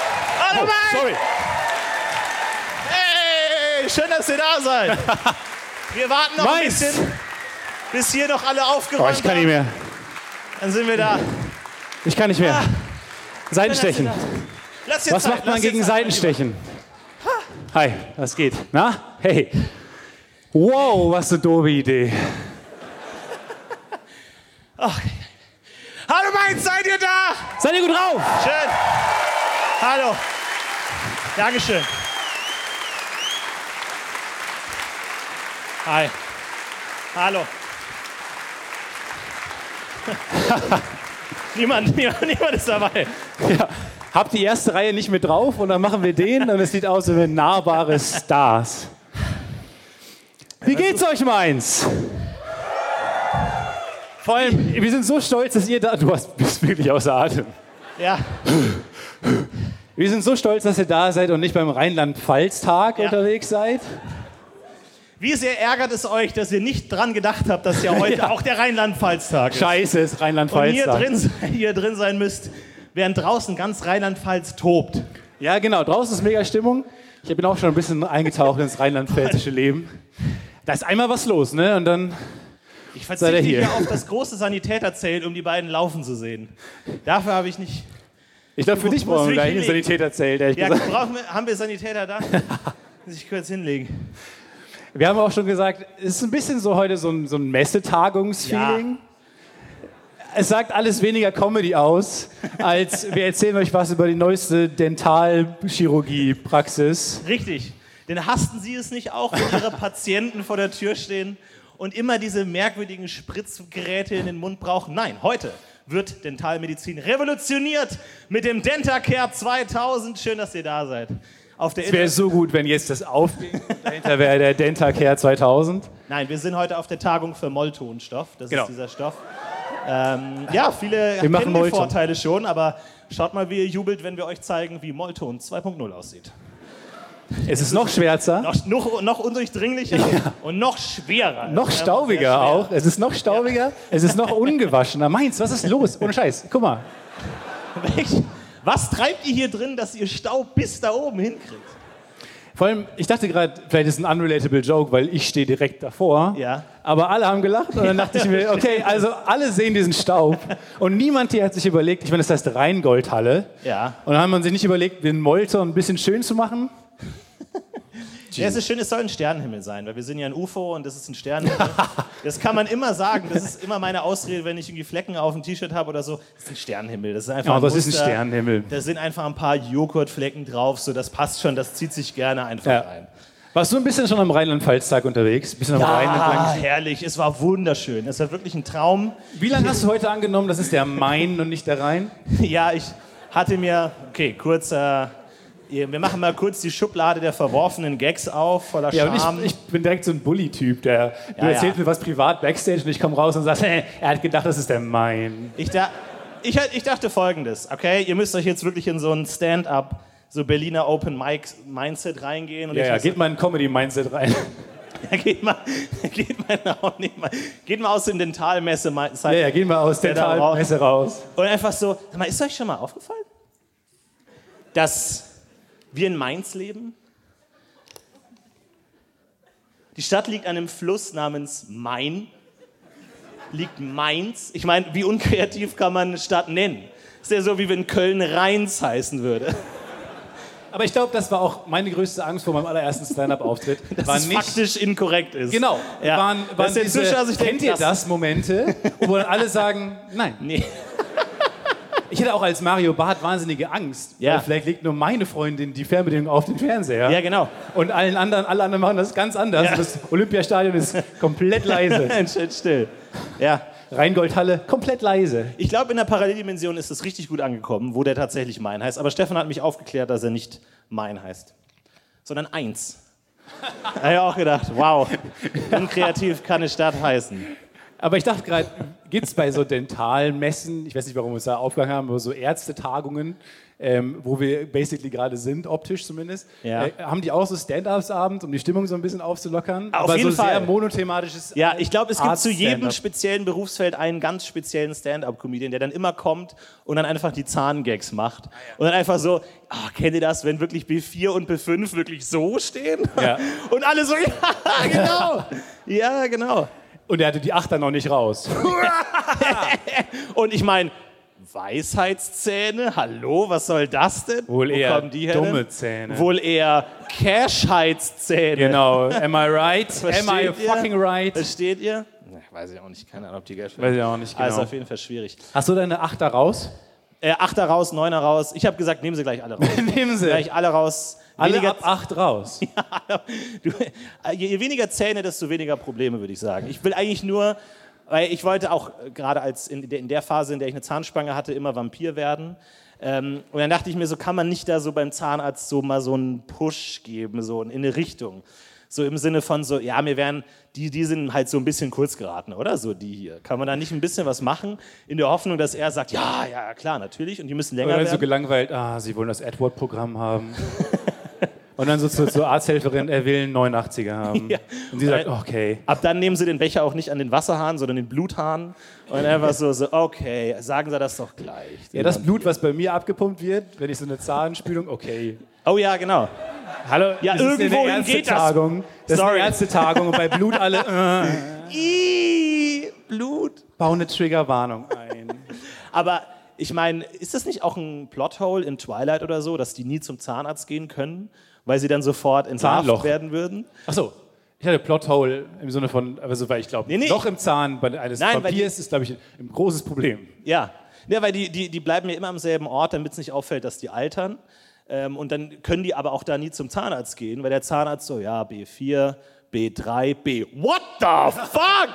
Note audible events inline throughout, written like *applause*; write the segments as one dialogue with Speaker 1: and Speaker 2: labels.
Speaker 1: Bye, bye.
Speaker 2: Oh, sorry.
Speaker 1: Hey, schön, dass ihr da
Speaker 2: *laughs*
Speaker 1: seid. Wir warten noch ein
Speaker 2: Nice.
Speaker 1: bisschen, bis hier noch alle
Speaker 2: Oh,
Speaker 1: aufgeräumt
Speaker 2: ich kann nicht mehr.
Speaker 1: haben. Dann sind wir da.
Speaker 2: Ich kann nicht mehr. Seitenstechen.
Speaker 1: Lass dir
Speaker 2: Was
Speaker 1: Zeit,
Speaker 2: macht man
Speaker 1: lass dir
Speaker 2: gegen
Speaker 1: Zeit.
Speaker 2: Seitenstechen? Hi, was geht? Na? Hey. Wow, was eine doofe Idee.
Speaker 1: Hallo Mainz, seid ihr da?
Speaker 2: Seid ihr gut drauf?
Speaker 1: Schön. Hallo. Dankeschön. Hi. Hallo. *laughs* niemand, *laughs* niemand, niemand ist dabei.
Speaker 2: Ja. Habt die erste Reihe nicht mit drauf und dann machen wir den und es sieht aus wie nahbare Stars. Wie geht's euch, um Mainz? Vor allem, wir sind so stolz, dass ihr da. Du hast, bist wirklich außer Atem.
Speaker 1: Ja,
Speaker 2: Wir sind so stolz, dass ihr da seid und nicht beim Rheinland-Pfalz-Tag
Speaker 1: Ja.
Speaker 2: unterwegs seid.
Speaker 1: Wie sehr ärgert es euch, dass ihr nicht dran gedacht habt, dass ja heute
Speaker 2: *laughs* Ja.
Speaker 1: auch der Rheinland-Pfalz-Tag ist?
Speaker 2: Scheiße, ist
Speaker 1: Und ihr
Speaker 2: Rheinland-Pfalz-Tag.
Speaker 1: drin, sein- ihr drin sein müsst, während draußen ganz Rheinland-Pfalz tobt.
Speaker 2: Ja, genau. Draußen ist mega Stimmung. Ich bin auch schon ein bisschen eingetaucht ins rheinland-pfälzische Leben. Da ist einmal was los, ne? Und dann,
Speaker 1: Ich
Speaker 2: Seid
Speaker 1: verzichte
Speaker 2: ihr hier?
Speaker 1: hier. auf das große Sanitäterzelt, um die beiden laufen zu sehen. Dafür habe ich nicht.
Speaker 2: ich glaube, für
Speaker 1: Du
Speaker 2: dich
Speaker 1: musst
Speaker 2: brauchen wir gleich
Speaker 1: wirklich
Speaker 2: einen Sanitäterzelt, ehrlich
Speaker 1: Ja,
Speaker 2: gesagt.
Speaker 1: brauchen wir, haben wir Sanitäter
Speaker 2: *laughs*
Speaker 1: da? Muss ich kurz hinlegen.
Speaker 2: Wir haben auch schon gesagt, es ist ein bisschen so heute so ein, so ein Messetagungsfeeling. Es sagt alles weniger Comedy aus, als wir erzählen euch was über die neueste Dentalchirurgie-Praxis.
Speaker 1: Richtig. Denn hassten Sie es nicht auch, wenn Ihre Patienten vor der Tür stehen und immer diese merkwürdigen Spritzgeräte in den Mund brauchen? Nein, heute wird Dentalmedizin revolutioniert mit dem DentaCare 2000. Schön, dass ihr da seid. Auf der
Speaker 2: Wäre
Speaker 1: Inter
Speaker 2: so gut, wenn jetzt das aufging. und Dahinter wäre der Dentacare 2000.
Speaker 1: Nein, wir sind heute auf der Tagung für Molltonstoff. Das
Speaker 2: Genau.
Speaker 1: ist dieser Stoff. Ähm, ja, viele
Speaker 2: machen
Speaker 1: kennen die
Speaker 2: Mollton.
Speaker 1: Vorteile schon, aber schaut mal, wie ihr jubelt, wenn wir euch zeigen, wie Mollton 2.0 aussieht.
Speaker 2: Es ist noch schwärzer.
Speaker 1: Noch, noch, noch undurchdringlicher und noch schwerer. Ja,
Speaker 2: Noch
Speaker 1: sehr
Speaker 2: staubiger
Speaker 1: schwer.
Speaker 2: auch. Es ist noch staubiger. Es ist noch ungewaschener. Meins, was ist los? Ohne Scheiß. Guck mal.
Speaker 1: Echt? Was treibt ihr hier drin, dass ihr Staub bis da oben hinkriegt?
Speaker 2: Vor allem, ich dachte gerade, vielleicht ist es ein unrelatable Joke, weil ich stehe direkt davor.
Speaker 1: Ja.
Speaker 2: Aber alle haben gelacht und dann dachte ich mir, okay, also alle sehen diesen Staub und niemand hier hat sich überlegt, ich meine, das heißt Rheingoldhalle.
Speaker 1: Ja.
Speaker 2: Und dann hat man sich nicht überlegt, den Molton ein bisschen schön zu machen.
Speaker 1: ja. Es ist schön, es soll ein Sternenhimmel sein, weil wir sind ja ein UFO und das ist ein
Speaker 2: *laughs*
Speaker 1: Sternenhimmel. das kann man immer sagen. Das ist immer meine Ausrede, wenn ich irgendwie Flecken auf dem T-Shirt habe oder so. Das ist ein Sternenhimmel. Das ist einfach
Speaker 2: Ja,
Speaker 1: ein
Speaker 2: aber es ist ein
Speaker 1: Muster.
Speaker 2: Sternenhimmel.
Speaker 1: Da sind einfach ein paar Joghurtflecken drauf, so das passt schon, das zieht sich gerne einfach
Speaker 2: Ja.
Speaker 1: rein.
Speaker 2: Warst du ein bisschen schon am Rheinland-Pfalz-Tag unterwegs? Ein bisschen am Rhein
Speaker 1: Ah,
Speaker 2: entlang?
Speaker 1: herrlich, es war wunderschön. Es war wirklich ein Traum. *laughs*
Speaker 2: Wie lange hast du heute angenommen, das ist der Main und nicht der Rhein?
Speaker 1: Ja, ich hatte mir, okay, kurz, äh, ihr- wir machen mal kurz die Schublade der verworfenen Gags auf, voller
Speaker 2: Ja,
Speaker 1: Charme.
Speaker 2: und ich, ich bin direkt so ein Bully-Typ, der du
Speaker 1: Ja,
Speaker 2: erzählst
Speaker 1: ja.
Speaker 2: mir was privat backstage und ich komme raus und sagst, *laughs* "Hä, er hat gedacht, das ist der mein.
Speaker 1: Ich, da, ich, ich dachte folgendes, okay, ihr müsst euch jetzt wirklich in so ein Stand-up, so Berliner Open Mic Mindset reingehen. Und
Speaker 2: Ja,
Speaker 1: ich
Speaker 2: ja,
Speaker 1: dachte,
Speaker 2: geht mal in Comedy-Mindset rein.
Speaker 1: ja, *laughs* geht mal, geht mal, auch nicht mal, geht mal aus dem Dentalmesse Mindset
Speaker 2: *laughs* Ja, ja, gehen wir aus der
Speaker 1: da raus.
Speaker 2: Talmesse raus.
Speaker 1: und einfach so, sag mal, ist euch schon mal aufgefallen, dass wir in Mainz leben? Die Stadt liegt an einem Fluss namens Main. Liegt Mainz? Ich meine, wie unkreativ kann man eine Stadt nennen? Ist ja so, wie wenn Köln Rheins heißen würde.
Speaker 2: Aber ich glaube, das war auch meine größte Angst vor meinem allerersten *laughs* Stand-Up-Auftritt. War
Speaker 1: dass es faktisch inkorrekt ist.
Speaker 2: Genau.
Speaker 1: Ja.
Speaker 2: Waren,
Speaker 1: Das
Speaker 2: waren
Speaker 1: ist der
Speaker 2: diese,
Speaker 1: Zuschauer sich
Speaker 2: kennt
Speaker 1: denkt,
Speaker 2: ihr
Speaker 1: das-
Speaker 2: das Momente, wo dann alle sagen, *laughs* nein.
Speaker 1: Nee.
Speaker 2: Ich hätte auch als Mario Barth wahnsinnige Angst.
Speaker 1: Ja.
Speaker 2: Weil vielleicht legt nur meine Freundin die Fernbedienung auf den Fernseher.
Speaker 1: Ja, genau.
Speaker 2: Und allen anderen, alle anderen machen das ganz anders.
Speaker 1: Ja.
Speaker 2: Das Olympiastadion ist
Speaker 1: *laughs*
Speaker 2: komplett leise.
Speaker 1: Steht still. Ja.
Speaker 2: Rheingoldhalle, komplett leise.
Speaker 1: Ich glaube, in der Paralleldimension ist es richtig gut angekommen, wo der tatsächlich Mein heißt. Aber Stefan hat mich aufgeklärt, dass er nicht Mein heißt, sondern *laughs* Eins. Da habe ich auch gedacht, wow, unkreativ kann eine Stadt heißen.
Speaker 2: Aber ich dachte gerade, gibt es bei so Dentalmessen, ich weiß nicht, warum wir uns da aufgehangen haben, aber so Ärztetagungen, ähm, wo wir basically gerade sind, optisch zumindest,
Speaker 1: Ja.
Speaker 2: äh, haben die auch so Stand-ups abends, um die Stimmung so ein bisschen aufzulockern?
Speaker 1: Auf
Speaker 2: aber
Speaker 1: jeden
Speaker 2: so sehr
Speaker 1: Fall.
Speaker 2: monothematisches.
Speaker 1: Ja, ich glaube, es gibt
Speaker 2: Arzt
Speaker 1: zu jedem
Speaker 2: Stand-up.
Speaker 1: speziellen Berufsfeld einen ganz speziellen Stand-up-Comedian, der dann immer kommt und dann einfach die Zahngags macht. Und dann einfach so, ah, kennt ihr das, wenn wirklich B4 und B5 wirklich so stehen?
Speaker 2: Ja.
Speaker 1: *laughs* Und alle so, ja, genau.
Speaker 2: *laughs*
Speaker 1: ja, genau.
Speaker 2: Und er hatte die Achter noch nicht raus.
Speaker 1: Und ich meine, Weisheitszähne, hallo, was soll das denn?
Speaker 2: Wohl
Speaker 1: Wo
Speaker 2: eher
Speaker 1: kommen die her denn?
Speaker 2: dumme Zähne.
Speaker 1: Wohl eher Cashheitszähne.
Speaker 2: Genau. Am I right?
Speaker 1: Versteht
Speaker 2: Am I
Speaker 1: ihr?
Speaker 2: fucking right?
Speaker 1: Versteht ihr? Na, weiß ich auch nicht, keine Ahnung, ob die Cash
Speaker 2: Weiß ich auch nicht
Speaker 1: Also
Speaker 2: genau.
Speaker 1: auf jeden Fall schwierig.
Speaker 2: Hast du deine Achter raus?
Speaker 1: Äh, Achter raus, Neuner raus. Ich habe gesagt, nehmen sie gleich alle *laughs* raus.
Speaker 2: *laughs* Nehmen sie.
Speaker 1: gleich alle raus.
Speaker 2: Alle
Speaker 1: Weniger-
Speaker 2: ab 8 *laughs* raus.
Speaker 1: du, äh, je, je weniger Zähne, desto weniger Probleme, würde ich sagen. Ich will eigentlich nur, weil ich wollte auch äh, gerade als in, der- in der Phase, in der ich eine Zahnspange hatte, immer Vampir werden. Ähm, und dann dachte ich mir, so kann man nicht da so beim Zahnarzt so mal so einen Push geben, so in eine Richtung. So im Sinne von so, ja, mir wären, die, die sind halt so ein bisschen kurz geraten, oder? So die hier. Kann man da nicht ein bisschen was machen, in der Hoffnung, dass er sagt, ja, ja, klar, natürlich, und die müssen länger
Speaker 2: Oder dann so
Speaker 1: werden.
Speaker 2: gelangweilt, ah, sie wollen das Edward-Programm haben. Und dann so zur, zur Arzthelferin, er will einen 89er haben.
Speaker 1: Ja.
Speaker 2: Und sie sagt, okay.
Speaker 1: Ab dann nehmen sie den Becher auch nicht an den Wasserhahn, sondern den Bluthahn. Und einfach so, so okay, sagen sie das doch gleich.
Speaker 2: Ja, das Blut, was bei mir abgepumpt wird, wenn ich so eine Zahnspülung, okay.
Speaker 1: oh ja, genau.
Speaker 2: Hallo,
Speaker 1: Ja,
Speaker 2: das ist
Speaker 1: irgendwohin
Speaker 2: eine
Speaker 1: geht das.
Speaker 2: Ärztetagung. Das ist eine
Speaker 1: Sorry.
Speaker 2: Ärztetagung *laughs* und bei Blut alle, äh,
Speaker 1: Ih, Blut.
Speaker 2: bau eine Triggerwarnung ein.
Speaker 1: Aber ich meine, ist das nicht auch ein Plothole in Twilight oder so, dass die nie zum Zahnarzt gehen können, weil sie dann sofort entlarvt
Speaker 2: Zahnloch.
Speaker 1: werden würden?
Speaker 2: Achso, ich hatte Plothole im Sinne von, also weil ich glaube,
Speaker 1: Nee, nee.
Speaker 2: Loch im Zahn bei eines
Speaker 1: Nein, weil
Speaker 2: Vampirs ist, glaube ich, ein großes Problem.
Speaker 1: Ja. Ja, weil die, die, die bleiben ja immer am selben Ort, damit es nicht auffällt, dass die altern. Ähm, und dann können die aber auch da nie zum Zahnarzt gehen, weil der Zahnarzt so, ja, B4, B3, B. What the fuck?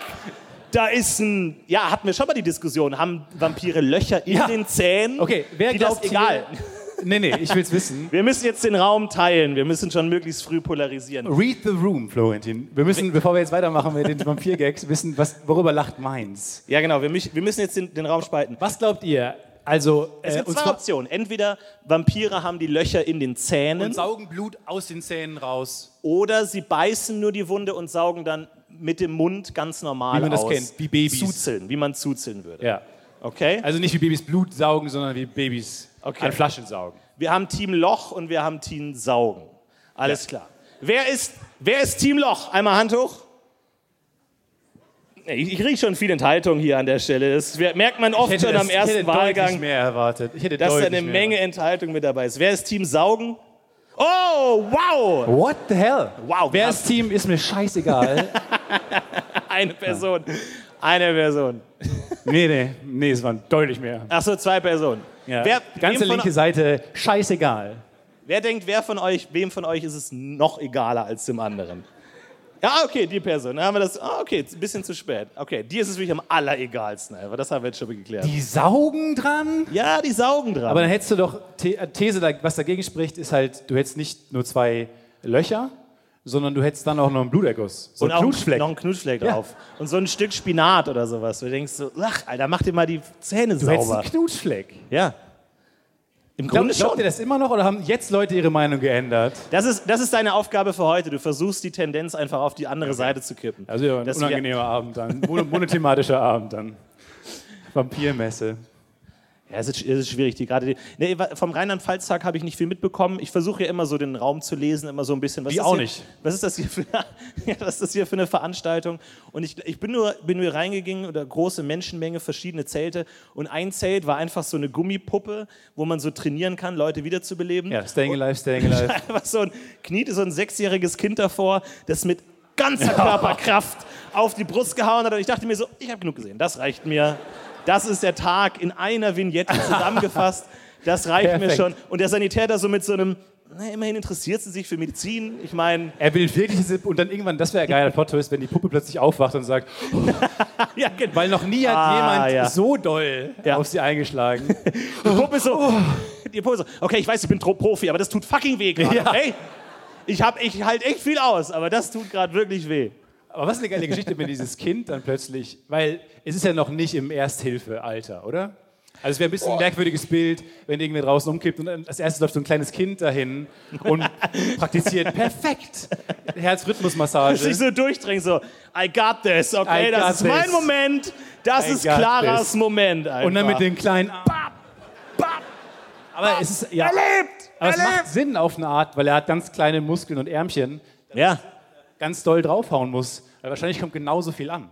Speaker 1: Da ist ein, ja, hatten wir schon mal die Diskussion, haben Vampire Löcher in
Speaker 2: Ja.
Speaker 1: den Zähnen?
Speaker 2: Okay, wer
Speaker 1: die
Speaker 2: glaubt
Speaker 1: das egal.
Speaker 2: Hier, nee, nee, ich will es wissen.
Speaker 1: Wir müssen jetzt den Raum teilen, wir müssen schon möglichst früh polarisieren.
Speaker 2: Read the room, Florentin. Wir müssen, bevor wir jetzt weitermachen mit den Vampir-Gags, wissen, was, worüber lacht meins.
Speaker 1: Ja, genau, wir, mich- wir müssen jetzt den, den Raum spalten.
Speaker 2: Was glaubt ihr? Also,
Speaker 1: Es
Speaker 2: äh,
Speaker 1: gibt
Speaker 2: und
Speaker 1: zwei
Speaker 2: zwar-
Speaker 1: Optionen. Entweder Vampire haben die Löcher in den Zähnen.
Speaker 2: und saugen Blut aus den Zähnen raus,
Speaker 1: Oder sie beißen nur die Wunde und saugen dann mit dem Mund ganz normal
Speaker 2: Wie man das
Speaker 1: aus.
Speaker 2: kennt, wie Babys.
Speaker 1: Zuzeln, wie man zuzeln würde.
Speaker 2: Ja.
Speaker 1: Okay?
Speaker 2: Also nicht wie Babys Blut saugen, sondern wie Babys
Speaker 1: Okay.
Speaker 2: an Flaschen saugen.
Speaker 1: Wir haben Team Loch und wir haben Team Saugen. Alles klar. Wer ist, wer ist Team Loch? Einmal Hand hoch. Ich, ich rieche schon viel Enthaltung hier an der Stelle. Das wer- merkt man oft schon am
Speaker 2: ich hätte
Speaker 1: ersten
Speaker 2: deutlich
Speaker 1: Wahlgang,
Speaker 2: mehr erwartet. Ich hätte
Speaker 1: dass da
Speaker 2: deutlich
Speaker 1: eine
Speaker 2: mehr
Speaker 1: Menge Enthaltung mit dabei ist. Wer ist Team Saugen? Oh, wow!
Speaker 2: erwartet. What the hell?
Speaker 1: Wow,
Speaker 2: Wer
Speaker 1: krass.
Speaker 2: ist Team, ist mir scheißegal.
Speaker 1: Eine Person. Eine Person.
Speaker 2: *laughs* nee, nee, nee, es waren deutlich mehr.
Speaker 1: Achso, zwei Personen.
Speaker 2: Ja.
Speaker 1: Wer,
Speaker 2: Ganze
Speaker 1: wem von-
Speaker 2: linke Seite, scheißegal.
Speaker 1: Wer denkt, wer von euch, wem von euch ist es noch egaler als dem anderen? Ja, okay, die Person. Dann haben wir das. Ah, okay, ein bisschen zu spät. Okay, dir ist es wirklich am alleregalsten, aber das haben wir jetzt schon geklärt.
Speaker 2: Die saugen dran?
Speaker 1: ja, die saugen dran.
Speaker 2: Aber dann hättest du doch, The äh, These, da- was dagegen spricht, ist halt, du hättest nicht nur zwei Löcher, sondern du hättest dann auch noch einen Bluterguss. So
Speaker 1: und
Speaker 2: einen
Speaker 1: auch
Speaker 2: Blutfleck.
Speaker 1: noch ein Knutschfleck
Speaker 2: Ja.
Speaker 1: drauf. Und so ein Stück Spinat oder sowas. Du denkst so, ach, Alter, mach dir mal die Zähne
Speaker 2: du hättest
Speaker 1: sauber.
Speaker 2: einen Knutschfleck.
Speaker 1: Ja. Im
Speaker 2: Glaub,
Speaker 1: Grunde
Speaker 2: glaubt ihr
Speaker 1: schon.
Speaker 2: das immer noch oder haben jetzt Leute ihre Meinung geändert?
Speaker 1: Das ist, das ist deine Aufgabe für heute. Du versuchst die Tendenz einfach auf die andere Seite zu kippen.
Speaker 2: Also ja, ein
Speaker 1: Dass wir-
Speaker 2: unangenehmer Abend dann. Mono- Monothematischer Abend dann. Vampirmesse.
Speaker 1: Ja, es ist, es ist schwierig. Die, gerade die, nee, wa- vom Rheinland-Pfalz-Tag habe ich nicht viel mitbekommen. Ich versuche ja immer so den Raum zu lesen, immer so ein bisschen. Was
Speaker 2: Die
Speaker 1: ist das
Speaker 2: auch
Speaker 1: hier,
Speaker 2: nicht.
Speaker 1: Was ist das hier für, *laughs* ja, was ist das hier für eine Veranstaltung? Und ich, ich bin, nur, bin nur reingegangen oder große Menschenmenge, verschiedene Zelte. Und ein Zelt war einfach so eine Gummipuppe, wo man so trainieren kann, Leute wiederzubeleben.
Speaker 2: Ja, staying alive, staying alive. *laughs*
Speaker 1: *laughs* Einfach so ein, kniete so ein sechsjähriges Kind davor, das mit ganzer Körperkraft auf die Brust gehauen hat. Und ich dachte mir so, ich habe genug gesehen, das reicht mir. Das ist der Tag in einer Vignette zusammengefasst.
Speaker 2: *laughs*
Speaker 1: Das reicht mir
Speaker 2: Perfekt.
Speaker 1: schon. Und der Sanitär da so mit so einem, na, immerhin interessiert sie sich für Medizin. Ich meine,
Speaker 2: Er will wirklich diese, und dann irgendwann, das wäre ein geiler Plot-Twist, wenn die Puppe plötzlich aufwacht und sagt,
Speaker 1: *laughs* ja, genau.
Speaker 2: weil noch nie hat
Speaker 1: Ah,
Speaker 2: jemand
Speaker 1: ja.
Speaker 2: so doll
Speaker 1: Ja.
Speaker 2: auf sie eingeschlagen.
Speaker 1: die Puppe ist
Speaker 2: Oh.
Speaker 1: so, die Puppe ist so, okay, ich weiß, ich bin Tro- Profi, aber das tut fucking weh gerade,
Speaker 2: Ja.
Speaker 1: halt okay? Ich, hab- ich halte echt viel aus, aber das tut gerade wirklich weh.
Speaker 2: Aber was eine geile Geschichte, wenn dieses Kind dann plötzlich, weil es ist ja noch nicht im Ersthilfealter, oder? Also es wäre ein bisschen ein merkwürdiges Bild, wenn irgendwer draußen umkippt und dann als erstes läuft so ein kleines Kind dahin
Speaker 1: *laughs*
Speaker 2: und praktiziert perfekt
Speaker 1: Sich
Speaker 2: Herzrhythmusmassage.
Speaker 1: so durchdrängen, so, I got this, okay,
Speaker 2: I got
Speaker 1: das ist mein
Speaker 2: this.
Speaker 1: Moment, das
Speaker 2: I
Speaker 1: ist
Speaker 2: got
Speaker 1: Claras
Speaker 2: this.
Speaker 1: Moment einfach.
Speaker 2: Und dann mit dem kleinen
Speaker 1: Bap, bap,
Speaker 2: Aber es ist ja,
Speaker 1: erlebt,
Speaker 2: aber es macht
Speaker 1: erlebt.
Speaker 2: Sinn auf eine Art, weil er hat ganz kleine Muskeln und Ärmchen,
Speaker 1: Ja,
Speaker 2: ganz doll draufhauen muss. Weil wahrscheinlich kommt genauso viel an.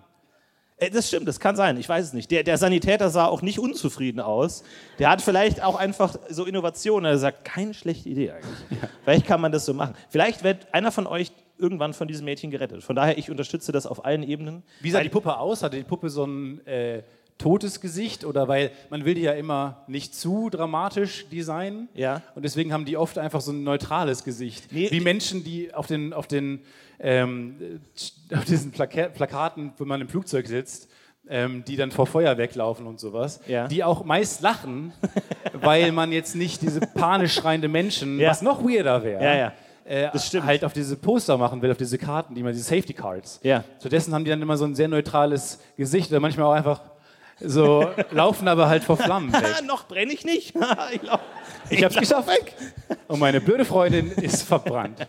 Speaker 1: Äh, Das stimmt, das kann sein, ich weiß es nicht. Der, der Sanitäter sah auch nicht unzufrieden aus. Der hat vielleicht auch einfach so Innovationen. Er sagt, keine schlechte Idee eigentlich. Vielleicht kann man das so machen. Vielleicht wird einer von euch irgendwann von diesem Mädchen gerettet. Von daher, ich unterstütze das auf allen Ebenen.
Speaker 2: Wie sah die Puppe aus? Hatte die Puppe so ein äh, totes Gesicht? Oder weil man will die ja immer nicht zu dramatisch designen.
Speaker 1: Ja.
Speaker 2: Und deswegen haben die oft einfach so ein neutrales Gesicht.
Speaker 1: Nee,
Speaker 2: Wie
Speaker 1: ich-
Speaker 2: Menschen, die auf den, auf den ähm, äh, auf diesen Plaka Plakaten, wenn man im Flugzeug sitzt, ähm, die dann vor Feuer weglaufen und sowas,
Speaker 1: Ja.
Speaker 2: die auch
Speaker 1: *laughs*
Speaker 2: meist lachen, weil man jetzt nicht diese panisch schreiende Menschen,
Speaker 1: Ja.
Speaker 2: was noch weirder wäre,
Speaker 1: Ja, ja.
Speaker 2: Äh,
Speaker 1: Das stimmt.
Speaker 2: halt auf diese Poster machen will, auf diese Karten, die man, diese Safety Cards.
Speaker 1: Ja.
Speaker 2: Stattdessen haben die dann immer so ein sehr neutrales Gesicht oder manchmal auch einfach so *laughs* laufen, aber halt vor Flammen weg.
Speaker 1: Ah, *laughs* noch brenne ich nicht. *laughs* ich glaub,
Speaker 2: Ich hab's geschafft. Und meine blöde Freundin ist verbrannt.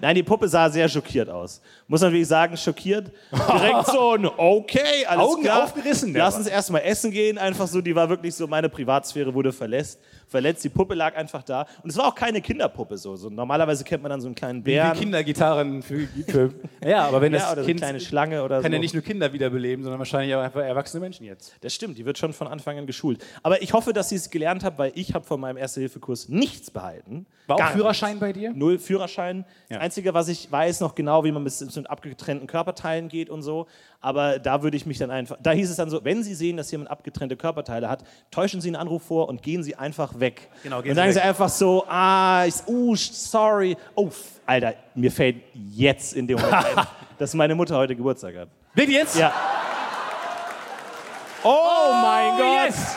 Speaker 1: Nein, die Puppe sah sehr schockiert aus. Muss man wirklich sagen, schockiert. Direkt so ein Okay, alles
Speaker 2: Augen
Speaker 1: klar.
Speaker 2: aufgerissen, der
Speaker 1: Lass
Speaker 2: war.
Speaker 1: uns erstmal essen gehen. Einfach so, die war wirklich so, meine Privatsphäre wurde verletzt. Verletzt, die Puppe lag einfach da. Und es war auch keine Kinderpuppe so. so normalerweise kennt man dann so einen kleinen
Speaker 2: Wie
Speaker 1: Bären.
Speaker 2: Kindergitarren für, für Ja, aber wenn das
Speaker 1: ja, oder so eine
Speaker 2: Kind
Speaker 1: kleine Schlange oder
Speaker 2: kann
Speaker 1: so.
Speaker 2: ja nicht nur Kinder wiederbeleben, sondern wahrscheinlich auch einfach erwachsene Menschen jetzt.
Speaker 1: Das stimmt, die wird schon von Anfang an geschult. Aber ich hoffe, dass sie es gelernt hat, weil ich habe von meinem Erste-Hilfe-Kurs nichts behalten.
Speaker 2: War auch
Speaker 1: Gar nichts.
Speaker 2: Führerschein bei dir?
Speaker 1: Null Führerschein.
Speaker 2: Ja.
Speaker 1: Das Einzige, was ich weiß, noch genau, wie man mit, mit abgetrennten Körperteilen geht und so. Aber da würde ich mich dann einfach. Da hieß es dann so, wenn Sie sehen, dass jemand abgetrennte Körperteile hat, täuschen Sie einen Anruf vor und gehen Sie einfach weg.
Speaker 2: Genau, gehen
Speaker 1: und
Speaker 2: Sie
Speaker 1: sagen Sie
Speaker 2: weg.
Speaker 1: einfach so, ah, ich, uh, sorry. Oh, f- Alter, mir fällt jetzt in dem Moment
Speaker 2: *laughs*
Speaker 1: ein, dass meine Mutter heute Geburtstag hat.
Speaker 2: Wirklich jetzt?
Speaker 1: Ja. Oh, mein
Speaker 2: Oh,
Speaker 1: Gott!
Speaker 2: yes.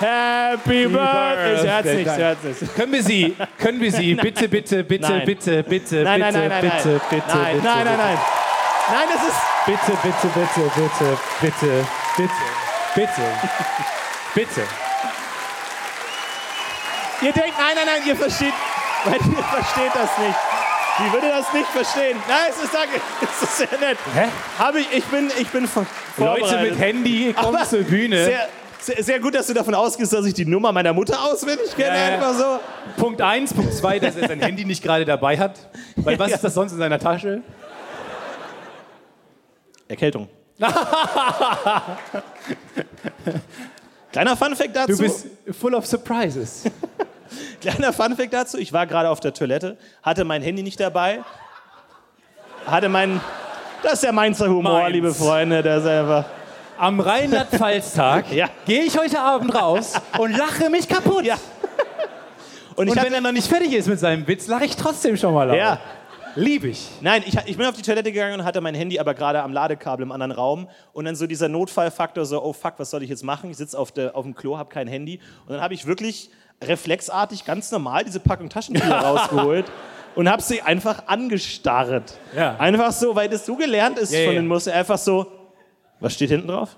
Speaker 1: Happy Birthday! Ich hör's nicht, ich hör's nicht.
Speaker 2: Können wir sie, können
Speaker 1: *laughs*
Speaker 2: wir sie, bitte, bitte, bitte,
Speaker 1: Nein.
Speaker 2: bitte, bitte,
Speaker 1: Nein, nein, nein,
Speaker 2: bitte,
Speaker 1: nein,
Speaker 2: bitte,
Speaker 1: nein.
Speaker 2: bitte,
Speaker 1: nein,
Speaker 2: bitte,
Speaker 1: nein, nein, nein. Nein, das ist.
Speaker 2: Bitte, bitte, bitte, bitte, bitte, bitte, bitte, bitte.
Speaker 1: Ihr denkt, nein, nein, nein, ihr versteht, *laughs* weil ihr versteht das nicht. Die würde das nicht verstehen. Nein, es ist danke. *laughs* Es ist sehr nett.
Speaker 2: Hä?
Speaker 1: Habe ich, ich bin, ich bin vor-
Speaker 2: Leute
Speaker 1: vorbereitet.
Speaker 2: mit Handy kommen
Speaker 1: Aber
Speaker 2: zur Bühne.
Speaker 1: Sehr, sehr, sehr gut, dass du davon ausgehst, dass ich die Nummer meiner Mutter auswendig kenne.
Speaker 2: Ja, ja.
Speaker 1: Einfach so.
Speaker 2: Punkt eins, Punkt zwei, dass er sein Handy nicht gerade dabei hat. Weil was ist das sonst in seiner Tasche?
Speaker 1: Erkältung. *laughs* Kleiner Funfact dazu.
Speaker 2: Du bist full of surprises.
Speaker 1: Kleiner Funfact dazu, ich war gerade auf der Toilette, hatte mein Handy nicht dabei, hatte mein, das ist der Mainzer Humor,
Speaker 2: Mainz.
Speaker 1: liebe Freunde, das ist einfach,
Speaker 2: Am Rheinland-Pfalz-Tag
Speaker 1: Ja.
Speaker 2: gehe ich heute Abend raus und lache mich kaputt.
Speaker 1: ja. Und ich
Speaker 2: Und
Speaker 1: hab,
Speaker 2: wenn er noch nicht fertig ist mit seinem Witz, lache ich trotzdem schon mal laut.
Speaker 1: ja,
Speaker 2: Lieb ich.
Speaker 1: nein, ich, ich bin auf die Toilette gegangen und hatte mein Handy aber gerade am Ladekabel im anderen Raum und dann so dieser Notfallfaktor so, oh fuck, was soll ich jetzt machen? Ich sitze auf, der- auf dem Klo, habe kein Handy und dann habe ich wirklich reflexartig ganz normal diese Packung
Speaker 2: *laughs*
Speaker 1: Taschentücher rausgeholt und habe sie einfach angestarrt.
Speaker 2: Ja.
Speaker 1: Einfach so, weil das so gelernt ist
Speaker 2: Ja, ja,
Speaker 1: von
Speaker 2: ja.
Speaker 1: den Muster, einfach so, Was steht hinten drauf?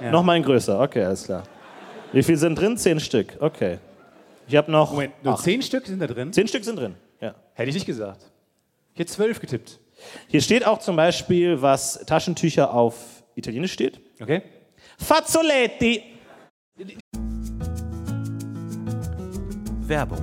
Speaker 1: Nochmal ein größer. Okay, alles klar. Wie viel sind drin? Zehn Stück. Okay. Ich habe noch.
Speaker 2: Moment, nur zehn Stück sind da drin?
Speaker 1: Zehn Stück sind drin. Ja.
Speaker 2: Hätte ich nicht gesagt. Ich hätte zwölf getippt.
Speaker 1: Hier steht auch zum Beispiel, was Taschentücher auf Italienisch steht.
Speaker 2: Okay?
Speaker 1: Fazzoletti.
Speaker 3: Werbung.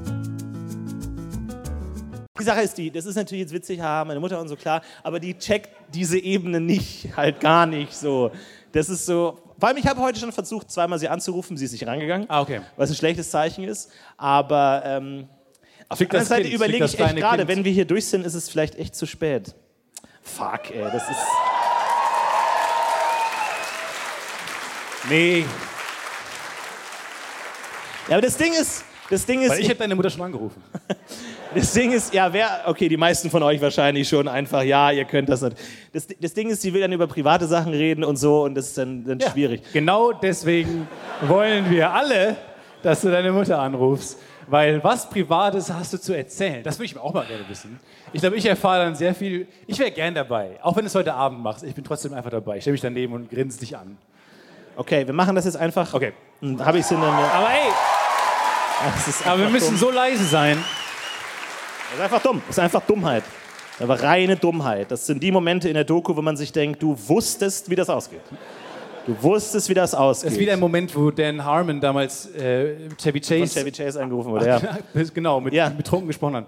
Speaker 1: Die Sache ist die, das ist natürlich jetzt witzig, haha, meine Mutter und so klar, aber die checkt diese Ebene nicht, *laughs* halt gar nicht so. Das ist so, vor allem ich habe heute schon versucht, zweimal sie anzurufen, sie ist nicht rangegangen,
Speaker 2: Ah, okay.
Speaker 1: was ein schlechtes Zeichen ist, aber ähm, auf der
Speaker 2: Fick
Speaker 1: anderen
Speaker 2: das
Speaker 1: Seite
Speaker 2: Kind, fick
Speaker 1: überlege
Speaker 2: das
Speaker 1: ich echt
Speaker 2: kleine
Speaker 1: gerade,
Speaker 2: Kind.
Speaker 1: wenn wir hier durch sind, ist es vielleicht echt zu spät. Fuck, ey, das ist...
Speaker 2: Nee,
Speaker 1: Ja, aber das Ding ist, das Ding ist,
Speaker 2: weil ich hätte deine Mutter
Speaker 1: *laughs*
Speaker 2: schon angerufen.
Speaker 1: Das Ding ist, ja, wer, okay, die meisten von euch wahrscheinlich schon einfach, ja, ihr könnt das nicht. Das, das Ding ist, sie will dann über private Sachen reden und so und das ist dann, dann schwierig.
Speaker 2: Genau deswegen wollen wir alle, dass du deine Mutter anrufst. Weil was Privates hast du zu erzählen? Das würde ich auch mal gerne wissen. Ich glaube, ich erfahre dann sehr viel. Ich wäre gern dabei. Auch wenn du es heute Abend machst. Ich bin trotzdem einfach dabei. Ich stelle mich daneben und grinse dich an.
Speaker 1: Okay, wir machen das jetzt einfach. Hm,
Speaker 2: Okay.
Speaker 1: Habe ich Sinn dann.
Speaker 2: Aber ey,
Speaker 1: Ah, Das ist
Speaker 2: aber wir
Speaker 1: einfach
Speaker 2: müssen
Speaker 1: dumm.
Speaker 2: so leise sein.
Speaker 1: Das ist einfach dumm. Das ist einfach Dummheit. Aber reine Dummheit. Das sind die Momente in der Doku, wo man sich denkt, du wusstest, wie das ausgeht. Du wusstest, wie das ausgeht.
Speaker 2: Das ist wieder ein Moment, wo Dan Harmon damals äh, Chevy
Speaker 1: Von
Speaker 2: Chase
Speaker 1: Chevy Chase angerufen wurde,
Speaker 2: *laughs*
Speaker 1: ja.
Speaker 2: genau mit
Speaker 1: Ja.
Speaker 2: betrunken gesprochen hat.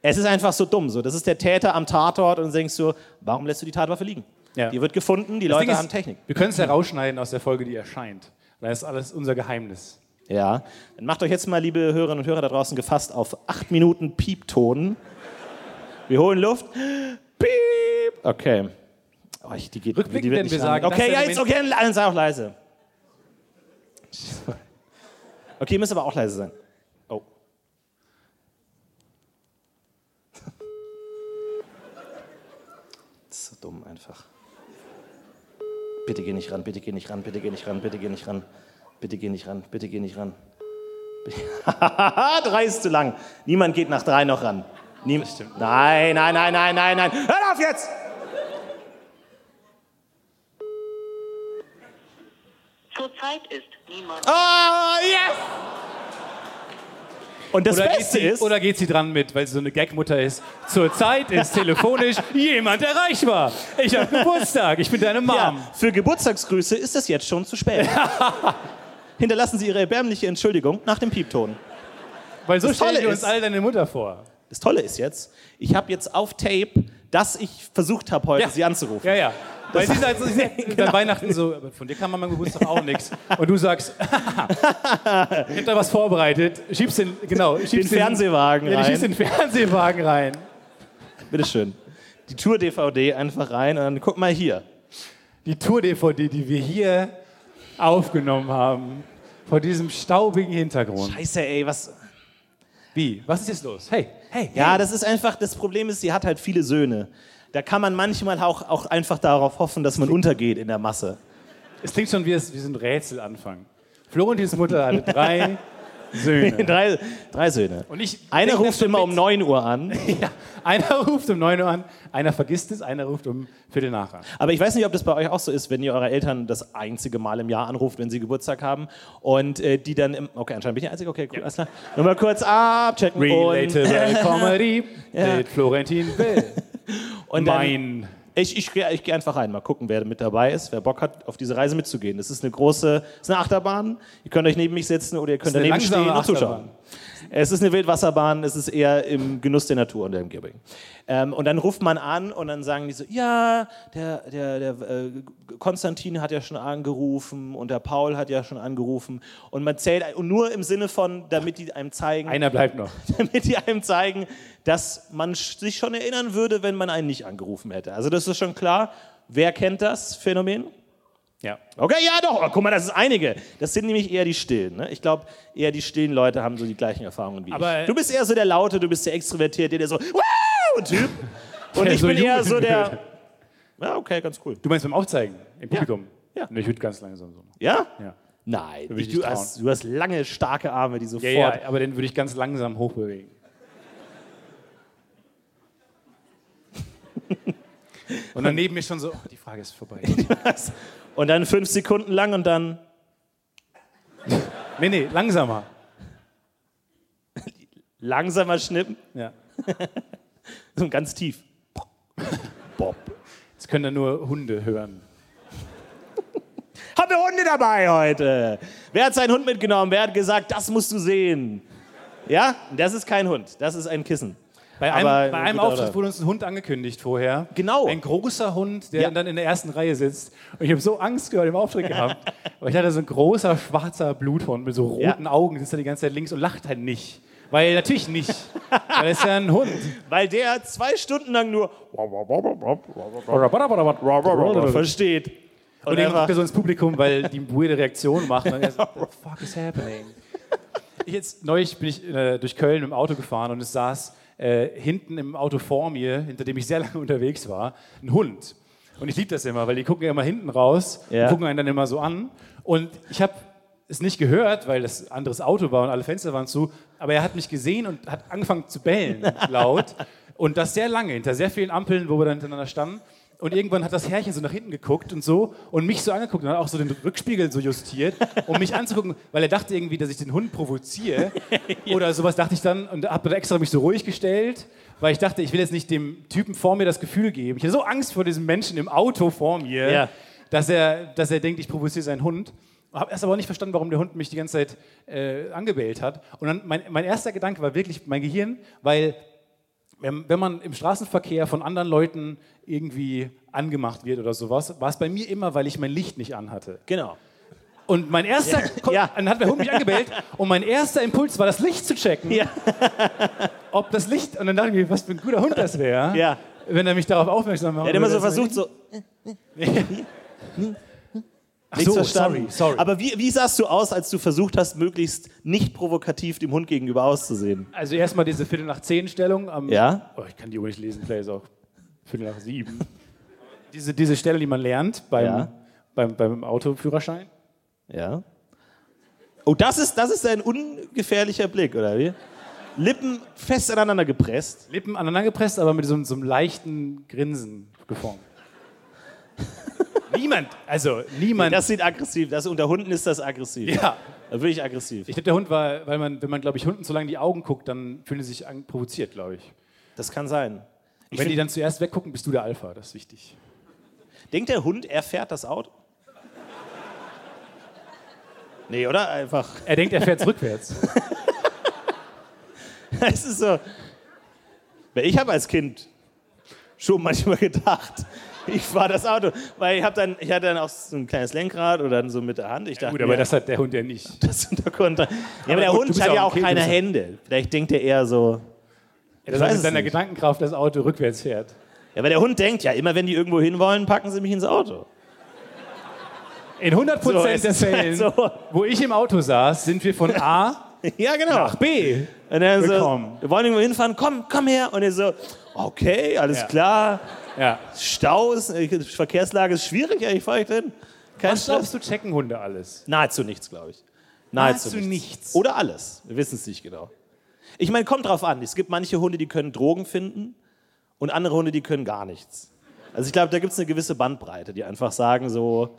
Speaker 1: Es ist einfach so dumm. So. Das ist der Täter am Tatort und du denkst so, warum lässt du die Tatwaffe liegen?
Speaker 2: Ja.
Speaker 1: Die wird gefunden, die
Speaker 2: Das
Speaker 1: Leute
Speaker 2: Ding ist,
Speaker 1: haben Technik.
Speaker 2: Wir können es ja rausschneiden aus der Folge, die erscheint. Das ist alles unser Geheimnis.
Speaker 1: Ja, dann macht euch jetzt mal, liebe Hörerinnen und Hörer da draußen, gefasst auf acht Minuten Piepton. Wir holen Luft. Piep! Okay. Oh, ich, die geht,
Speaker 2: Rückblickend
Speaker 1: die wird
Speaker 2: werden
Speaker 1: nicht
Speaker 2: wir
Speaker 1: an.
Speaker 2: sagen, das
Speaker 1: Okay,
Speaker 2: ist
Speaker 1: ja,
Speaker 2: der
Speaker 1: jetzt, okay, dann sei auch leise. Okay, ihr müsst aber auch leise sein. Oh. Das ist so dumm einfach. Bitte geh nicht ran, bitte geh nicht ran, bitte geh nicht ran, bitte geh nicht ran. Bitte geh nicht ran, bitte geh nicht ran. *laughs* Haha, drei ist zu lang. Niemand geht nach drei noch ran. Niem nein, nein, nein, nein, nein, nein. Hör auf jetzt!
Speaker 4: Zurzeit ist niemand.
Speaker 1: Ah, yes! Und das
Speaker 2: geht
Speaker 1: Beste
Speaker 2: sie,
Speaker 1: ist,
Speaker 2: oder geht sie dran mit, weil sie so eine Gagmutter ist. Zurzeit ist
Speaker 1: *laughs*
Speaker 2: telefonisch jemand erreichbar. Ich habe Geburtstag, ich bin deine Mom.
Speaker 1: ja, für Geburtstagsgrüße ist es jetzt schon zu
Speaker 2: *laughs*
Speaker 1: spät. Hinterlassen Sie Ihre erbärmliche Entschuldigung nach dem Piepton.
Speaker 2: Weil so
Speaker 1: Das Tolle
Speaker 2: stellen wir uns
Speaker 1: ist- Also
Speaker 2: alle deine Mutter vor.
Speaker 1: Das Tolle ist jetzt, ich habe jetzt auf Tape, dass ich versucht habe, heute
Speaker 2: Ja.
Speaker 1: Sie anzurufen.
Speaker 2: Ja, ja. Weil
Speaker 1: Das- Genau.
Speaker 2: sie sagt, so-
Speaker 1: *laughs*
Speaker 2: sie sagt an Weihnachten so, aber von dir kam an meinem Geburtstag auch nichts. Und du sagst, *laughs* ich hab da was vorbereitet, schiebst den, genau, schiebst
Speaker 1: Den Fernsehwagen
Speaker 2: ja, du
Speaker 1: rein.
Speaker 2: schiebst den Fernsehwagen rein.
Speaker 1: Bitteschön. Die Tour-DVD einfach rein und dann guck mal hier.
Speaker 2: Die Tour-DVD, die wir hier aufgenommen haben, vor diesem staubigen Hintergrund.
Speaker 1: Scheiße, ey, was.
Speaker 2: Wie? Was ist jetzt los? Hey, hey,
Speaker 1: Ja, das ist einfach, das Problem ist, sie hat halt viele Söhne. Da kann man manchmal auch, auch einfach darauf hoffen, dass man untergeht in der Masse.
Speaker 2: es klingt schon wie, es- wie so ein Rätselanfang. Florentins Mutter hatte *laughs* drei
Speaker 1: *laughs*
Speaker 2: Söhne.
Speaker 1: drei, drei Söhne.
Speaker 2: Und ich
Speaker 1: Einer
Speaker 2: denk,
Speaker 1: ruft
Speaker 2: dass du
Speaker 1: immer
Speaker 2: mit-
Speaker 1: um 9 Uhr
Speaker 2: *laughs*
Speaker 1: an.
Speaker 2: Ja, einer *laughs* ruft um 9 Uhr an, einer vergisst es, einer ruft um Viertel nach an.
Speaker 1: Aber ich weiß nicht, ob das bei euch auch so ist, wenn ihr eure Eltern das einzige Mal im Jahr anruft, wenn sie Geburtstag haben. Und äh, die dann im. Okay, anscheinend bin ich der Einzige. Okay, cool, alles klar. Nochmal kurz abchecken.
Speaker 2: *laughs* Relatable Comedy
Speaker 1: Ja.
Speaker 2: mit Florentin Will.
Speaker 1: Und, und dann,
Speaker 2: Mein
Speaker 1: Ich, ich, geh- ich gehe einfach rein, mal gucken, wer mit dabei ist, wer Bock hat, auf diese Reise mitzugehen. Das ist eine große, es ist eine Achterbahn. Ihr könnt euch neben mich setzen oder ihr könnt
Speaker 2: eine
Speaker 1: daneben stehen
Speaker 2: langsame
Speaker 1: und zuschauen. Es ist eine Wildwasserbahn, es ist eher im Genuss der Natur und der Umgebung. Ähm, und dann ruft man an und dann sagen die so, ja, der, der, der äh, Konstantin hat ja schon angerufen und der Paul hat ja schon angerufen. Und man zählt ein- und nur im Sinne von, damit die einem zeigen,
Speaker 2: Einer bleibt noch.
Speaker 1: *laughs* damit die einem zeigen, dass man sch- sich schon erinnern würde, wenn man einen nicht angerufen hätte. Also das ist schon klar. Wer kennt das Phänomen?
Speaker 2: Ja.
Speaker 1: Okay, ja doch. Oh, guck mal, das ist einige. Das sind nämlich eher die Stillen. Ne? Ich glaube, eher die stillen Leute haben so die gleichen Erfahrungen wie
Speaker 2: Aber,
Speaker 1: ich.
Speaker 2: äh,
Speaker 1: Du bist eher so der Laute, du bist der Extrovertierte, der so wow, Typ.
Speaker 2: *laughs*
Speaker 1: Und
Speaker 2: Der
Speaker 1: ich
Speaker 2: so
Speaker 1: bin eher
Speaker 2: jubeln
Speaker 1: so der. Ja, okay, ganz cool.
Speaker 2: Du meinst beim Aufzeigen im Publikum?
Speaker 1: Ja.
Speaker 2: Nee, ich würde ganz langsam so machen.
Speaker 1: Ja?
Speaker 2: Ja.
Speaker 1: Nein.
Speaker 2: ich
Speaker 1: du,
Speaker 2: nicht trauen.
Speaker 1: hast, du hast lange, starke Arme, die sofort.
Speaker 2: ja, ja, aber den würde ich ganz langsam *laughs* hochbewegen. Und dann neben mir schon so, oh, die Frage ist vorbei.
Speaker 1: Und dann fünf Sekunden lang und dann.
Speaker 2: Nee, nee, langsamer.
Speaker 1: langsamer schnippen,
Speaker 2: Ja.
Speaker 1: so ganz tief. Bob.
Speaker 2: Das können dann nur Hunde hören.
Speaker 1: Haben wir Hunde dabei heute? Wer hat seinen Hund mitgenommen? Wer hat gesagt, das musst du sehen? Ja, das ist kein Hund, das ist ein Kissen.
Speaker 2: Bei einem,
Speaker 1: Aber-
Speaker 2: bei einem
Speaker 1: gut,
Speaker 2: Auftritt
Speaker 1: oder?
Speaker 2: wurde uns ein Hund angekündigt vorher.
Speaker 1: Genau.
Speaker 2: Ein großer Hund, der
Speaker 1: Ja.
Speaker 2: dann in der ersten Reihe sitzt. Und ich habe so Angst gehört im Auftritt
Speaker 1: *laughs*
Speaker 2: gehabt. Aber ich hatte so ein großer, schwarzer Bluthund mit so
Speaker 1: Ja.
Speaker 2: roten Augen, sitzt da die ganze Zeit links und lacht halt nicht. Weil natürlich nicht. Weil er ist ja ein Hund.
Speaker 1: Weil der zwei Stunden lang nur
Speaker 2: Und
Speaker 1: versteht. Und,
Speaker 2: dann
Speaker 1: einfach,
Speaker 2: guckt er so ins Publikum, weil die weirde Reaktion macht. Und er so, what the fuck is happening? Ich jetzt, neulich bin ich äh, durch Köln mit dem Auto gefahren und es saß äh, hinten im Auto vor mir, hinter dem ich sehr lange unterwegs war, ein Hund. Und ich liebe das immer, weil die gucken ja immer hinten raus
Speaker 1: Ja.
Speaker 2: und gucken einen dann immer so an. Und ich habe es nicht gehört, weil das ein anderes Auto war und alle Fenster waren zu. Aber er hat mich gesehen und hat angefangen zu bellen laut. Und das sehr lange, hinter sehr vielen Ampeln, wo wir dann hintereinander standen. Und irgendwann hat das Herrchen so nach hinten geguckt und so und mich so angeguckt und hat auch so den Rückspiegel so justiert, um mich anzugucken, weil er dachte irgendwie, dass ich den Hund provoziere oder sowas, dachte ich dann und habe dann extra mich so ruhig gestellt, weil ich dachte, ich will jetzt nicht dem Typen vor mir das Gefühl geben. Ich hatte so Angst vor diesem Menschen im Auto vor mir,
Speaker 1: Ja.
Speaker 2: dass, er, dass er denkt, ich provoziere seinen Hund. Habe erst aber auch nicht verstanden, warum der Hund mich die ganze Zeit äh, angebellt hat. Und dann mein, mein erster Gedanke war wirklich mein Gehirn, weil wenn, wenn man im Straßenverkehr von anderen Leuten irgendwie angemacht wird oder sowas, war es bei mir immer, weil ich mein Licht nicht anhatte.
Speaker 1: genau.
Speaker 2: Und mein erster, Ko-
Speaker 1: ja.
Speaker 2: dann hat der Hund mich angebellt und mein erster Impuls war, das Licht zu checken.
Speaker 1: Ja.
Speaker 2: Ob das Licht, und dann dachte ich mir, was für ein guter Hund das wäre,
Speaker 1: Ja.
Speaker 2: wenn er mich darauf aufmerksam macht.
Speaker 1: Er hat immer so versucht, so
Speaker 2: Ach
Speaker 1: nichts
Speaker 2: so, sorry,
Speaker 1: verstanden.
Speaker 2: sorry.
Speaker 1: Aber wie, wie sahst du aus, als du versucht hast, möglichst nicht provokativ dem Hund gegenüber auszusehen?
Speaker 2: also erstmal diese Viertel nach zehn Stellung. Am,
Speaker 1: Ja.
Speaker 2: Oh, ich kann die Uhr nicht lesen, vielleicht ist auch Viertel nach sieben. diese, diese Stelle, die man lernt beim,
Speaker 1: Ja.
Speaker 2: beim, beim Autoführerschein.
Speaker 1: Ja. Oh, das ist, das ist ein ungefährlicher Blick, oder wie? Lippen fest aneinander gepresst.
Speaker 2: Lippen aneinandergepresst, aber mit so, einem- so einem leichten Grinsen
Speaker 1: *laughs*
Speaker 2: geformt. niemand, also niemand.
Speaker 1: Das sieht aggressiv. Das, unter Hunden ist das aggressiv.
Speaker 2: ja.
Speaker 1: Da bin ich aggressiv.
Speaker 2: Ich glaube, der Hund war, weil man, wenn man, glaube ich, Hunden so lange in die Augen guckt, dann fühlen sie sich an, provoziert, glaube ich.
Speaker 1: Das kann sein.
Speaker 2: Und wenn die dann zuerst weggucken, bist du der Alpha, das ist wichtig.
Speaker 1: Denkt der Hund, er fährt das Auto? Nee, oder? Einfach. *laughs*
Speaker 2: Er denkt, er fährt rückwärts.
Speaker 1: Es ist so. Weil Ich habe als Kind schon manchmal gedacht, *laughs* ich fahre das Auto. Weil ich, hab dann, ich hatte dann auch so ein kleines Lenkrad oder dann so mit der Hand. Ich dachte,
Speaker 2: Gut, aber
Speaker 1: mir,
Speaker 2: das hat der Hund ja nicht.
Speaker 1: das *laughs* Hintergrund. Ja, aber, der
Speaker 2: gut, du
Speaker 1: Hund
Speaker 2: bist
Speaker 1: hat
Speaker 2: auch
Speaker 1: ja
Speaker 2: ein
Speaker 1: auch
Speaker 2: Kind,
Speaker 1: keine
Speaker 2: du bist-
Speaker 1: Hände. Vielleicht denkt er eher so.
Speaker 2: Er
Speaker 1: weiß
Speaker 2: hat
Speaker 1: es
Speaker 2: mit seiner
Speaker 1: nicht.
Speaker 2: Gedankenkraft das Auto rückwärts fährt.
Speaker 1: Ja, weil der Hund denkt, ja, immer wenn die irgendwo hinwollen, packen sie mich ins Auto.
Speaker 2: In 100%
Speaker 1: So, es
Speaker 2: der
Speaker 1: ist halt
Speaker 2: Fällen,
Speaker 1: so.
Speaker 2: wo ich im Auto saß, sind wir von
Speaker 1: *laughs*
Speaker 2: A
Speaker 1: Ja, genau.
Speaker 2: nach B.
Speaker 1: Und dann
Speaker 2: Willkommen.
Speaker 1: so, wir wollen irgendwo hinfahren, komm, komm her. Und er so, okay, alles
Speaker 2: Ja.
Speaker 1: klar.
Speaker 2: Ja.
Speaker 1: Staus, äh, Verkehrslage ist schwierig, ja, ich fahre ich denn. Kein
Speaker 2: Was
Speaker 1: Stress.
Speaker 2: glaubst du, checken Hunde alles?
Speaker 1: Nahezu nichts, glaube ich. Nahezu,
Speaker 2: Nahezu nichts.
Speaker 1: Oder alles. Wir wissen es nicht genau. Ich meine, kommt drauf an. Es gibt manche Hunde, die können Drogen finden und andere Hunde, die können gar nichts. Also ich glaube, da gibt es eine gewisse Bandbreite, die einfach sagen so,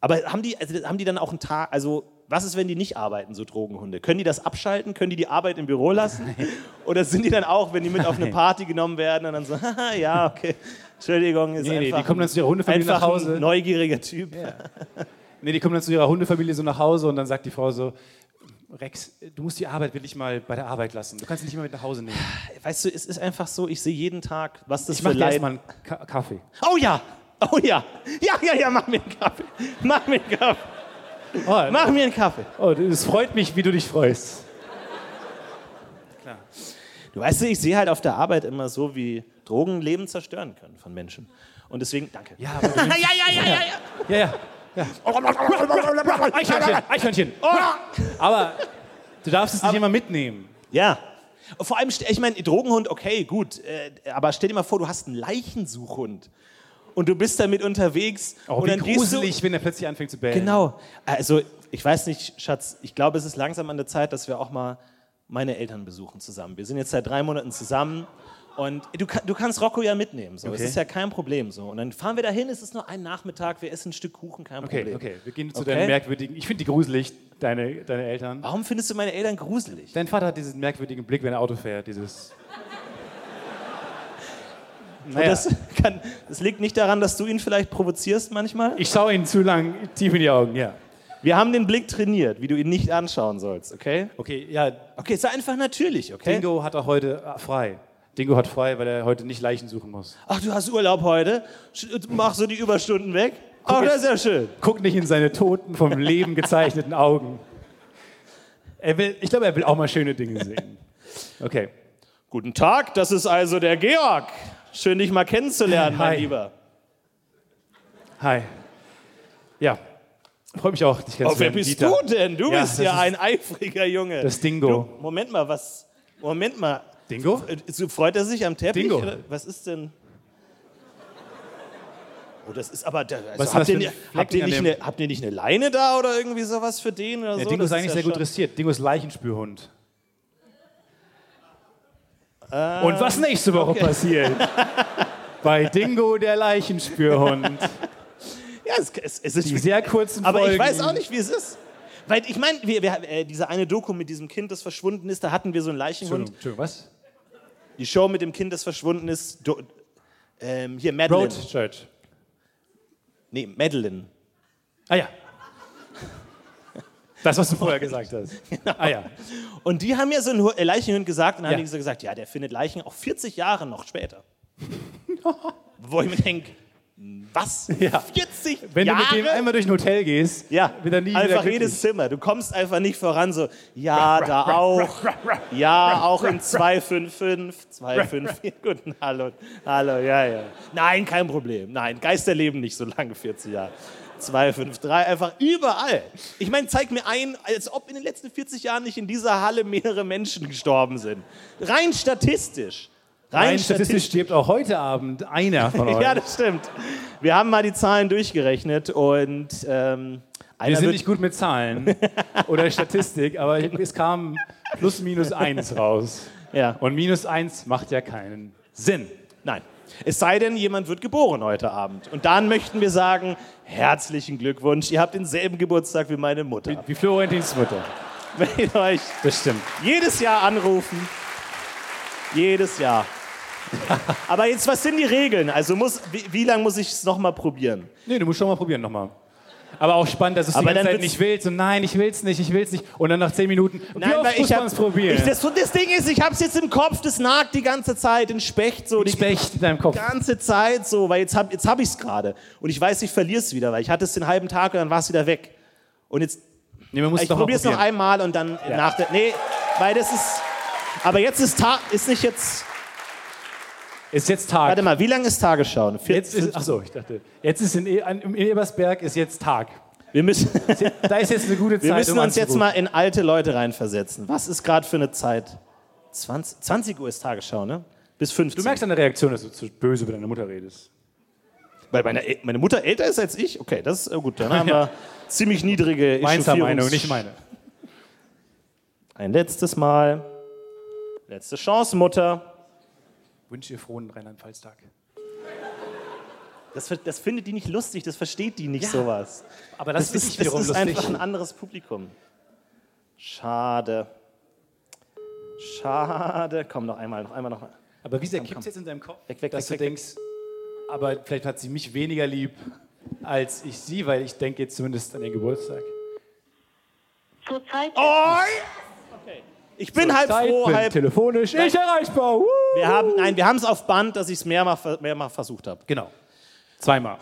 Speaker 1: aber haben die, also haben die dann auch einen Tag, also Was ist, wenn die nicht arbeiten, so Drogenhunde? Können die das abschalten? Können die die Arbeit im Büro
Speaker 2: *laughs*
Speaker 1: lassen? Oder sind die dann auch, wenn die mit auf eine Party genommen werden und dann so, *laughs* haha, ja, okay, Entschuldigung, ist
Speaker 2: Nee, nee,
Speaker 1: einfach,
Speaker 2: die kommen dann zu ihrer Hundefamilie
Speaker 1: einfach
Speaker 2: nach Hause.
Speaker 1: ein neugieriger Typ.
Speaker 2: Nee, die kommen dann zu ihrer Hundefamilie so nach Hause und dann sagt die Frau so, Rex, du musst die Arbeit wirklich mal bei der Arbeit lassen. Du kannst ihn nicht mehr mit nach Hause nehmen.
Speaker 1: Weißt du, es ist einfach so, ich sehe jeden Tag, was das
Speaker 2: Ich
Speaker 1: für
Speaker 2: mache dir
Speaker 1: Leid...
Speaker 2: erstmal einen Ka Kaffee.
Speaker 1: Oh ja, oh ja, ja, ja, ja, mach mir einen Kaffee, mach mir einen Kaffee,
Speaker 2: Oh,
Speaker 1: mach mir einen Kaffee.
Speaker 2: oh, es freut mich, wie du dich freust.
Speaker 1: Du weißt, ich sehe halt auf der Arbeit immer so, wie Drogen Leben zerstören können von Menschen. Und deswegen, danke.
Speaker 2: Ja, aber
Speaker 1: *laughs*
Speaker 2: du-
Speaker 1: ja, ja, ja, ja, ja.
Speaker 2: ja, ja. Eichhörnchen, Eichhörnchen.
Speaker 1: Oh.
Speaker 2: Aber du darfst es nicht immer mitnehmen.
Speaker 1: Ja. Und Vor allem, st- ich meine, Drogenhund, okay, gut. Äh, aber stell dir mal vor, du hast einen Leichensuchhund. Und du bist damit unterwegs.
Speaker 2: Oh,
Speaker 1: und
Speaker 2: wie
Speaker 1: dann gehst du-
Speaker 2: gruselig, wenn er plötzlich anfängt zu bellen.
Speaker 1: Genau. Also, ich weiß nicht, Schatz, ich glaube, es ist langsam an der Zeit, dass wir auch mal meine Eltern besuchen zusammen. Wir sind jetzt seit drei Monaten zusammen und du, ka- du kannst Rocco ja mitnehmen. So. Es
Speaker 2: Okay.
Speaker 1: ist ja kein Problem. So. Und dann fahren wir dahin, es ist nur ein Nachmittag, wir essen ein Stück Kuchen, kein
Speaker 2: Okay,
Speaker 1: Problem.
Speaker 2: okay, wir gehen zu
Speaker 1: Okay.
Speaker 2: deinen merkwürdigen. Ich finde die gruselig, deine, deine Eltern.
Speaker 1: Warum findest du meine Eltern gruselig?
Speaker 2: Dein Vater hat diesen merkwürdigen Blick, wenn er Auto fährt, dieses. Naja,
Speaker 1: Das, *laughs* kann, das liegt nicht daran, dass du ihn vielleicht provozierst manchmal.
Speaker 2: ich schaue ihnen zu lang tief in die Augen, ja.
Speaker 1: Wir haben den Blick trainiert, wie du ihn nicht anschauen sollst, okay?
Speaker 2: Okay, ja,
Speaker 1: Okay, sei einfach natürlich, okay?
Speaker 2: Dingo hat auch heute äh, frei. Dingo hat frei, weil er heute nicht Leichen suchen muss.
Speaker 1: Ach, du hast Urlaub heute? Sch- Mach so die Überstunden weg? Ach, das
Speaker 2: jetzt-
Speaker 1: ist ja schön.
Speaker 2: Guck nicht in seine toten, vom Leben gezeichneten Augen. Er will, ich glaube, er will auch mal schöne Dinge sehen. Okay.
Speaker 1: Guten Tag, das ist also der Georg. Schön, dich mal kennenzulernen, mein
Speaker 2: Hi.
Speaker 1: Lieber.
Speaker 2: Hi. Ja. Freut mich auch, dich
Speaker 1: Oh, wer
Speaker 2: kennenzulernen.
Speaker 1: bist
Speaker 2: Dieter.
Speaker 1: du denn? Du
Speaker 2: Ja,
Speaker 1: bist
Speaker 2: das
Speaker 1: ja
Speaker 2: ist-
Speaker 1: ein eifriger Junge.
Speaker 2: Das Dingo.
Speaker 1: Du, Moment mal, was? Moment mal.
Speaker 2: Dingo?
Speaker 1: Äh, so Freut er sich am Teppich?
Speaker 2: Dingo.
Speaker 1: Oder Was ist denn? Oh, das ist aber. da- Also
Speaker 2: Was ist
Speaker 1: habt,
Speaker 2: das
Speaker 1: ihr,
Speaker 2: für ein
Speaker 1: ni- habt,
Speaker 2: Flecken
Speaker 1: ihr
Speaker 2: an
Speaker 1: nicht
Speaker 2: dem-
Speaker 1: eine, habt ihr nicht eine Leine da oder irgendwie sowas für den? Oder
Speaker 2: Ja,
Speaker 1: so?
Speaker 2: Dingo ist
Speaker 1: Das
Speaker 2: eigentlich
Speaker 1: ja
Speaker 2: sehr gut
Speaker 1: schon-
Speaker 2: dressiert. Dingo ist Leichenspürhund.
Speaker 1: Äh,
Speaker 2: Und was nächste Woche passiert?
Speaker 1: *laughs*
Speaker 2: Bei Dingo, der Leichenspürhund.
Speaker 1: Ja, es, es, es ist
Speaker 2: Die sehr kurzen
Speaker 1: Aber
Speaker 2: Folgen.
Speaker 1: ich weiß auch nicht, wie es ist. Weil ich meine, wir, wir, äh, diese eine Doku mit diesem Kind, das verschwunden ist, da hatten wir so einen
Speaker 2: Entschuldigung,
Speaker 1: Leichenhund.
Speaker 2: Entschuldigung, was?
Speaker 1: Die Show mit dem Kind, das verschwunden ist. Do, ähm, hier, Madeline.
Speaker 2: Road Church.
Speaker 1: Nee, Madeline.
Speaker 2: Ah ja. Das, was du vorher gesagt hast.
Speaker 1: *laughs* Genau.
Speaker 2: Ah ja.
Speaker 1: Und die haben ja so einen Hu- äh, Leichenhund gesagt und dann
Speaker 2: Ja.
Speaker 1: haben die so gesagt, ja, der findet Leichen auch 40 Jahre noch
Speaker 2: *laughs*
Speaker 1: später. Wo ich mir denke, was?
Speaker 2: Ja.
Speaker 1: 40
Speaker 2: Wenn
Speaker 1: Jahre?
Speaker 2: du mit dem einmal durch ein Hotel gehst,
Speaker 1: ja,
Speaker 2: wird er nie wieder
Speaker 1: einfach
Speaker 2: glücklich.
Speaker 1: jedes Zimmer. Du kommst einfach nicht voran, so, ja, da auch, ja, auch in 255,
Speaker 2: *laughs*
Speaker 1: 254, guten, hallo, hallo, ja, ja. Nein, kein Problem, nein, Geister leben nicht so lange, 40 Jahre. 253, einfach überall. Ich meine, zeig mir ein, als ob in den letzten 40 Jahren nicht in dieser Halle mehrere Menschen gestorben sind. Rein statistisch.
Speaker 2: Rein statistisch stirbt auch heute Abend einer von
Speaker 1: *laughs*
Speaker 2: euch.
Speaker 1: Ja, das stimmt. Wir haben mal die Zahlen durchgerechnet und ähm, einer
Speaker 2: Wir sind
Speaker 1: wird
Speaker 2: nicht gut mit Zahlen oder Statistik, aber es kam plus minus eins raus.
Speaker 1: Ja.
Speaker 2: Und minus eins macht ja keinen Sinn.
Speaker 1: Nein. Es sei denn, jemand wird geboren heute Abend. Und dann möchten wir sagen, herzlichen Glückwunsch, ihr habt denselben Geburtstag wie meine Mutter.
Speaker 2: Wie Florentins Mutter.
Speaker 1: Wenn ihr euch
Speaker 2: Das stimmt.
Speaker 1: jedes Jahr anrufen, jedes Jahr. Aber jetzt, was sind die Regeln? Also muss, wie, wie lange muss ich es nochmal probieren?
Speaker 2: Nee, du musst schon mal probieren nochmal. Aber auch spannend, dass du es die
Speaker 1: Aber
Speaker 2: ganze
Speaker 1: dann
Speaker 2: Zeit
Speaker 1: wird's-
Speaker 2: nicht willst. Und nein, ich will's nicht, ich will's nicht. Und dann nach zehn Minuten, wie oft muss
Speaker 1: hab-
Speaker 2: man's probieren?
Speaker 1: Ich, das, das Ding ist, ich hab's jetzt im Kopf, das nagt die ganze Zeit, den Specht so. Die
Speaker 2: Specht in deinem Kopf.
Speaker 1: Die ganze Zeit so, weil jetzt hab, jetzt hab ich's gerade. Und ich weiß, ich verlier's wieder, weil ich hatte es den halben Tag und dann war's wieder weg. Und jetzt
Speaker 2: Nee, man muss
Speaker 1: Ich
Speaker 2: doch mal
Speaker 1: probiere es noch
Speaker 2: probieren.
Speaker 1: einmal und dann nach der. Nee, weil das ist. Aber jetzt ist Tag. Ist nicht jetzt.
Speaker 2: Ist jetzt Tag.
Speaker 1: Warte mal, wie lange ist Tagesschau? Eine vier-
Speaker 2: Jetzt ist, achso, ich dachte, jetzt ist in, E- an- im Ebersberg ist jetzt Tag.
Speaker 1: wir
Speaker 2: *laughs*
Speaker 1: müssen,
Speaker 2: Da ist jetzt eine gute
Speaker 1: *laughs*
Speaker 2: Zeit.
Speaker 1: wir müssen
Speaker 2: um
Speaker 1: uns jetzt
Speaker 2: anzurufen.
Speaker 1: mal in alte Leute reinversetzen. Was ist gerade für eine Zeit? 20, 20 Uhr ist Tagesschau, ne? Bis 15.
Speaker 2: Du merkst an der Reaktion, dass du zu böse über deine Mutter redest.
Speaker 1: weil meine, El- meine Mutter älter ist als ich? Okay, das ist äh,
Speaker 2: *laughs*
Speaker 1: gut. Dann haben wir ziemlich niedrige
Speaker 2: Meins
Speaker 1: Echauffierungs-
Speaker 2: Meinung, nicht meine.
Speaker 1: Ein letztes Mal. Letzte Chance, Mutter.
Speaker 2: Wünsche ihr frohen Rheinland-Pfalz-Tag.
Speaker 1: Das, ver- das findet die nicht lustig, das versteht die nicht sowas.
Speaker 2: Aber das, finde ich wiederum
Speaker 1: das ist
Speaker 2: lustig.
Speaker 1: einfach ein anderes Publikum. Schade. Schade. Komm, noch einmal, noch einmal, noch einmal.
Speaker 2: Aber wie sehr kippt es jetzt in deinem Kopf,
Speaker 1: Weg, weg,
Speaker 2: dass
Speaker 1: weg,
Speaker 2: du
Speaker 1: weg,
Speaker 2: denkst, aber vielleicht hat sie mich weniger lieb als ich sie, weil ich denke jetzt zumindest an den Geburtstag.
Speaker 4: Zurzeit
Speaker 1: Ich bin halb
Speaker 2: Zeit,
Speaker 1: froh,
Speaker 2: bin
Speaker 1: halb.
Speaker 2: telefonisch, ich erreichbar. Woo!
Speaker 1: Wir haben, nein, wir haben es auf Band, dass ich es mehrmals, ver- mehrmals versucht habe.
Speaker 2: Genau. Zweimal.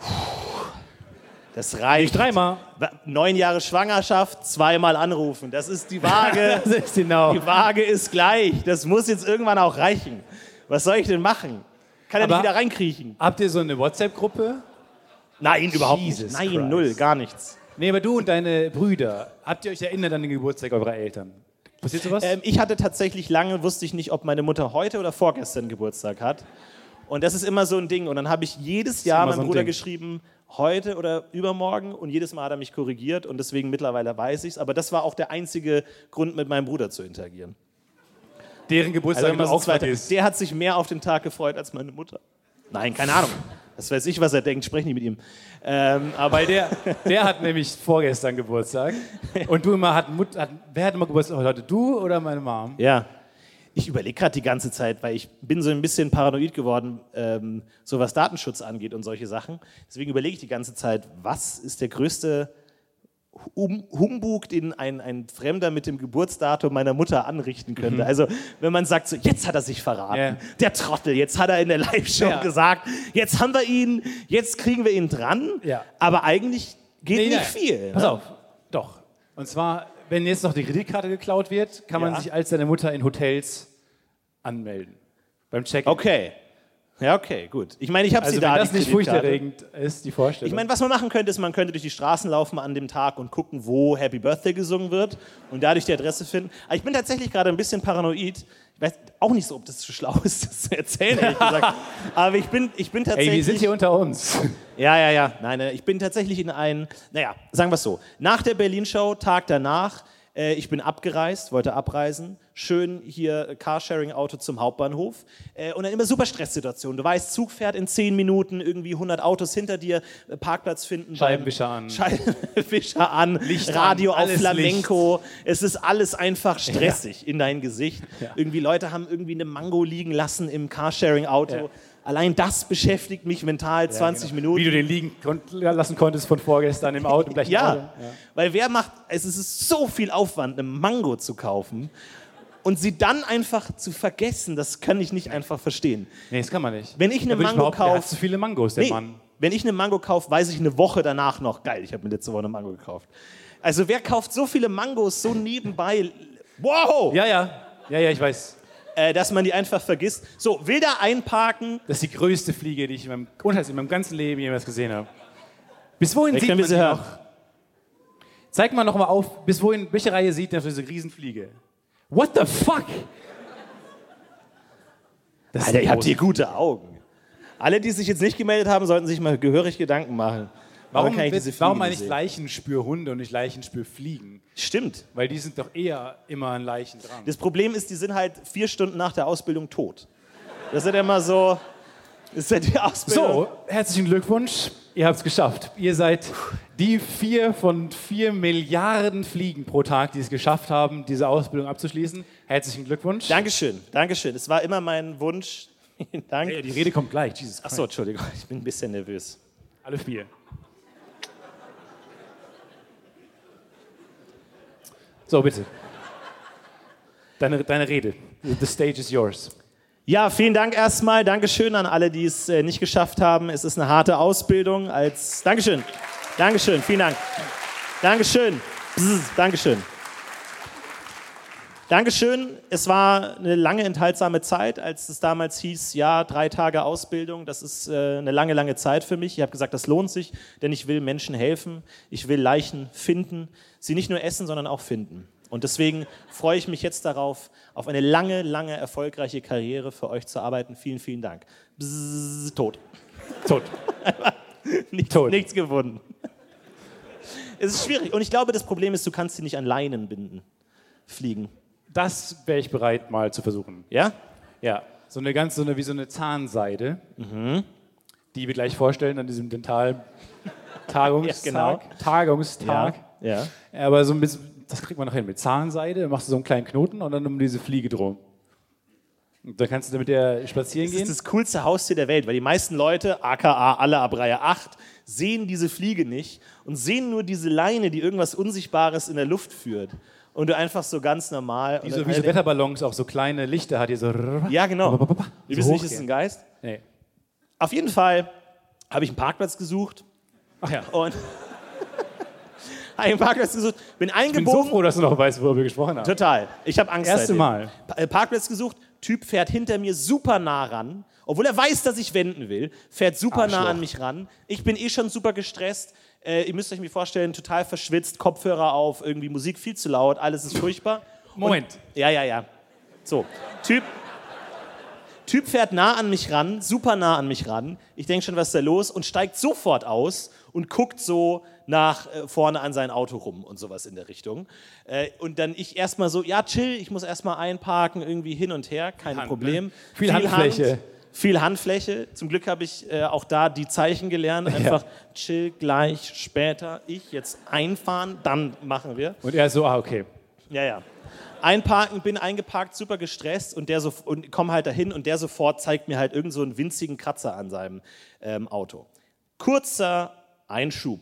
Speaker 1: Das reicht.
Speaker 2: Nicht dreimal.
Speaker 1: Wa- Neun Jahre Schwangerschaft, zweimal anrufen. Das ist die Waage. *laughs*
Speaker 2: *laughs* Das ist genau.
Speaker 1: die Waage ist gleich. Das muss jetzt irgendwann auch reichen. Was soll ich denn machen? Kann er
Speaker 2: Aber-
Speaker 1: nicht wieder reinkriechen?
Speaker 2: Habt ihr so eine WhatsApp-Gruppe?
Speaker 1: Nein, überhaupt
Speaker 2: Jesus
Speaker 1: nicht. Nein,
Speaker 2: Christ.
Speaker 1: null, gar nichts.
Speaker 2: Nee, aber du und deine Brüder, habt ihr euch erinnert an den Geburtstag eurer Eltern? Passiert sowas?
Speaker 1: Ähm, ich hatte tatsächlich lange, wusste ich nicht, ob meine Mutter heute oder vorgestern Geburtstag hat. Und das ist immer so ein Ding. Und dann habe ich jedes Jahr
Speaker 2: immer
Speaker 1: meinem
Speaker 2: so ein
Speaker 1: Bruder
Speaker 2: Ding.
Speaker 1: geschrieben, heute oder übermorgen. Und jedes Mal hat er mich korrigiert. Und deswegen mittlerweile weiß ich es. Aber das war auch der einzige Grund, mit meinem Bruder zu interagieren.
Speaker 2: Deren Geburtstag
Speaker 1: immer Also so zweiter- Der hat sich mehr auf den Tag gefreut als meine Mutter. Nein, keine Ahnung. Das weiß ich, was er denkt. Sprech nicht mit ihm. Ähm, aber
Speaker 2: *laughs* Weil der, der hat nämlich vorgestern Geburtstag.
Speaker 1: *laughs*
Speaker 2: Und du immer hat, Mut, hat wer hat immer Geburtstag heute? Du oder meine Mom?
Speaker 1: Ja. Ich überlege gerade die ganze Zeit, weil ich bin so ein bisschen paranoid geworden, ähm, so was Datenschutz angeht und solche Sachen. Deswegen überlege ich die ganze Zeit, was ist der größte hum Humbug, den ein, ein Fremder mit dem Geburtsdatum meiner Mutter anrichten könnte. Also wenn man sagt, so, jetzt hat er sich verraten,
Speaker 2: Mhm. Ja.
Speaker 1: der Trottel, jetzt hat er in der Live-Show
Speaker 2: Ja.
Speaker 1: gesagt, jetzt haben wir ihn, jetzt kriegen wir ihn dran.
Speaker 2: Ja.
Speaker 1: Aber eigentlich geht
Speaker 2: Nee,
Speaker 1: nicht
Speaker 2: nein.
Speaker 1: viel. ne?
Speaker 2: Pass auf, doch. Und zwar, wenn jetzt noch die Kreditkarte geklaut wird, kann
Speaker 1: Ja.
Speaker 2: man sich als deine Mutter in Hotels anmelden. Beim Check-in.
Speaker 1: Okay. Ja, okay, gut. Ich meine, ich habe
Speaker 2: Also
Speaker 1: sie
Speaker 2: wenn
Speaker 1: da.
Speaker 2: das
Speaker 1: die
Speaker 2: nicht
Speaker 1: Kreditkarte.
Speaker 2: furchterregend ist, die Vorstellung.
Speaker 1: Ich meine, was man machen könnte, ist, man könnte durch die Straßen laufen an dem Tag und gucken, wo Happy Birthday gesungen wird und dadurch die Adresse finden. Aber ich bin tatsächlich gerade ein bisschen paranoid. Ich weiß auch nicht so, ob das so schlau ist, das zu erzählen, ehrlich
Speaker 2: *laughs*
Speaker 1: gesagt. Aber ich bin, ich bin
Speaker 2: Ey,
Speaker 1: tatsächlich.
Speaker 2: wir sind hier unter uns.
Speaker 1: Ja, ja, ja. Nein, nein, ich bin tatsächlich in einen, naja, sagen wir es so. Nach der Berlin-Show, Tag danach, äh, ich bin abgereist, wollte abreisen. Schön hier äh, Carsharing-Auto zum Hauptbahnhof. Äh, und dann immer super Stresssituation. Du weißt, Zug fährt in 10 Minuten, irgendwie 100 Autos hinter dir, äh, Parkplatz finden.
Speaker 2: Scheibenwischer
Speaker 1: *laughs*
Speaker 2: an.
Speaker 1: Scheibenwischer an,
Speaker 2: Licht an,
Speaker 1: Radio auf
Speaker 2: alles
Speaker 1: Flamenco. Es ist alles einfach stressig in dein Gesicht. Irgendwie Leute haben irgendwie eine Mango liegen lassen im Carsharing-Auto.
Speaker 2: Ja. genau.
Speaker 1: Allein das beschäftigt mich mental 20 Minuten.
Speaker 2: Wie du den liegen kon- lassen konntest von vorgestern im Auto. Im gleichen Auto.
Speaker 1: Ja, weil wer macht, es ist so viel Aufwand, eine Mango zu kaufen und sie dann einfach zu vergessen, das kann ich nicht einfach verstehen.
Speaker 2: Nee, das kann man nicht.
Speaker 1: Wenn ich eine
Speaker 2: Da würde
Speaker 1: Mango
Speaker 2: behaupten, der
Speaker 1: kauf-
Speaker 2: hat zu viele Mangos, der
Speaker 1: Nee,
Speaker 2: Mann.
Speaker 1: wenn ich eine Mango kaufe, weiß ich eine Woche danach noch, geil, ich habe mir letzte Woche eine Mango gekauft. Also wer kauft so viele Mangos so nebenbei, wow,
Speaker 2: Ja, ja. Ja, ja, ich weiß.
Speaker 1: äh, dass man die einfach vergisst. So, will da einparken,
Speaker 2: Das ist die größte Fliege, die ich in meinem, Unheils- in meinem ganzen Leben jemals gesehen habe. Bis wohin
Speaker 1: Wer
Speaker 2: sieht
Speaker 1: kann
Speaker 2: man
Speaker 1: sie
Speaker 2: die
Speaker 1: hören?
Speaker 2: noch? Zeig mal nochmal auf, bis wohin, welche Reihe sieht denn auf diese Riesenfliege? What the fuck? Das ist
Speaker 1: Alter, ihr habt
Speaker 2: groß.
Speaker 1: hier gute Augen. Alle, die sich jetzt nicht gemeldet haben, sollten sich mal gehörig Gedanken machen.
Speaker 2: warum,
Speaker 1: kann ich
Speaker 2: wird-
Speaker 1: diese Fliege
Speaker 2: warum
Speaker 1: nicht
Speaker 2: eigentlich
Speaker 1: sehen?
Speaker 2: Leichenspürhunde und nicht Leichenspürfliegen?
Speaker 1: Stimmt.
Speaker 2: Weil die sind doch eher immer an Leichen dran.
Speaker 1: Das Problem ist, die sind halt vier Stunden nach der Ausbildung tot. Das ist halt immer so. Ist halt die Ausbildung.
Speaker 2: So, herzlichen Glückwunsch. Ihr habt es geschafft. Ihr seid die vier von vier Milliarden Fliegen pro Tag, die es geschafft haben, diese Ausbildung abzuschließen. Herzlichen Glückwunsch.
Speaker 1: Dankeschön, Dankeschön. Es war immer mein Wunsch. *laughs* Vielen Dank.
Speaker 2: Ja, Die Rede kommt gleich. Jesus Christ.
Speaker 1: Achso, Entschuldigung, ich bin ein bisschen nervös.
Speaker 2: Alle vier. So, bitte. Deine, deine Rede. The stage is yours.
Speaker 1: Ja, vielen Dank erstmal. Dankeschön an alle, die es äh, nicht geschafft haben. Es ist eine harte Ausbildung als. Dankeschön. Dankeschön, vielen Dank. Dankeschön. Bzz, Dankeschön. Dankeschön. Es war eine lange enthaltsame Zeit, als es damals hieß, ja, drei Tage Ausbildung, das ist äh, eine lange, lange Zeit für mich. Ich habe gesagt, das lohnt sich, denn ich will Menschen helfen, ich will Leichen finden, sie nicht nur essen, sondern auch finden. Und deswegen freue ich mich jetzt darauf, auf eine lange, lange erfolgreiche Karriere für euch zu arbeiten. Vielen, vielen Dank. Bzzz, tot.
Speaker 2: Tot.
Speaker 1: Nichts,
Speaker 2: Tot.
Speaker 1: nichts gewonnen. *laughs* Es ist schwierig. Und ich glaube, das Problem ist, du kannst sie nicht an Leinen binden, fliegen.
Speaker 2: Das wäre ich bereit, mal zu versuchen.
Speaker 1: Ja? Mhm.
Speaker 2: Ja, so eine ganz, so eine, wie so eine Zahnseide. die wir gleich vorstellen an diesem Dental-Tagungstag.
Speaker 1: Ja, genau.
Speaker 2: Tagungstag.
Speaker 1: Ja.
Speaker 2: Aber so ein bisschen, das kriegt man noch hin. Mit Zahnseide dann machst du so einen kleinen Knoten und dann um diese Fliege drum. Und dann kannst du mit der spazieren
Speaker 1: Das ist
Speaker 2: gehen.
Speaker 1: das coolste Haustier der Welt, weil die meisten Leute, aka alle ab Reihe 8, sehen diese Fliege nicht und sehen nur diese Leine, die irgendwas Unsichtbares in der Luft führt. Und du einfach so ganz normal.
Speaker 2: Wie
Speaker 1: und
Speaker 2: so,
Speaker 1: dann
Speaker 2: wie so
Speaker 1: alle-
Speaker 2: Wetterballons auch so kleine Lichter hat, die so.
Speaker 1: ja, genau.
Speaker 2: So
Speaker 1: Wir wissen nicht,
Speaker 2: hochgehen.
Speaker 1: es ist ein Geist.
Speaker 2: Nee.
Speaker 1: Auf jeden Fall habe ich einen Parkplatz gesucht
Speaker 2: Ach ja.
Speaker 1: und. *laughs* habe einen Parkplatz gesucht, bin
Speaker 2: Ich bin so
Speaker 1: eingebogen.
Speaker 2: froh, dass du noch weißt, worüber wir gesprochen haben.
Speaker 1: Total. Ich habe Angst.
Speaker 2: Erste
Speaker 1: seitdem.
Speaker 2: Mal.
Speaker 1: Pa- äh, Parkplatz gesucht, Typ fährt hinter mir super nah ran, obwohl er weiß, dass ich wenden will, fährt super nah
Speaker 2: Arschloch.
Speaker 1: an mich ran. Ich bin eh schon super gestresst. Äh, ihr müsst euch mir vorstellen, total verschwitzt, Kopfhörer auf, irgendwie Musik viel zu laut, alles ist furchtbar.
Speaker 2: Moment.
Speaker 1: Ja, ja, ja. So, Typ. Typ fährt nah an mich ran, super nah an mich ran. Ich denke schon, was ist da los? Und steigt sofort aus und guckt so nach äh, vorne an sein Auto rum und sowas in der Richtung. Äh, und dann ich erstmal so, ja, chill, ich muss erstmal einparken, irgendwie hin und her, kein
Speaker 2: Hand,
Speaker 1: Problem.
Speaker 2: ne? Viel Handfläche.
Speaker 1: Hand, viel Handfläche. Zum Glück habe ich äh, auch da die Zeichen gelernt. Einfach chill, gleich, später, ich jetzt einfahren, dann machen wir.
Speaker 2: Und er so, ah, okay.
Speaker 1: Ja, ja. Einparken, bin eingeparkt, super gestresst und der so und komm halt dahin und der sofort zeigt mir halt irgend so einen winzigen Kratzer an seinem ähm, Auto. Kurzer Einschub.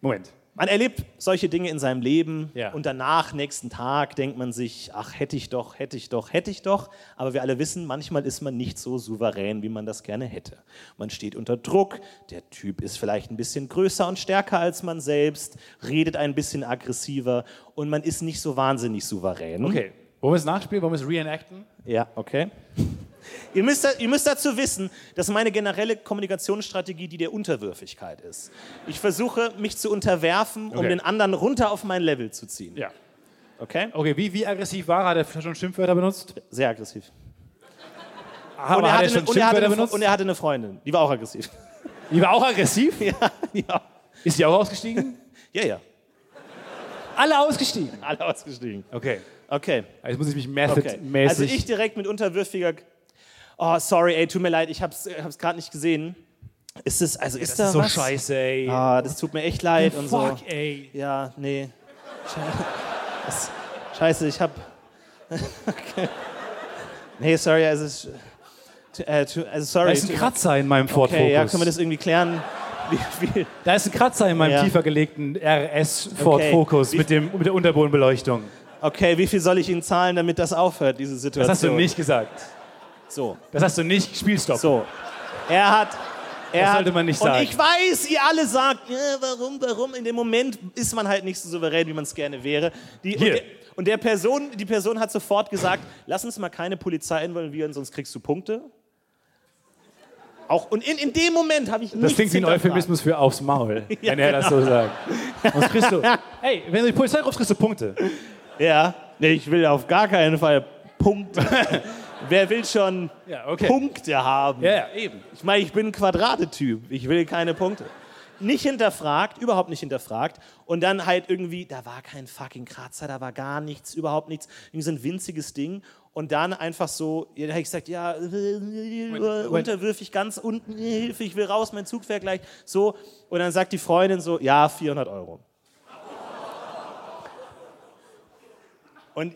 Speaker 2: Moment.
Speaker 1: Man erlebt solche Dinge in seinem Leben
Speaker 2: Ja.
Speaker 1: und danach, nächsten Tag, denkt man sich, ach, hätte ich doch, hätte ich doch, hätte ich doch. Aber wir alle wissen, manchmal ist man nicht so souverän, wie man das gerne hätte. Man steht unter Druck, der Typ ist vielleicht ein bisschen größer und stärker als man selbst, redet ein bisschen aggressiver und man ist nicht so wahnsinnig souverän.
Speaker 2: Okay. Wollen wir es nachspielen? Wollen wir es reenacten?
Speaker 1: Ja, okay. Ihr müsst, da, ihr müsst dazu wissen, dass meine generelle Kommunikationsstrategie die der Unterwürfigkeit ist. Ich versuche, mich zu unterwerfen, um
Speaker 2: Okay.
Speaker 1: den anderen runter auf mein Level zu ziehen.
Speaker 2: Ja. Oh.
Speaker 1: Okay?
Speaker 2: Okay, wie, wie aggressiv war er? Hat er schon Schimpfwörter benutzt?
Speaker 1: Sehr aggressiv.
Speaker 2: Aber
Speaker 1: Und er,
Speaker 2: hat
Speaker 1: hatte
Speaker 2: er schon
Speaker 1: eine, und, er hatte
Speaker 2: Schimpfwörter
Speaker 1: eine,
Speaker 2: benutzt?
Speaker 1: und er hatte eine Freundin, die war auch aggressiv. *laughs*
Speaker 2: die war auch aggressiv?
Speaker 1: ja, ja,
Speaker 2: Ist die auch ausgestiegen?
Speaker 1: ja, ja.
Speaker 2: Alle ausgestiegen.
Speaker 1: *laughs* Alle ausgestiegen.
Speaker 2: Okay.
Speaker 1: Okay.
Speaker 2: Jetzt muss ich mich method-mäßig.
Speaker 1: Okay. Also ich direkt mit unterwürfiger. Oh, sorry, ey, tut mir leid, ich hab's, äh, hab's gerade nicht gesehen. Ist es, also ist da
Speaker 2: so
Speaker 1: was?
Speaker 2: scheiße, ey.
Speaker 1: Ah, das tut mir echt leid und so.
Speaker 2: Fuck, ey.
Speaker 1: Ja, nee. *laughs* Sche- Das- Scheiße, ich hab. *laughs* okay. Nee, sorry, also. es- t- Äh, t- also
Speaker 2: Da
Speaker 1: sorry.
Speaker 2: ist ein
Speaker 1: t-
Speaker 2: Kratzer in meinem Ford
Speaker 1: okay,
Speaker 2: Focus.
Speaker 1: ja, können wir das irgendwie klären? *laughs* Wie viel?
Speaker 2: da ist ein Kratzer in meinem
Speaker 1: Ja.
Speaker 2: tiefer gelegten RS Ford
Speaker 1: Okay.
Speaker 2: Focus
Speaker 1: Wie-
Speaker 2: mit, dem, mit der Unterbodenbeleuchtung.
Speaker 1: Okay, wie viel soll ich Ihnen zahlen, damit das aufhört, diese Situation?
Speaker 2: Das hast du nicht gesagt.
Speaker 1: So,
Speaker 2: Das hast du nicht. Spielstopp.
Speaker 1: so. Er hat. Er
Speaker 2: Das
Speaker 1: hat-
Speaker 2: sollte man nicht
Speaker 1: und
Speaker 2: sagen.
Speaker 1: ich weiß, ihr alle sagt, ja, warum, warum? In dem Moment ist man halt nicht so souverän, wie man es gerne wäre. Die,
Speaker 2: Hier.
Speaker 1: Und, der, und der Person, die Person hat sofort gesagt, lass uns mal keine Polizei involvieren, sonst kriegst du Punkte. Auch, und in, in dem Moment habe ich
Speaker 2: Das
Speaker 1: nichts
Speaker 2: klingt wie ein
Speaker 1: hinterfragt.
Speaker 2: Euphemismus für aufs Maul,
Speaker 1: *laughs* Ja, genau.
Speaker 2: wenn er das so sagt.
Speaker 1: *laughs*
Speaker 2: Sonst kriegst du, hey, wenn du die Polizei rufst, kriegst du Punkte.
Speaker 1: Ja, nee, ich will auf gar keinen Fall
Speaker 2: *laughs*
Speaker 1: Punkte. Wer will schon
Speaker 2: Ja, okay.
Speaker 1: Punkte haben?
Speaker 2: Ja, ja, eben.
Speaker 1: Ich meine, ich bin ein Quadratetyp. Ich will keine Punkte. Nicht hinterfragt, überhaupt nicht hinterfragt. Und dann halt irgendwie, da war kein fucking Kratzer, da war gar nichts, überhaupt nichts. Irgendwie so ein winziges Ding. Und dann einfach so, ja, da hätte ich gesagt, ja, äh, äh, unterwürfig, ganz unten, äh, Hilfe, ich will raus, mein Zug fährt gleich. So. Und dann sagt die Freundin so, ja, 400 Euro. Und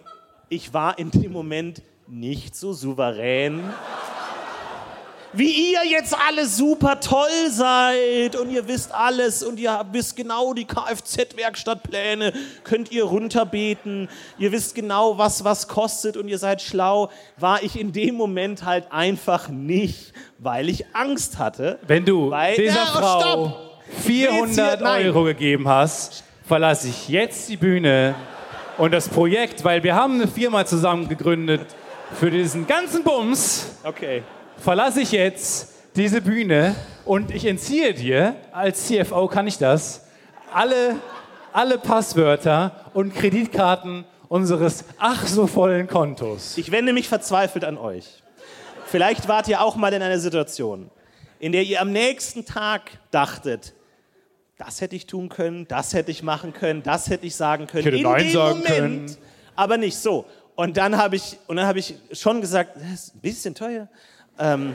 Speaker 1: ich war in dem Moment nicht so souverän wie ihr jetzt alle super toll seid und ihr wisst alles und ihr wisst genau die Kfz-Werkstattpläne, könnt ihr runterbeten, ihr wisst genau, was was kostet und ihr seid schlau, war ich in dem Moment halt einfach nicht, weil ich Angst hatte.
Speaker 2: Wenn du
Speaker 1: Weil-
Speaker 2: dieser
Speaker 1: Ja,
Speaker 2: Frau
Speaker 1: Oh, stopp!
Speaker 2: 400
Speaker 1: Willst du- nein.
Speaker 2: Euro gegeben hast, verlasse ich jetzt die Bühne und das Projekt, weil wir haben eine Firma zusammen gegründet für diesen ganzen Bums,
Speaker 1: Okay.
Speaker 2: verlasse ich jetzt diese Bühne und ich entziehe dir, als CFO kann ich das, alle, alle Passwörter und Kreditkarten unseres ach so vollen Kontos.
Speaker 1: Ich wende mich verzweifelt an euch. Vielleicht wart ihr auch mal in einer Situation, in der ihr am nächsten Tag dachtet, das hätte ich tun können, das hätte ich machen können, das hätte ich sagen können.
Speaker 2: hätte
Speaker 1: in
Speaker 2: Nein
Speaker 1: dem
Speaker 2: sagen
Speaker 1: Moment,
Speaker 2: können.
Speaker 1: aber nicht so. Und dann habe ich, und dann habe ich schon gesagt, das ist ein bisschen teuer. Ähm,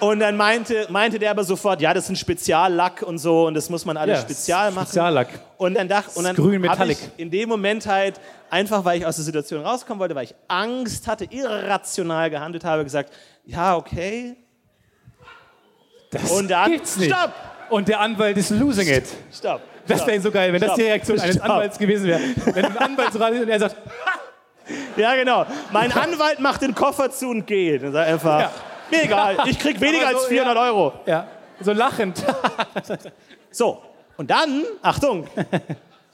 Speaker 1: Und dann meinte, meinte der aber sofort, ja, das ist ein Speziallack und so und das muss man alles
Speaker 2: Ja,
Speaker 1: spezial machen.
Speaker 2: Speziallack.
Speaker 1: Und dann dachte und dann
Speaker 2: grün
Speaker 1: hab
Speaker 2: metallic.
Speaker 1: ich in dem Moment halt einfach, weil ich aus der Situation rauskommen wollte, weil ich Angst hatte, irrational gehandelt habe, gesagt, ja, okay.
Speaker 2: Das
Speaker 1: Und dann-
Speaker 2: gibt's nicht.
Speaker 1: Stopp!
Speaker 2: Und der Anwalt ist losing it.
Speaker 1: Stopp.
Speaker 2: Das wäre so geil, wenn das
Speaker 1: Stopp.
Speaker 2: die Reaktion eines
Speaker 1: Stopp.
Speaker 2: Anwalts gewesen wäre. Wenn ein Anwalt so rein ist und er sagt,
Speaker 1: Ja, genau. Mein Anwalt macht den Koffer zu und geht. Und sagt einfach,
Speaker 2: Ja.
Speaker 1: mir egal, ich krieg weniger
Speaker 2: Aber so,
Speaker 1: als 400 Euro.
Speaker 2: ja, so lachend.
Speaker 1: So, und dann, Achtung,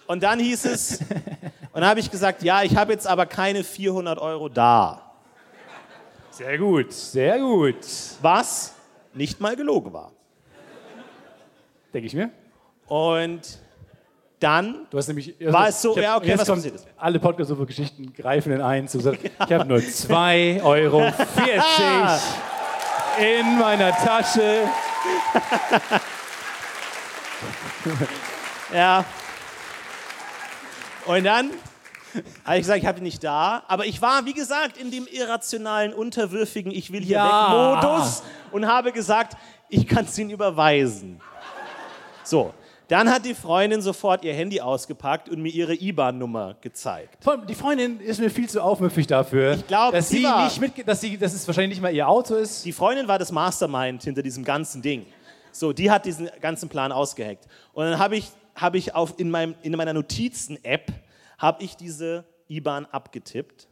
Speaker 1: und dann hieß es, und dann habe ich gesagt, ja, ich habe jetzt aber keine 400 Euro da.
Speaker 2: Sehr gut, sehr gut.
Speaker 1: Was nicht mal gelogen war.
Speaker 2: Denke ich mir.
Speaker 1: Und dann,
Speaker 2: Du hast nämlich.
Speaker 1: War es so?
Speaker 2: Ich
Speaker 1: Ja, okay,
Speaker 2: jetzt
Speaker 1: was
Speaker 2: kommt,
Speaker 1: passiert ist. Genau.
Speaker 2: Alle podcast geschichten greifen in eins und sagen, ich habe nur 2,40 Euro
Speaker 1: *laughs*
Speaker 2: in meiner Tasche.
Speaker 1: ja, und dann habe ich gesagt, ich habe die nicht da. Aber ich war, wie gesagt, in dem irrationalen, unterwürfigen Ich will hier
Speaker 2: Ja.
Speaker 1: weg Modus und habe gesagt, ich kann es Ihnen überweisen. So, dann hat die Freundin sofort ihr Handy ausgepackt und mir ihre IBAN-Nummer gezeigt.
Speaker 2: Vor allem, Die Freundin ist mir viel zu aufmüpfig dafür, ich
Speaker 1: glaub,
Speaker 2: dass,
Speaker 1: sie
Speaker 2: sie
Speaker 1: war-
Speaker 2: nicht mitge- dass, sie, dass es wahrscheinlich nicht mal ihr Auto ist.
Speaker 1: Die Freundin war das Mastermind hinter diesem ganzen Ding. So, die hat diesen ganzen Plan ausgeheckt. Und dann habe ich, hab ich auf, in, meinem, in meiner Notizen-App habe ich diese IBAN abgetippt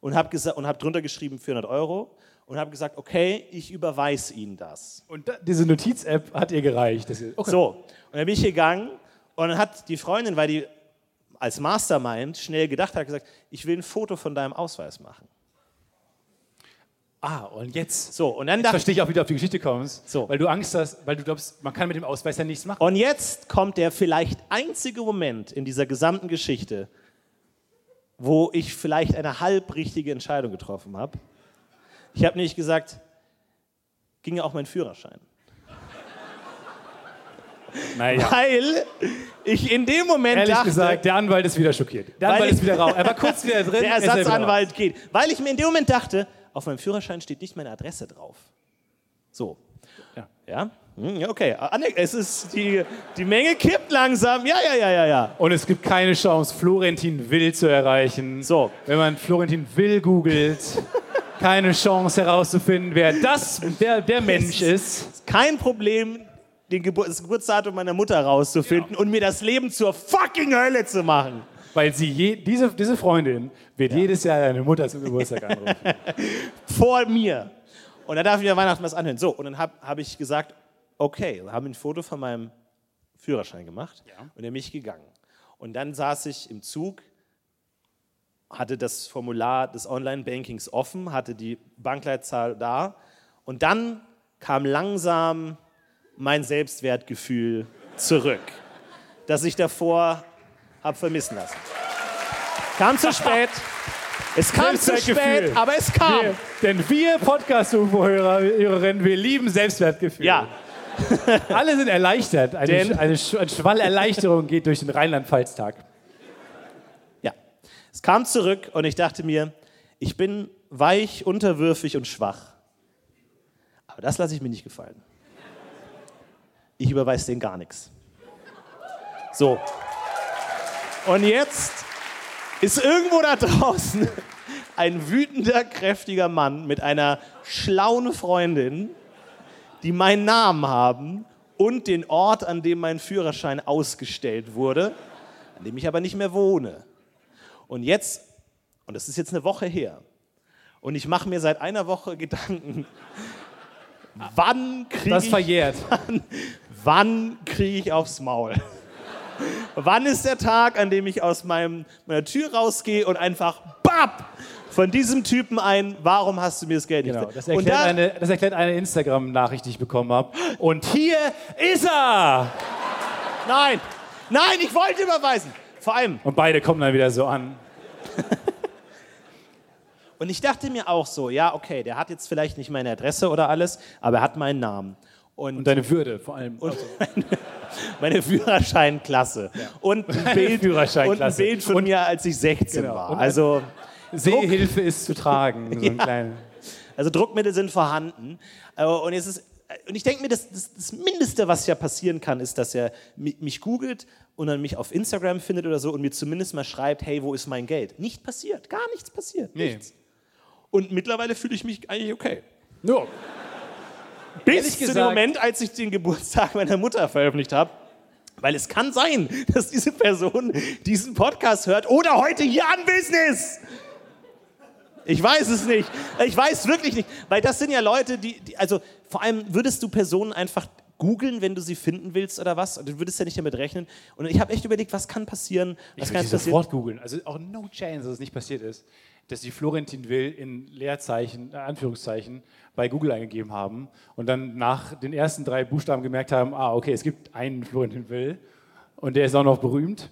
Speaker 1: und habe hab drunter geschrieben 400 Euro und habe gesagt, okay, ich überweise Ihnen das.
Speaker 2: Und da, diese Notiz-App hat ihr gereicht. dass sie- okay.
Speaker 1: So, und dann bin ich gegangen und dann hat die Freundin, weil die als Mastermind schnell gedacht hat, gesagt, ich will ein Foto von deinem Ausweis machen.
Speaker 2: Ah, und jetzt
Speaker 1: So, und dann
Speaker 2: Jetzt
Speaker 1: dachte
Speaker 2: verstehe ich auch, wie du auf die Geschichte kommst.
Speaker 1: So.
Speaker 2: Weil du Angst hast, weil du glaubst, man kann mit dem Ausweis ja nichts machen.
Speaker 1: Und jetzt kommt der vielleicht einzige Moment in dieser gesamten Geschichte, wo ich vielleicht eine halbrichtige Entscheidung getroffen habe. Ich habe nämlich gesagt, ginge auch mein Führerschein.
Speaker 2: *laughs* Naja.
Speaker 1: Weil ich in dem Moment
Speaker 2: Ehrlich
Speaker 1: dachte,
Speaker 2: gesagt, der Anwalt ist wieder schockiert. Der
Speaker 1: Weil
Speaker 2: Anwalt
Speaker 1: ich-
Speaker 2: ist wieder raus. Er war kurz wieder *laughs* drin.
Speaker 1: der
Speaker 2: er ist wieder
Speaker 1: Ersatzanwalt geht. Weil ich mir in dem Moment dachte, auf meinem Führerschein steht nicht meine Adresse drauf. So.
Speaker 2: Ja.
Speaker 1: Ja? Hm, ja, okay. Aner- Es ist die, die Menge kippt langsam. Ja, ja, ja, ja, ja.
Speaker 2: raus. Und es gibt keine Chance, Florentin Will zu erreichen.
Speaker 1: So.
Speaker 2: Wenn man Florentin Will googelt, keine Chance herauszufinden, wer das, der, der Mensch ist.
Speaker 1: kein Problem, den Gebur das Geburtsdatum meiner Mutter rauszufinden und mir das Leben zur fucking Hölle zu machen.
Speaker 2: Weil sie je, diese, diese Freundin wird jedes Jahr deine Mutter zum Geburtstag *laughs* anrufen.
Speaker 1: Vor mir. Und da darf ich mir Weihnachten was anhören. So, und dann habe hab ich gesagt, okay, haben ein Foto von meinem Führerschein gemacht und dann bin ich gegangen. Und dann saß ich im Zug, hatte das Formular des Online-Bankings offen, hatte die Bankleitzahl da und dann kam langsam mein Selbstwertgefühl zurück, das ich davor habe vermissen lassen. Kam zu spät. *laughs* Es kam zu
Speaker 2: Selbstwertgefühl.
Speaker 1: spät, aber es kam.
Speaker 2: Wir, denn wir Podcast-UFO-Hörer, Hörerinnen, wir lieben Selbstwertgefühl.
Speaker 1: Ja,
Speaker 2: Alle sind erleichtert. Eine,
Speaker 1: Denn-
Speaker 2: eine, Sch- ein Schwall Erleichterung geht durch den Rheinland-Pfalz-Tag.
Speaker 1: ja. Es kam zurück und ich dachte mir, ich bin weich, unterwürfig und schwach. Aber das lasse ich mir nicht gefallen. Ich überweise denen gar nichts. So. Und jetzt ist irgendwo da *laughs* draußen ein wütender, kräftiger Mann mit einer schlauen Freundin, die meinen Namen haben und den Ort, an dem mein Führerschein ausgestellt wurde, an dem ich aber nicht mehr wohne. Und jetzt, und das ist jetzt eine Woche her, und ich mache mir seit einer Woche Gedanken, *laughs* wann kriege
Speaker 2: Das
Speaker 1: ich
Speaker 2: verjährt.
Speaker 1: wann kriege ich aufs Maul? wann ist der Tag, an dem ich aus meinem, meiner Tür rausgehe und einfach BAP von diesem Typen ein, warum hast du mir das Geld nicht
Speaker 2: Genau,
Speaker 1: ge-"
Speaker 2: das,
Speaker 1: und
Speaker 2: erklärt
Speaker 1: da,
Speaker 2: eine, das erklärt eine Instagram-Nachricht, die ich bekommen habe. Und hier ist er!
Speaker 1: Nein, nein, ich wollte überweisen. Vor allem,
Speaker 2: Und beide kommen dann wieder so an.
Speaker 1: Und ich dachte mir auch so, ja, okay, der hat jetzt vielleicht nicht meine Adresse oder alles, aber er hat meinen Namen. Und,
Speaker 2: Und deine Würde vor allem.
Speaker 1: und meine, *laughs* meine Führerscheinklasse. Und ein Bild, und ein
Speaker 2: Führerscheinklasse.
Speaker 1: Bild von mir, als ich 16
Speaker 2: Genau.
Speaker 1: war.
Speaker 2: Und-
Speaker 1: Also,
Speaker 2: Sehhilfe ist zu tragen. So ein kleiner.
Speaker 1: Also Druckmittel sind vorhanden. Äh, Und, es ist, äh, und ich denke mir, das, das, das Mindeste, was ja passieren kann, ist, dass er mi- mich googelt und dann mich auf Instagram findet oder so und mir zumindest mal schreibt, hey, wo ist mein Geld? Nicht passiert, gar nichts passiert.
Speaker 2: Nee.
Speaker 1: Nichts. Und mittlerweile fühle ich mich eigentlich okay.
Speaker 2: No.
Speaker 1: Bis
Speaker 2: Ehrlich
Speaker 1: zu dem
Speaker 2: gesagt-
Speaker 1: Moment, als ich den Geburtstag meiner Mutter veröffentlicht habe. Weil es kann sein, *laughs* dass diese Person diesen Podcast hört oder heute hier anwesend ist. Ich weiß es nicht. Ich weiß wirklich nicht. Weil das sind ja Leute, die, die also vor allem würdest du Personen einfach googeln, wenn du sie finden willst oder was? Du würdest ja nicht damit rechnen. Und ich habe echt überlegt, was kann passieren? Was
Speaker 2: Ich
Speaker 1: kann
Speaker 2: würde sie sofort googeln. Also auch no chance, dass es nicht passiert ist, dass die Florentin Will in Leerzeichen, äh, Anführungszeichen, bei Google eingegeben haben und dann nach den ersten drei Buchstaben gemerkt haben, ah, okay, es gibt einen Florentin Will und der ist auch noch berühmt.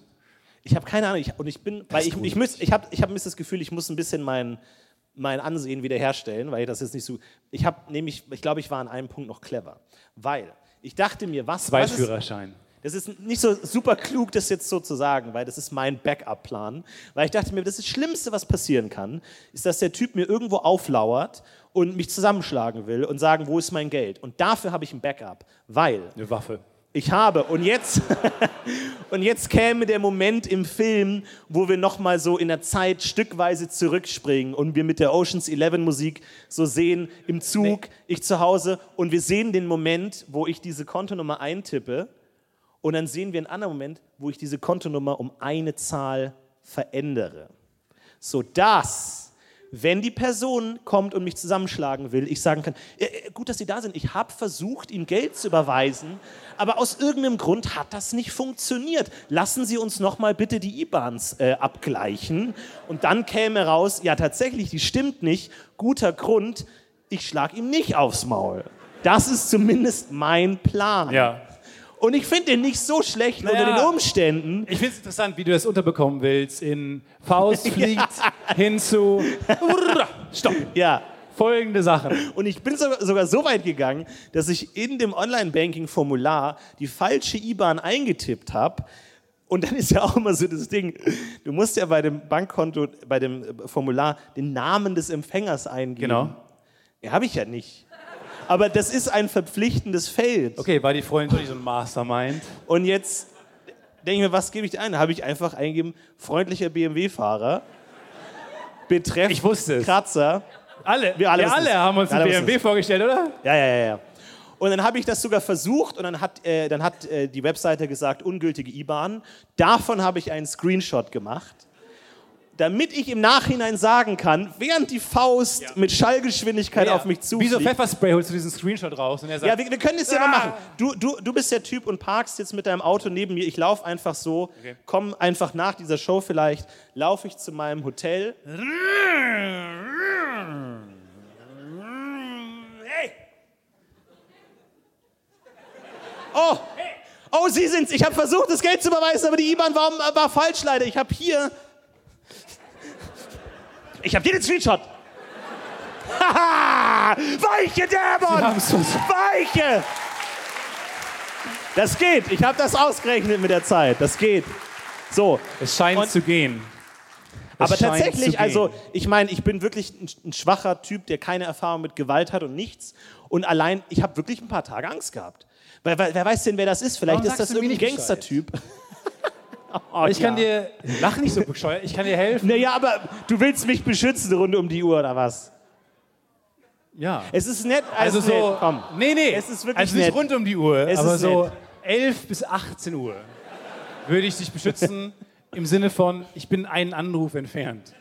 Speaker 1: Ich habe keine Ahnung. Ich, und ich bin, weil ich, ich, müß, ich habe ich hab ein bisschen das Gefühl, ich muss ein bisschen mein, mein Ansehen wiederherstellen, weil das jetzt nicht so. Ich habe nämlich, ich glaube, ich war an einem Punkt noch clever. Weil ich dachte mir, was. was ist,
Speaker 2: Zweitführerschein.
Speaker 1: das ist nicht so super klug, das jetzt so zu sagen, weil das ist mein Backup-Plan. Weil ich dachte mir, das ist das Schlimmste, was passieren kann, ist, dass der Typ mir irgendwo auflauert und mich zusammenschlagen will und sagen, wo ist mein Geld? Und dafür habe ich ein Backup. Weil
Speaker 2: Eine Waffe.
Speaker 1: ich habe. Und jetzt, *laughs* und jetzt käme der Moment im Film, wo wir nochmal so in der Zeit stückweise zurückspringen und wir mit der Oceans 11 Musik so sehen, im Zug, ich zu Hause, und wir sehen den Moment, wo ich diese Kontonummer eintippe. Und dann sehen wir einen anderen Moment, wo ich diese Kontonummer um eine Zahl verändere. Sodass, wenn die Person kommt und mich zusammenschlagen will, ich sagen kann, "Äh, äh, gut, dass Sie da sind, ich habe versucht, ihm Geld zu überweisen, aber aus irgendeinem Grund hat das nicht funktioniert. Lassen Sie uns nochmal bitte die IBANs äh, abgleichen. Und dann käme raus, ja tatsächlich, die stimmt nicht, guter Grund, ich schlage ihm nicht aufs Maul. Das ist zumindest mein Plan.
Speaker 2: Ja.
Speaker 1: Und ich finde den nicht so schlecht unter
Speaker 2: Naja.
Speaker 1: den Umständen.
Speaker 2: Ich finde es interessant, wie du das unterbekommen willst. In
Speaker 1: *laughs*
Speaker 2: Faust fliegt hinzu
Speaker 1: Stopp. Ja.
Speaker 2: folgende Sachen.
Speaker 1: Und ich bin so- sogar so weit gegangen, dass ich in dem Online-Banking-Formular die falsche IBAN eingetippt habe. Und dann ist ja auch immer so das Ding, du musst ja bei dem Bankkonto, bei dem äh, Formular den Namen des Empfängers eingeben.
Speaker 2: Genau.
Speaker 1: Ja, habe ich ja nicht. Aber das ist ein verpflichtendes Feld.
Speaker 2: Okay, war die Freundin wirklich so ein Mastermind?
Speaker 1: Und jetzt denke ich mir, was gebe ich ein? Habe ich einfach eingegeben, freundlicher BMW-Fahrer, betreff
Speaker 2: Ich wusste es.
Speaker 1: Kratzer.
Speaker 2: Alle,
Speaker 1: Wir
Speaker 2: wir
Speaker 1: alle
Speaker 2: alle,
Speaker 1: wissen's.
Speaker 2: haben uns
Speaker 1: Wir
Speaker 2: einen
Speaker 1: alle
Speaker 2: BMW vorgestellt, oder?
Speaker 1: Ja, ja, ja, ja. Und dann habe ich das sogar versucht und dann hat, äh, dann hat äh, die Webseite gesagt, ungültige IBAN. Davon habe ich einen Screenshot gemacht, damit ich im Nachhinein sagen kann, während die Faust mit Schallgeschwindigkeit auf mich zufliegt.
Speaker 2: Wieso Pfefferspray holst du diesen Screenshot raus? Und er sagt,
Speaker 1: Ja, wir, wir können das ja mal machen. Du, du, du bist der Typ und parkst jetzt mit deinem Auto neben mir. Ich laufe einfach so, komm einfach nach dieser Show vielleicht, laufe ich zu meinem Hotel. Hey! Oh! Oh, Sie sind's. Ich habe versucht, das Geld zu überweisen, aber die IBAN war, war falsch leider. Ich habe hier. Ich habe dir den Screenshot. *laughs* Haha! Weiche Dämon!
Speaker 2: haben's uns-
Speaker 1: Weiche! Das geht. Ich habe das ausgerechnet mit der Zeit. Das geht. So,
Speaker 2: es scheint
Speaker 1: Und-
Speaker 2: zu gehen.
Speaker 1: aber
Speaker 2: Es scheint zu
Speaker 1: tatsächlich,
Speaker 2: gehen.
Speaker 1: also ich meine, ich bin wirklich ein, ein schwacher Typ, der keine Erfahrung mit Gewalt hat und nichts. Und allein, ich habe wirklich ein paar Tage Angst gehabt. Weil, weil, wer weiß denn, wer das ist? Vielleicht
Speaker 2: Warum
Speaker 1: ist das
Speaker 2: sagst du mir
Speaker 1: irgendein
Speaker 2: nicht Bescheid?
Speaker 1: Gangstertyp.
Speaker 2: *laughs*
Speaker 1: *laughs* oh,
Speaker 2: Ich kann dir, lach nicht so bescheuert, ich kann dir helfen.
Speaker 1: Naja, aber du willst mich beschützen rund um die Uhr oder was?
Speaker 2: Ja.
Speaker 1: Es ist nett.
Speaker 2: Also
Speaker 1: es ist nett.
Speaker 2: so,
Speaker 1: Komm.
Speaker 2: nee, nee,
Speaker 1: Es ist wirklich
Speaker 2: also nicht
Speaker 1: nett.
Speaker 2: rund um die Uhr,
Speaker 1: Es
Speaker 2: aber
Speaker 1: ist
Speaker 2: so
Speaker 1: nett.
Speaker 2: 11 bis 18 Uhr würde ich dich beschützen im Sinne von, ich bin einen Anruf entfernt.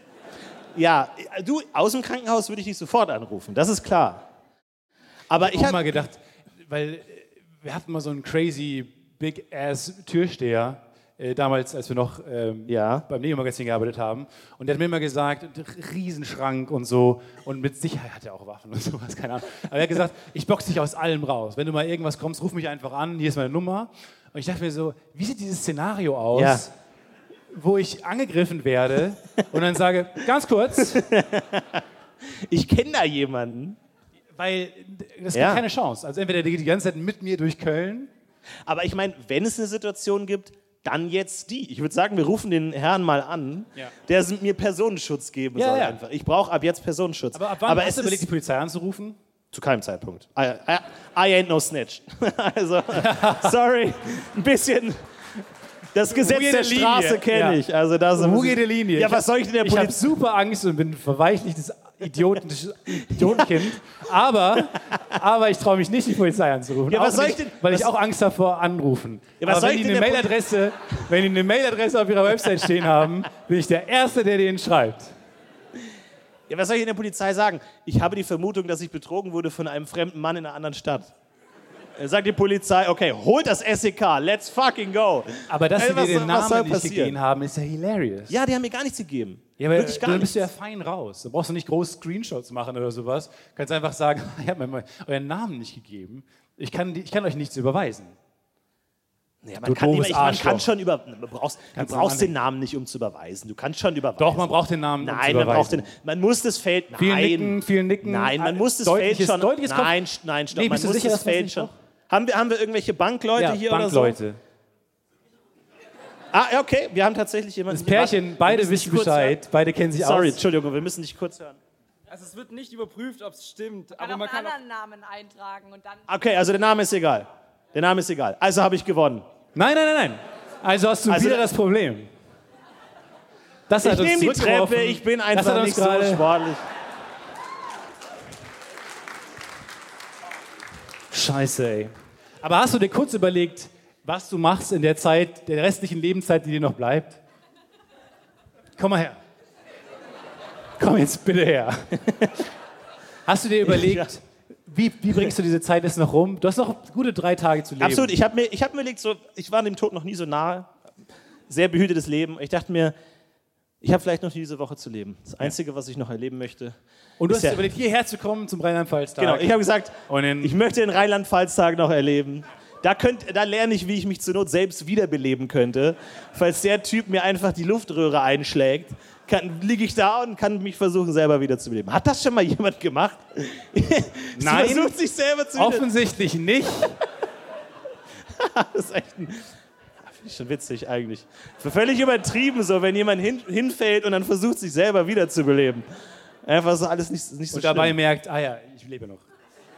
Speaker 1: Ja, du, aus dem Krankenhaus würde ich dich sofort anrufen. Das ist klar. Aber ich
Speaker 2: Ich habe
Speaker 1: hab,
Speaker 2: mal gedacht, weil äh, wir hatten mal so einen crazy big ass Türsteher äh, damals, als wir noch ähm,
Speaker 1: Ja.
Speaker 2: beim Neo-Magazin gearbeitet haben. Und der hat mir immer gesagt, Riesenschrank und so. Und mit Sicherheit hat er auch Waffen *laughs* und sowas, keine Ahnung. Aber er hat gesagt, ich box dich aus allem raus. Wenn du mal irgendwas kommst, ruf mich einfach an, hier ist meine Nummer. Und ich dachte mir so, wie sieht dieses Szenario aus,
Speaker 1: Ja.
Speaker 2: wo ich angegriffen werde und dann sage, ganz
Speaker 1: *laughs*
Speaker 2: kurz,
Speaker 1: ich kenne da jemanden.
Speaker 2: weil das
Speaker 1: Ja.
Speaker 2: gibt keine Chance. Also entweder der geht die ganze Zeit mit mir durch Köln
Speaker 1: Aber ich meine, wenn es eine Situation gibt, dann jetzt die. Ich würde sagen, wir rufen den Herrn mal an,
Speaker 2: Ja.
Speaker 1: der s- mir Personenschutz geben
Speaker 2: Ja,
Speaker 1: soll.
Speaker 2: ja.
Speaker 1: Einfach. Ich brauche ab jetzt Personenschutz.
Speaker 2: Aber ab wann
Speaker 1: Aber
Speaker 2: hast
Speaker 1: es
Speaker 2: du überlegt, die
Speaker 1: ist
Speaker 2: Polizei anzurufen?
Speaker 1: zu keinem Zeitpunkt. I, I, I ain't no snitch. *laughs* also, sorry, ein bisschen. Das Gesetz
Speaker 2: Ruhige
Speaker 1: der
Speaker 2: Linie.
Speaker 1: Straße kenne
Speaker 2: Ja.
Speaker 1: ich. Also da ist ein bisschen-
Speaker 2: Ruhige Linie.
Speaker 1: Ja,
Speaker 2: Ich
Speaker 1: was
Speaker 2: hab-
Speaker 1: soll ich denn der
Speaker 2: Ich habe
Speaker 1: Polizei?
Speaker 2: super Angst und bin ein verweichlichtes Idioten- Idiotenkind. Aber, aber ich traue mich nicht, die Polizei anzurufen.
Speaker 1: Ja, was
Speaker 2: Auch
Speaker 1: soll
Speaker 2: nicht,
Speaker 1: ich denn-
Speaker 2: Weil
Speaker 1: was-
Speaker 2: ich auch Angst habe vor Anrufen.
Speaker 1: Ja, was
Speaker 2: aber
Speaker 1: soll
Speaker 2: wenn
Speaker 1: ich
Speaker 2: die
Speaker 1: denn
Speaker 2: eine
Speaker 1: der Poli-
Speaker 2: Mailadresse, wenn die eine Mailadresse auf ihrer Website stehen haben, bin ich der Erste, der denen schreibt.
Speaker 1: Ja, was soll ich denn der Polizei sagen? Ich habe die Vermutung, dass ich betrogen wurde von einem fremden Mann in einer anderen Stadt. Dann Sagt die Polizei, okay, holt das SEK, let's fucking go.
Speaker 2: Aber dass
Speaker 1: Ey,
Speaker 2: sie
Speaker 1: was
Speaker 2: dir den
Speaker 1: soll- was soll
Speaker 2: Namen nicht
Speaker 1: passieren?
Speaker 2: gegeben haben, ist ja hilarious.
Speaker 1: Ja, die haben mir gar nichts gegeben.
Speaker 2: Ja, aber
Speaker 1: Wirklich gar
Speaker 2: dann bist
Speaker 1: nichts.
Speaker 2: du ja fein raus. Da brauchst du nicht groß Screenshots machen oder sowas. Du kannst einfach sagen, *laughs* ich habe mir mal euren Namen nicht gegeben. Ich kann, die- ich kann euch nichts überweisen.
Speaker 1: Ja,
Speaker 2: du
Speaker 1: man, kann,
Speaker 2: doofes
Speaker 1: nicht- man
Speaker 2: Arschloch.
Speaker 1: kann schon über. Du brauchst, du
Speaker 2: Kannst du
Speaker 1: brauchst
Speaker 2: mal
Speaker 1: den Namen nicht, um zu überweisen. Du kannst schon überweisen.
Speaker 2: Doch, man braucht den Namen. um zu
Speaker 1: Nein, man braucht
Speaker 2: überweisen.
Speaker 1: den. Man muss das Feld. Nein.
Speaker 2: Viel nicken, viel nicken.
Speaker 1: Nein, man
Speaker 2: Ah,
Speaker 1: muss das Feld
Speaker 2: deutliches-
Speaker 1: schon.
Speaker 2: deutliches Kopf-
Speaker 1: nein, st- nein, stopp.
Speaker 2: Nee,
Speaker 1: man
Speaker 2: bist du
Speaker 1: muss
Speaker 2: sicher,
Speaker 1: das
Speaker 2: dass man's
Speaker 1: Feld
Speaker 2: nicht
Speaker 1: schon.
Speaker 2: braucht?
Speaker 1: Haben wir, haben wir irgendwelche Bankleute
Speaker 2: Ja,
Speaker 1: hier oder so?
Speaker 2: Bankleute.
Speaker 1: Ah, ja, okay. Wir haben tatsächlich jemanden.
Speaker 2: Das
Speaker 1: hier.
Speaker 2: Pärchen,
Speaker 1: Warte,
Speaker 2: beide
Speaker 1: wir müssen dich
Speaker 2: wissen
Speaker 1: kurz
Speaker 2: Bescheid, beide kennen sich
Speaker 1: hören. Sorry,
Speaker 2: aus.
Speaker 1: Entschuldigung, wir müssen dich kurz hören.
Speaker 5: Also es wird nicht überprüft, ob es stimmt,
Speaker 6: kann
Speaker 5: aber man
Speaker 6: auch einen
Speaker 5: kann auch
Speaker 6: anderen Namen eintragen und dann.
Speaker 1: Okay, also der Name ist egal. Der Name ist egal. Also habe ich gewonnen.
Speaker 2: Nein, nein, nein, nein. Also hast du
Speaker 1: Also-
Speaker 2: wieder das Problem. Das
Speaker 1: Ich
Speaker 2: hat uns
Speaker 1: nehme die
Speaker 2: zurückgeworfen.
Speaker 1: Treppe, ich bin
Speaker 2: Das hat
Speaker 1: einfach
Speaker 2: uns
Speaker 1: nicht so
Speaker 2: gerade-
Speaker 1: sportlich.
Speaker 2: Scheiße, ey. Aber hast du dir kurz überlegt, was du machst in der Zeit, der restlichen Lebenszeit, die dir noch bleibt? Komm mal her. Komm jetzt bitte her. Hast du
Speaker 1: *laughs*
Speaker 2: dir überlegt, wie, wie bringst du diese Zeit jetzt noch rum? Du hast noch gute drei Tage zu leben.
Speaker 1: Absolut, ich habe mir, ich hab mir überlegt, so, ich war dem Tod noch nie so nahe. Sehr behütetes Leben. Ich dachte mir, ich habe vielleicht noch diese Woche zu leben. Das Einzige, was ich noch erleben möchte.
Speaker 2: Und du
Speaker 1: Ist
Speaker 2: hast
Speaker 1: ja-
Speaker 2: dir überlegt, hierher zu kommen zum Rheinland-Pfalz-Tag.
Speaker 1: Genau, ich habe gesagt,
Speaker 2: Und in-
Speaker 1: ich möchte den Rheinland-Pfalz-Tag noch erleben. Da, könnt, da lerne ich, wie ich mich zur Not selbst wiederbeleben könnte. Falls der Typ mir einfach die Luftröhre einschlägt, kann, liege ich da und kann mich versuchen, selber wiederzubeleben. Hat das schon mal jemand gemacht? *laughs*
Speaker 2: Nein.
Speaker 1: Sie versucht sich selber zu wiederbeleben.
Speaker 2: Offensichtlich *laughs* nicht.
Speaker 1: *laughs* Das ist echt ein. Ah, Finde ich schon witzig eigentlich. Völlig übertrieben so, wenn jemand hin, hinfällt und dann versucht, sich selber wiederzubeleben. Einfach so alles nicht, nicht so
Speaker 2: Und dabei
Speaker 1: schlimm.
Speaker 2: merkt, ah ja, ich lebe noch.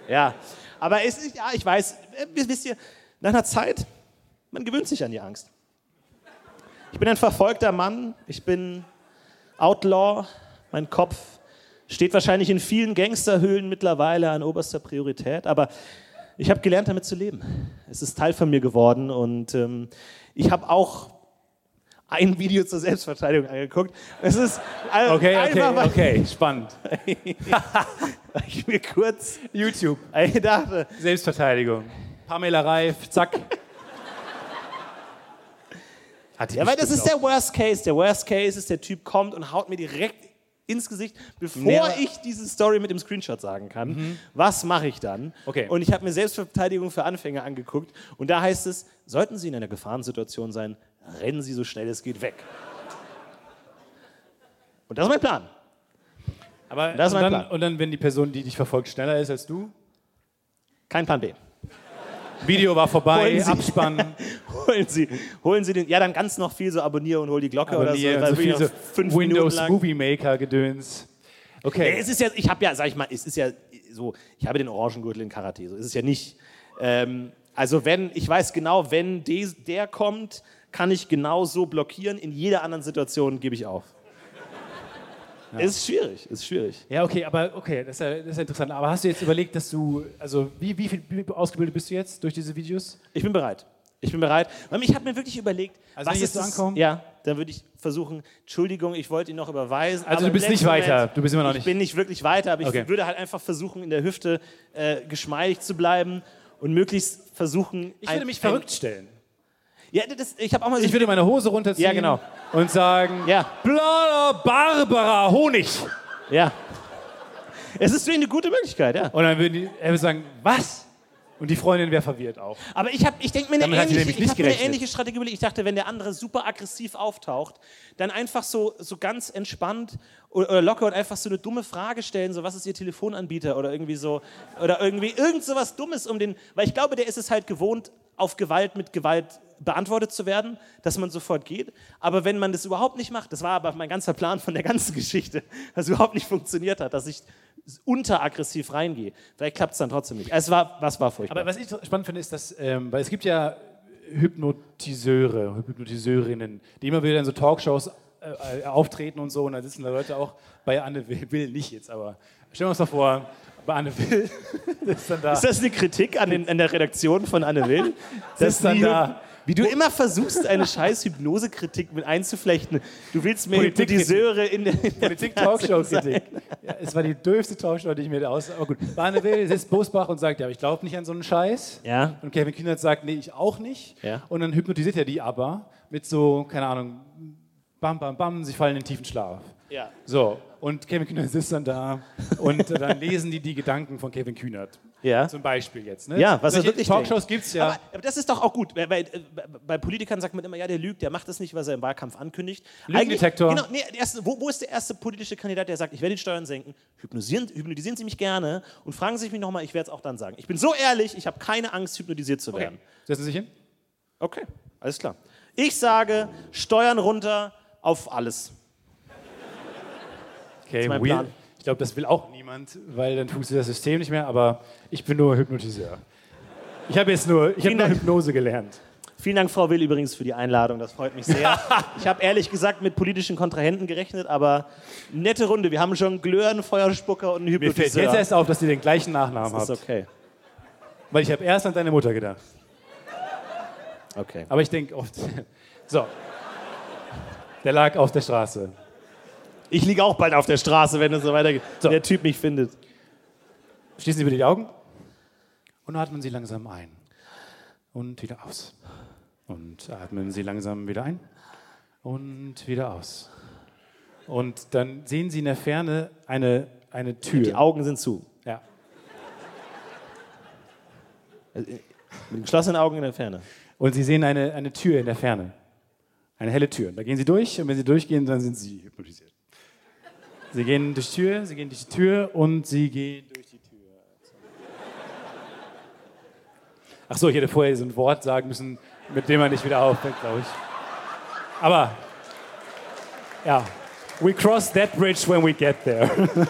Speaker 1: Ja. Aber es ist, ja, ich weiß, äh, wisst ihr, nach einer Zeit, man gewöhnt sich an die Angst. Ich bin ein verfolgter Mann, ich bin Outlaw, mein Kopf steht wahrscheinlich in vielen Gangsterhöhlen mittlerweile an oberster Priorität, aber ich habe gelernt, damit zu leben. Es ist Teil von mir geworden und ähm, ich habe auch ein Video zur Selbstverteidigung angeguckt. Es ist äh,
Speaker 2: Okay,
Speaker 1: einfach,
Speaker 2: okay,
Speaker 1: weil
Speaker 2: okay, spannend.
Speaker 1: ich mir kurz *laughs*
Speaker 2: YouTube,
Speaker 1: äh, dachte,
Speaker 2: Selbstverteidigung. Pamela Reif, *laughs* zack. Hat die
Speaker 1: Ja, weil das
Speaker 2: bestimmt
Speaker 1: ist der Worst Case. Der Worst Case ist, der Typ kommt und haut mir direkt ins Gesicht, bevor
Speaker 2: Nee, aber-
Speaker 1: ich diese Story mit dem Screenshot sagen kann. Was mache ich dann?
Speaker 2: Mhm. Okay.
Speaker 1: Und ich habe mir Selbstverteidigung für Anfänger angeguckt und da heißt es, sollten Sie in einer Gefahrensituation sein, rennen Sie so schnell es geht weg. Und das ist mein Plan.
Speaker 2: Aber
Speaker 1: Das ist
Speaker 2: und,
Speaker 1: mein
Speaker 2: dann,
Speaker 1: Plan.
Speaker 2: und dann, wenn die Person, die dich verfolgt, schneller ist als du?
Speaker 1: Kein Plan B.
Speaker 2: Video war
Speaker 1: Wollen
Speaker 2: vorbei,
Speaker 1: Sie-
Speaker 2: *laughs* Abspann.
Speaker 1: Holen Sie, holen Sie den, ja dann ganz noch viel so abonniere und hol die Glocke oder so.
Speaker 2: Abonnieren,
Speaker 1: weil
Speaker 2: so
Speaker 1: wirklich
Speaker 2: viel so
Speaker 1: noch fünf Minuten
Speaker 2: Windows
Speaker 1: lang-
Speaker 2: Movie Maker Gedöns.
Speaker 1: Ey,
Speaker 2: Okay.
Speaker 1: Es ist ja, ich habe ja, sag ich mal, es ist ja so, ich habe den Orangengürtel in Karate, so ist es ja nicht. Ähm, also wenn, ich weiß genau, wenn de, der kommt, kann ich genau so blockieren. In jeder anderen Situation gebe ich auf. Es ist schwierig, es ist schwierig.
Speaker 2: Ja, okay, aber okay, das ist, ja, das ist ja interessant. Aber hast du jetzt überlegt, dass du, also wie, wie viel wie ausgebildet bist du jetzt durch diese Videos?
Speaker 1: Ich bin bereit. Ich bin bereit. Weil Ich habe mir wirklich überlegt,
Speaker 2: Also
Speaker 1: was
Speaker 2: wenn ich
Speaker 1: ist
Speaker 2: jetzt so
Speaker 1: das-
Speaker 2: ankomme?
Speaker 1: Ja, dann würde ich versuchen, Entschuldigung, ich wollte ihn noch überweisen. aber
Speaker 2: Also du
Speaker 1: im
Speaker 2: bist nicht
Speaker 1: letzten
Speaker 2: weiter. Du bist immer noch
Speaker 1: ich
Speaker 2: nicht-
Speaker 1: bin nicht wirklich weiter, aber ich
Speaker 2: Okay.
Speaker 1: würde halt einfach versuchen, in der Hüfte äh, geschmeidig zu bleiben und möglichst versuchen.
Speaker 2: Ich
Speaker 1: ein-
Speaker 2: würde mich
Speaker 1: ein-
Speaker 2: verrückt stellen.
Speaker 1: Ja, das, ich habe auch mal. so-
Speaker 2: Ich würde meine Hose runterziehen
Speaker 1: Ja, genau.
Speaker 2: und sagen,
Speaker 1: Ja.
Speaker 2: blauer Barbara Honig.
Speaker 1: ja. Es ist für ihn eine gute Möglichkeit, ja.
Speaker 2: Und dann würden die, er würde sagen, was? Und die Freundin wäre verwirrt auch.
Speaker 1: Aber ich, hab- ich denke mir, eine
Speaker 2: Damit hat sie
Speaker 1: ähnliche-
Speaker 2: nämlich
Speaker 1: ich
Speaker 2: nicht
Speaker 1: hab mir eine
Speaker 2: gerechnet.
Speaker 1: ähnliche Strategie überlegt. Ich dachte, wenn der andere super aggressiv auftaucht, dann einfach so, so ganz entspannt oder, oder locker und einfach so eine dumme Frage stellen, so was ist ihr Telefonanbieter oder irgendwie so, oder irgendwie irgend sowas Dummes um den, weil ich glaube, der ist es halt gewohnt, auf Gewalt mit Gewalt beantwortet zu werden, dass man sofort geht. Aber wenn man das überhaupt nicht macht, das war aber mein ganzer Plan von der ganzen *laughs* Geschichte, dass überhaupt nicht funktioniert hat, dass ich unteraggressiv reingehe. Vielleicht klappt es dann trotzdem nicht. Also Es war, was war furchtbar.
Speaker 2: Aber was ich so spannend finde, ist, dass, ähm, weil es gibt ja Hypnotiseure, Hypnotiseurinnen, die immer wieder in so Talkshows äh, äh, auftreten und so, und da sitzen da Leute auch bei Anne Will, Will nicht jetzt, aber stellen wir uns mal vor, bei Anne Will ist dann da.
Speaker 1: ist das eine Kritik an, den, an der Redaktion von Anne
Speaker 2: *laughs*
Speaker 1: Will?
Speaker 2: Das ist dann
Speaker 1: die-
Speaker 2: da.
Speaker 1: Wie du immer versuchst, eine scheiß Hypnosekritik mit einzuflechten. Du willst mir
Speaker 2: Politik-
Speaker 1: Hypnotiseure in der, in der
Speaker 2: Politik-Talkshow-Kritik. Ja, es war die dürfste Talkshow, die ich mir aus. Aber gut, Barne Will sitzt Bosbach und sagt, ja, aber ich glaube nicht an so einen Scheiß.
Speaker 1: Ja.
Speaker 2: Und Kevin Kühnert sagt, nee, ich auch nicht.
Speaker 1: Ja.
Speaker 2: Und dann hypnotisiert er die aber mit so, keine Ahnung, bam, bam, bam, sie fallen in tiefen Schlaf.
Speaker 1: *laughs* Ja.
Speaker 2: So, und Kevin Kühnert sitzt dann da und dann lesen die die Gedanken von Kevin Kühnert.
Speaker 1: Ja.
Speaker 2: Zum Beispiel jetzt. Ne?
Speaker 1: Ja, was er
Speaker 2: Solche
Speaker 1: wirklich
Speaker 2: Talkshows
Speaker 1: denkt.
Speaker 2: gibt es ja.
Speaker 1: Aber, aber das ist doch auch gut. Weil, weil, äh, bei Politikern sagt man immer, ja, der lügt, der macht das nicht, was er im Wahlkampf ankündigt.
Speaker 2: Lügendetektor.
Speaker 1: Eigentlich- Genau, nee, der erste, wo, wo ist der erste politische Kandidat, der sagt, ich werde die Steuern senken? Hypnotisieren, hypnotisieren Sie mich gerne und fragen Sie mich nochmal, ich werde es auch dann sagen. Ich bin so ehrlich, ich habe keine Angst, hypnotisiert zu werden.
Speaker 2: Setzen Sie sich hin?
Speaker 1: Okay, alles klar. Ich sage, Steuern runter auf alles.
Speaker 2: Okay,
Speaker 1: mein
Speaker 2: will.
Speaker 1: Plan.
Speaker 2: Ich glaube, das will auch niemand, weil dann funktioniert das System nicht mehr, aber ich bin nur Hypnotiseur. Ich habe jetzt nur, ich habe
Speaker 1: Vielen
Speaker 2: nur
Speaker 1: Dank.
Speaker 2: Hypnose gelernt.
Speaker 1: Vielen Dank, Frau Will, übrigens für die Einladung. Das freut mich *laughs* sehr. ich habe ehrlich gesagt mit politischen Kontrahenten gerechnet, aber nette Runde. Wir haben schon Glöhren, Feuerspucker und einen
Speaker 2: Mir fällt
Speaker 1: Hypnotiseur.
Speaker 2: jetzt erst auf, dass ihr den gleichen Nachnamen
Speaker 1: das
Speaker 2: habt.
Speaker 1: ist okay.
Speaker 2: Weil ich habe erst an deine Mutter gedacht.
Speaker 1: Okay.
Speaker 2: Aber ich denke oft. *laughs* So. Der lag auf der Straße.
Speaker 1: Ich liege auch bald auf der Straße, wenn es so weitergeht.
Speaker 2: So.
Speaker 1: Der Typ mich findet.
Speaker 2: Schließen Sie bitte die Augen und atmen Sie langsam ein und wieder aus. Und atmen Sie langsam wieder ein und wieder aus. Und dann sehen Sie in der Ferne eine, eine Tür.
Speaker 1: Die Augen sind zu.
Speaker 2: Ja.
Speaker 1: Mit geschlossenen Augen in der Ferne.
Speaker 2: Und Sie sehen eine, eine Tür in der Ferne. Eine helle Tür. Da gehen Sie durch und wenn Sie durchgehen, dann sind Sie hypnotisiert. Sie gehen durch die Tür, Sie gehen durch die Tür und Sie gehen durch die Tür. Ach so, ich hätte vorher so ein Wort sagen müssen, mit dem man nicht wieder aufhört, glaube ich. Aber, ja. We cross that bridge when we get there. *laughs*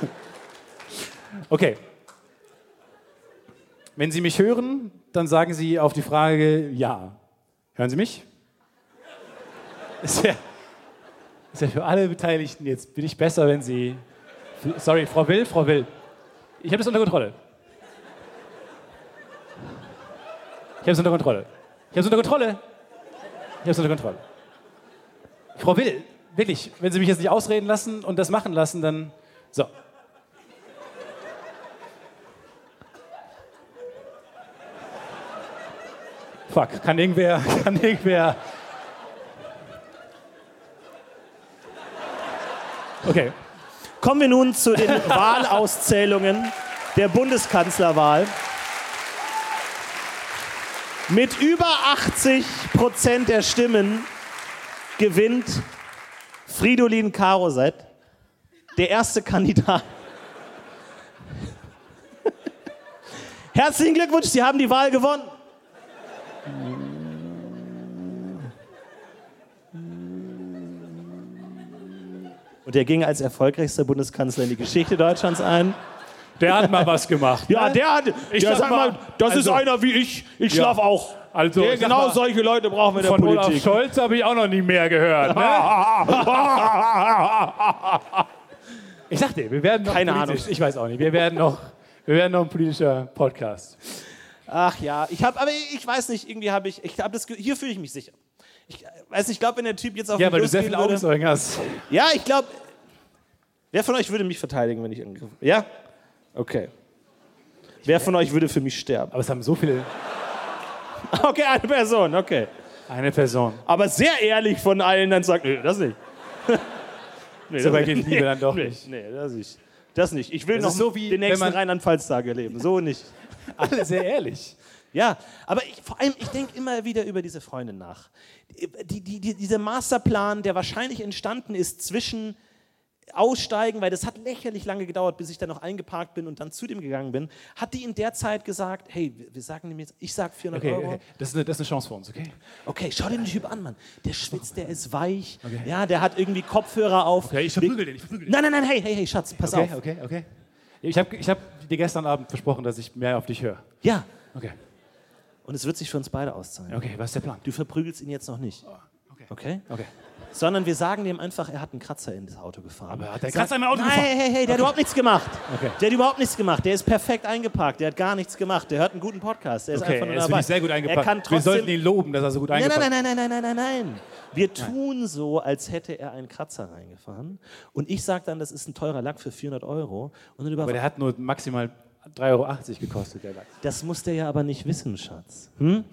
Speaker 2: okay. Wenn Sie mich hören, dann sagen Sie auf die Frage ja. Hören Sie mich? Ist ja, ist ja für alle Beteiligten jetzt bin ich besser, wenn Sie. Sorry, Frau Will, Frau Will. Ich habe das unter Kontrolle. Ich habe es unter Kontrolle. Ich habe es unter Kontrolle. Ich habe es unter Kontrolle. Frau Will, wirklich, wenn Sie mich jetzt nicht ausreden lassen und das machen lassen, dann. So. Fuck, kann irgendwer, *laughs* kann irgendwer. Okay.
Speaker 1: Kommen wir nun zu *laughs* den Wahlauszählungen der Bundeskanzlerwahl. Mit über 80 Prozent der Stimmen gewinnt Fridolin Karoset, der erste Kandidat. *laughs* Herzlichen Glückwunsch, Sie haben die Wahl gewonnen. Und er ging als erfolgreichster Bundeskanzler in die Geschichte Deutschlands ein.
Speaker 2: Der hat mal was gemacht.
Speaker 1: Ja, der hat. Ich
Speaker 2: sag mal,
Speaker 1: das
Speaker 2: also-
Speaker 1: wie ich. Ich
Speaker 2: Ja.
Speaker 1: schlaf auch.
Speaker 2: Also,
Speaker 1: Der-
Speaker 2: ich sag mal,
Speaker 1: genau solche Leute brauchen wir in der
Speaker 2: Von Olaf Scholz habe ich auch noch nie mehr gehört. *laughs* Ne? ich sagte, wir werden noch
Speaker 1: Keine
Speaker 2: politisch.
Speaker 1: Ahnung.
Speaker 2: Ich weiß auch nicht. Wir werden noch, wir werden noch ein politischer Podcast.
Speaker 1: Ach ja, ich habe, aber ich weiß nicht, irgendwie habe ich, ich habe das, Ge- hier fühle ich mich sicher. Ich äh, weiß nicht, ich glaube, wenn der Typ jetzt auf
Speaker 2: Ja,
Speaker 1: mich
Speaker 2: weil du sehr
Speaker 1: losgehen
Speaker 2: viele
Speaker 1: würde-
Speaker 2: Augenzeugen hast.
Speaker 1: Ja, ich glaube, wer von euch würde mich verteidigen, wenn ich angegriffen Ja? Okay. Wer von euch würde für mich sterben?
Speaker 2: *laughs* Aber es haben so viele.
Speaker 1: Okay, eine Person, okay.
Speaker 2: Eine Person.
Speaker 1: Aber sehr ehrlich von allen dann sagt, nö, das nicht. *laughs* nee,
Speaker 2: So weit geht's lieber dann doch
Speaker 1: nee,
Speaker 2: nicht.
Speaker 1: Nee, das nicht. Das nicht. Ich will
Speaker 2: Das
Speaker 1: noch
Speaker 2: ist so wie,
Speaker 1: den
Speaker 2: wenn
Speaker 1: nächsten
Speaker 2: man-
Speaker 1: Rheinland-Pfalz-Tag erleben. So nicht.
Speaker 2: Alle sehr ehrlich.
Speaker 1: Ja, aber ich, vor allem, ich denke immer wieder über diese Freundin nach. Die, die, die, dieser Masterplan, der wahrscheinlich entstanden ist zwischen aussteigen, weil das hat lächerlich lange gedauert, bis ich dann noch eingeparkt bin und dann zu dem gegangen bin, hat die in der Zeit gesagt, hey, wir- wir sagen dem jetzt, ich sag 400
Speaker 2: Okay,
Speaker 1: Euro.
Speaker 2: okay. Das, ist eine, das ist eine Chance für uns, okay?
Speaker 1: Okay, schau dir den Typ an, Mann. Der schwitzt, der ist weich. Ja, der hat irgendwie Kopfhörer auf.
Speaker 2: Okay, ich verprügel den, ich verprügel den.
Speaker 1: Nein, nein, nein, hey, hey, hey, Schatz, pass
Speaker 2: Okay,
Speaker 1: auf.
Speaker 2: okay, okay. Ich habe ich hab dir gestern Abend versprochen, dass ich mehr auf dich höre.
Speaker 1: Ja,
Speaker 2: Okay,
Speaker 1: und es wird sich für uns beide auszahlen.
Speaker 2: okay, was ist der Plan?
Speaker 1: Du verprügelst ihn jetzt noch nicht. Okay.
Speaker 2: Oh, Okay.
Speaker 1: Sondern wir sagen dem einfach, er hat einen Kratzer in das Auto gefahren.
Speaker 2: Aber hat der Kratzer in mein Auto
Speaker 1: Nein,
Speaker 2: gefahren?
Speaker 1: hey, hey, hey, der hat überhaupt nichts gemacht.
Speaker 2: Okay.
Speaker 1: Der hat überhaupt nichts gemacht. Der ist perfekt eingeparkt. Der hat gar nichts gemacht. Der hört einen guten Podcast. Der ist
Speaker 2: Okay,
Speaker 1: einfach nur
Speaker 2: er ist
Speaker 1: dabei.
Speaker 2: wirklich sehr gut eingepackt.
Speaker 1: Er kann
Speaker 2: Wir
Speaker 1: trotzdem.
Speaker 2: sollten ihn loben, dass er so gut
Speaker 1: nein,
Speaker 2: eingepackt
Speaker 1: nein,
Speaker 2: hat.
Speaker 1: nein, nein, nein, nein, nein, nein, nein. Wir tun so, als hätte er einen Kratzer reingefahren. Und ich sage dann, das ist ein teurer Lack für 400 Euro. Und dann
Speaker 2: Aber der
Speaker 1: überfahrt.
Speaker 2: hat nur maximal 3,80 Euro gekostet, der Lachs.
Speaker 1: Das muss der ja aber nicht wissen, Schatz. Hm?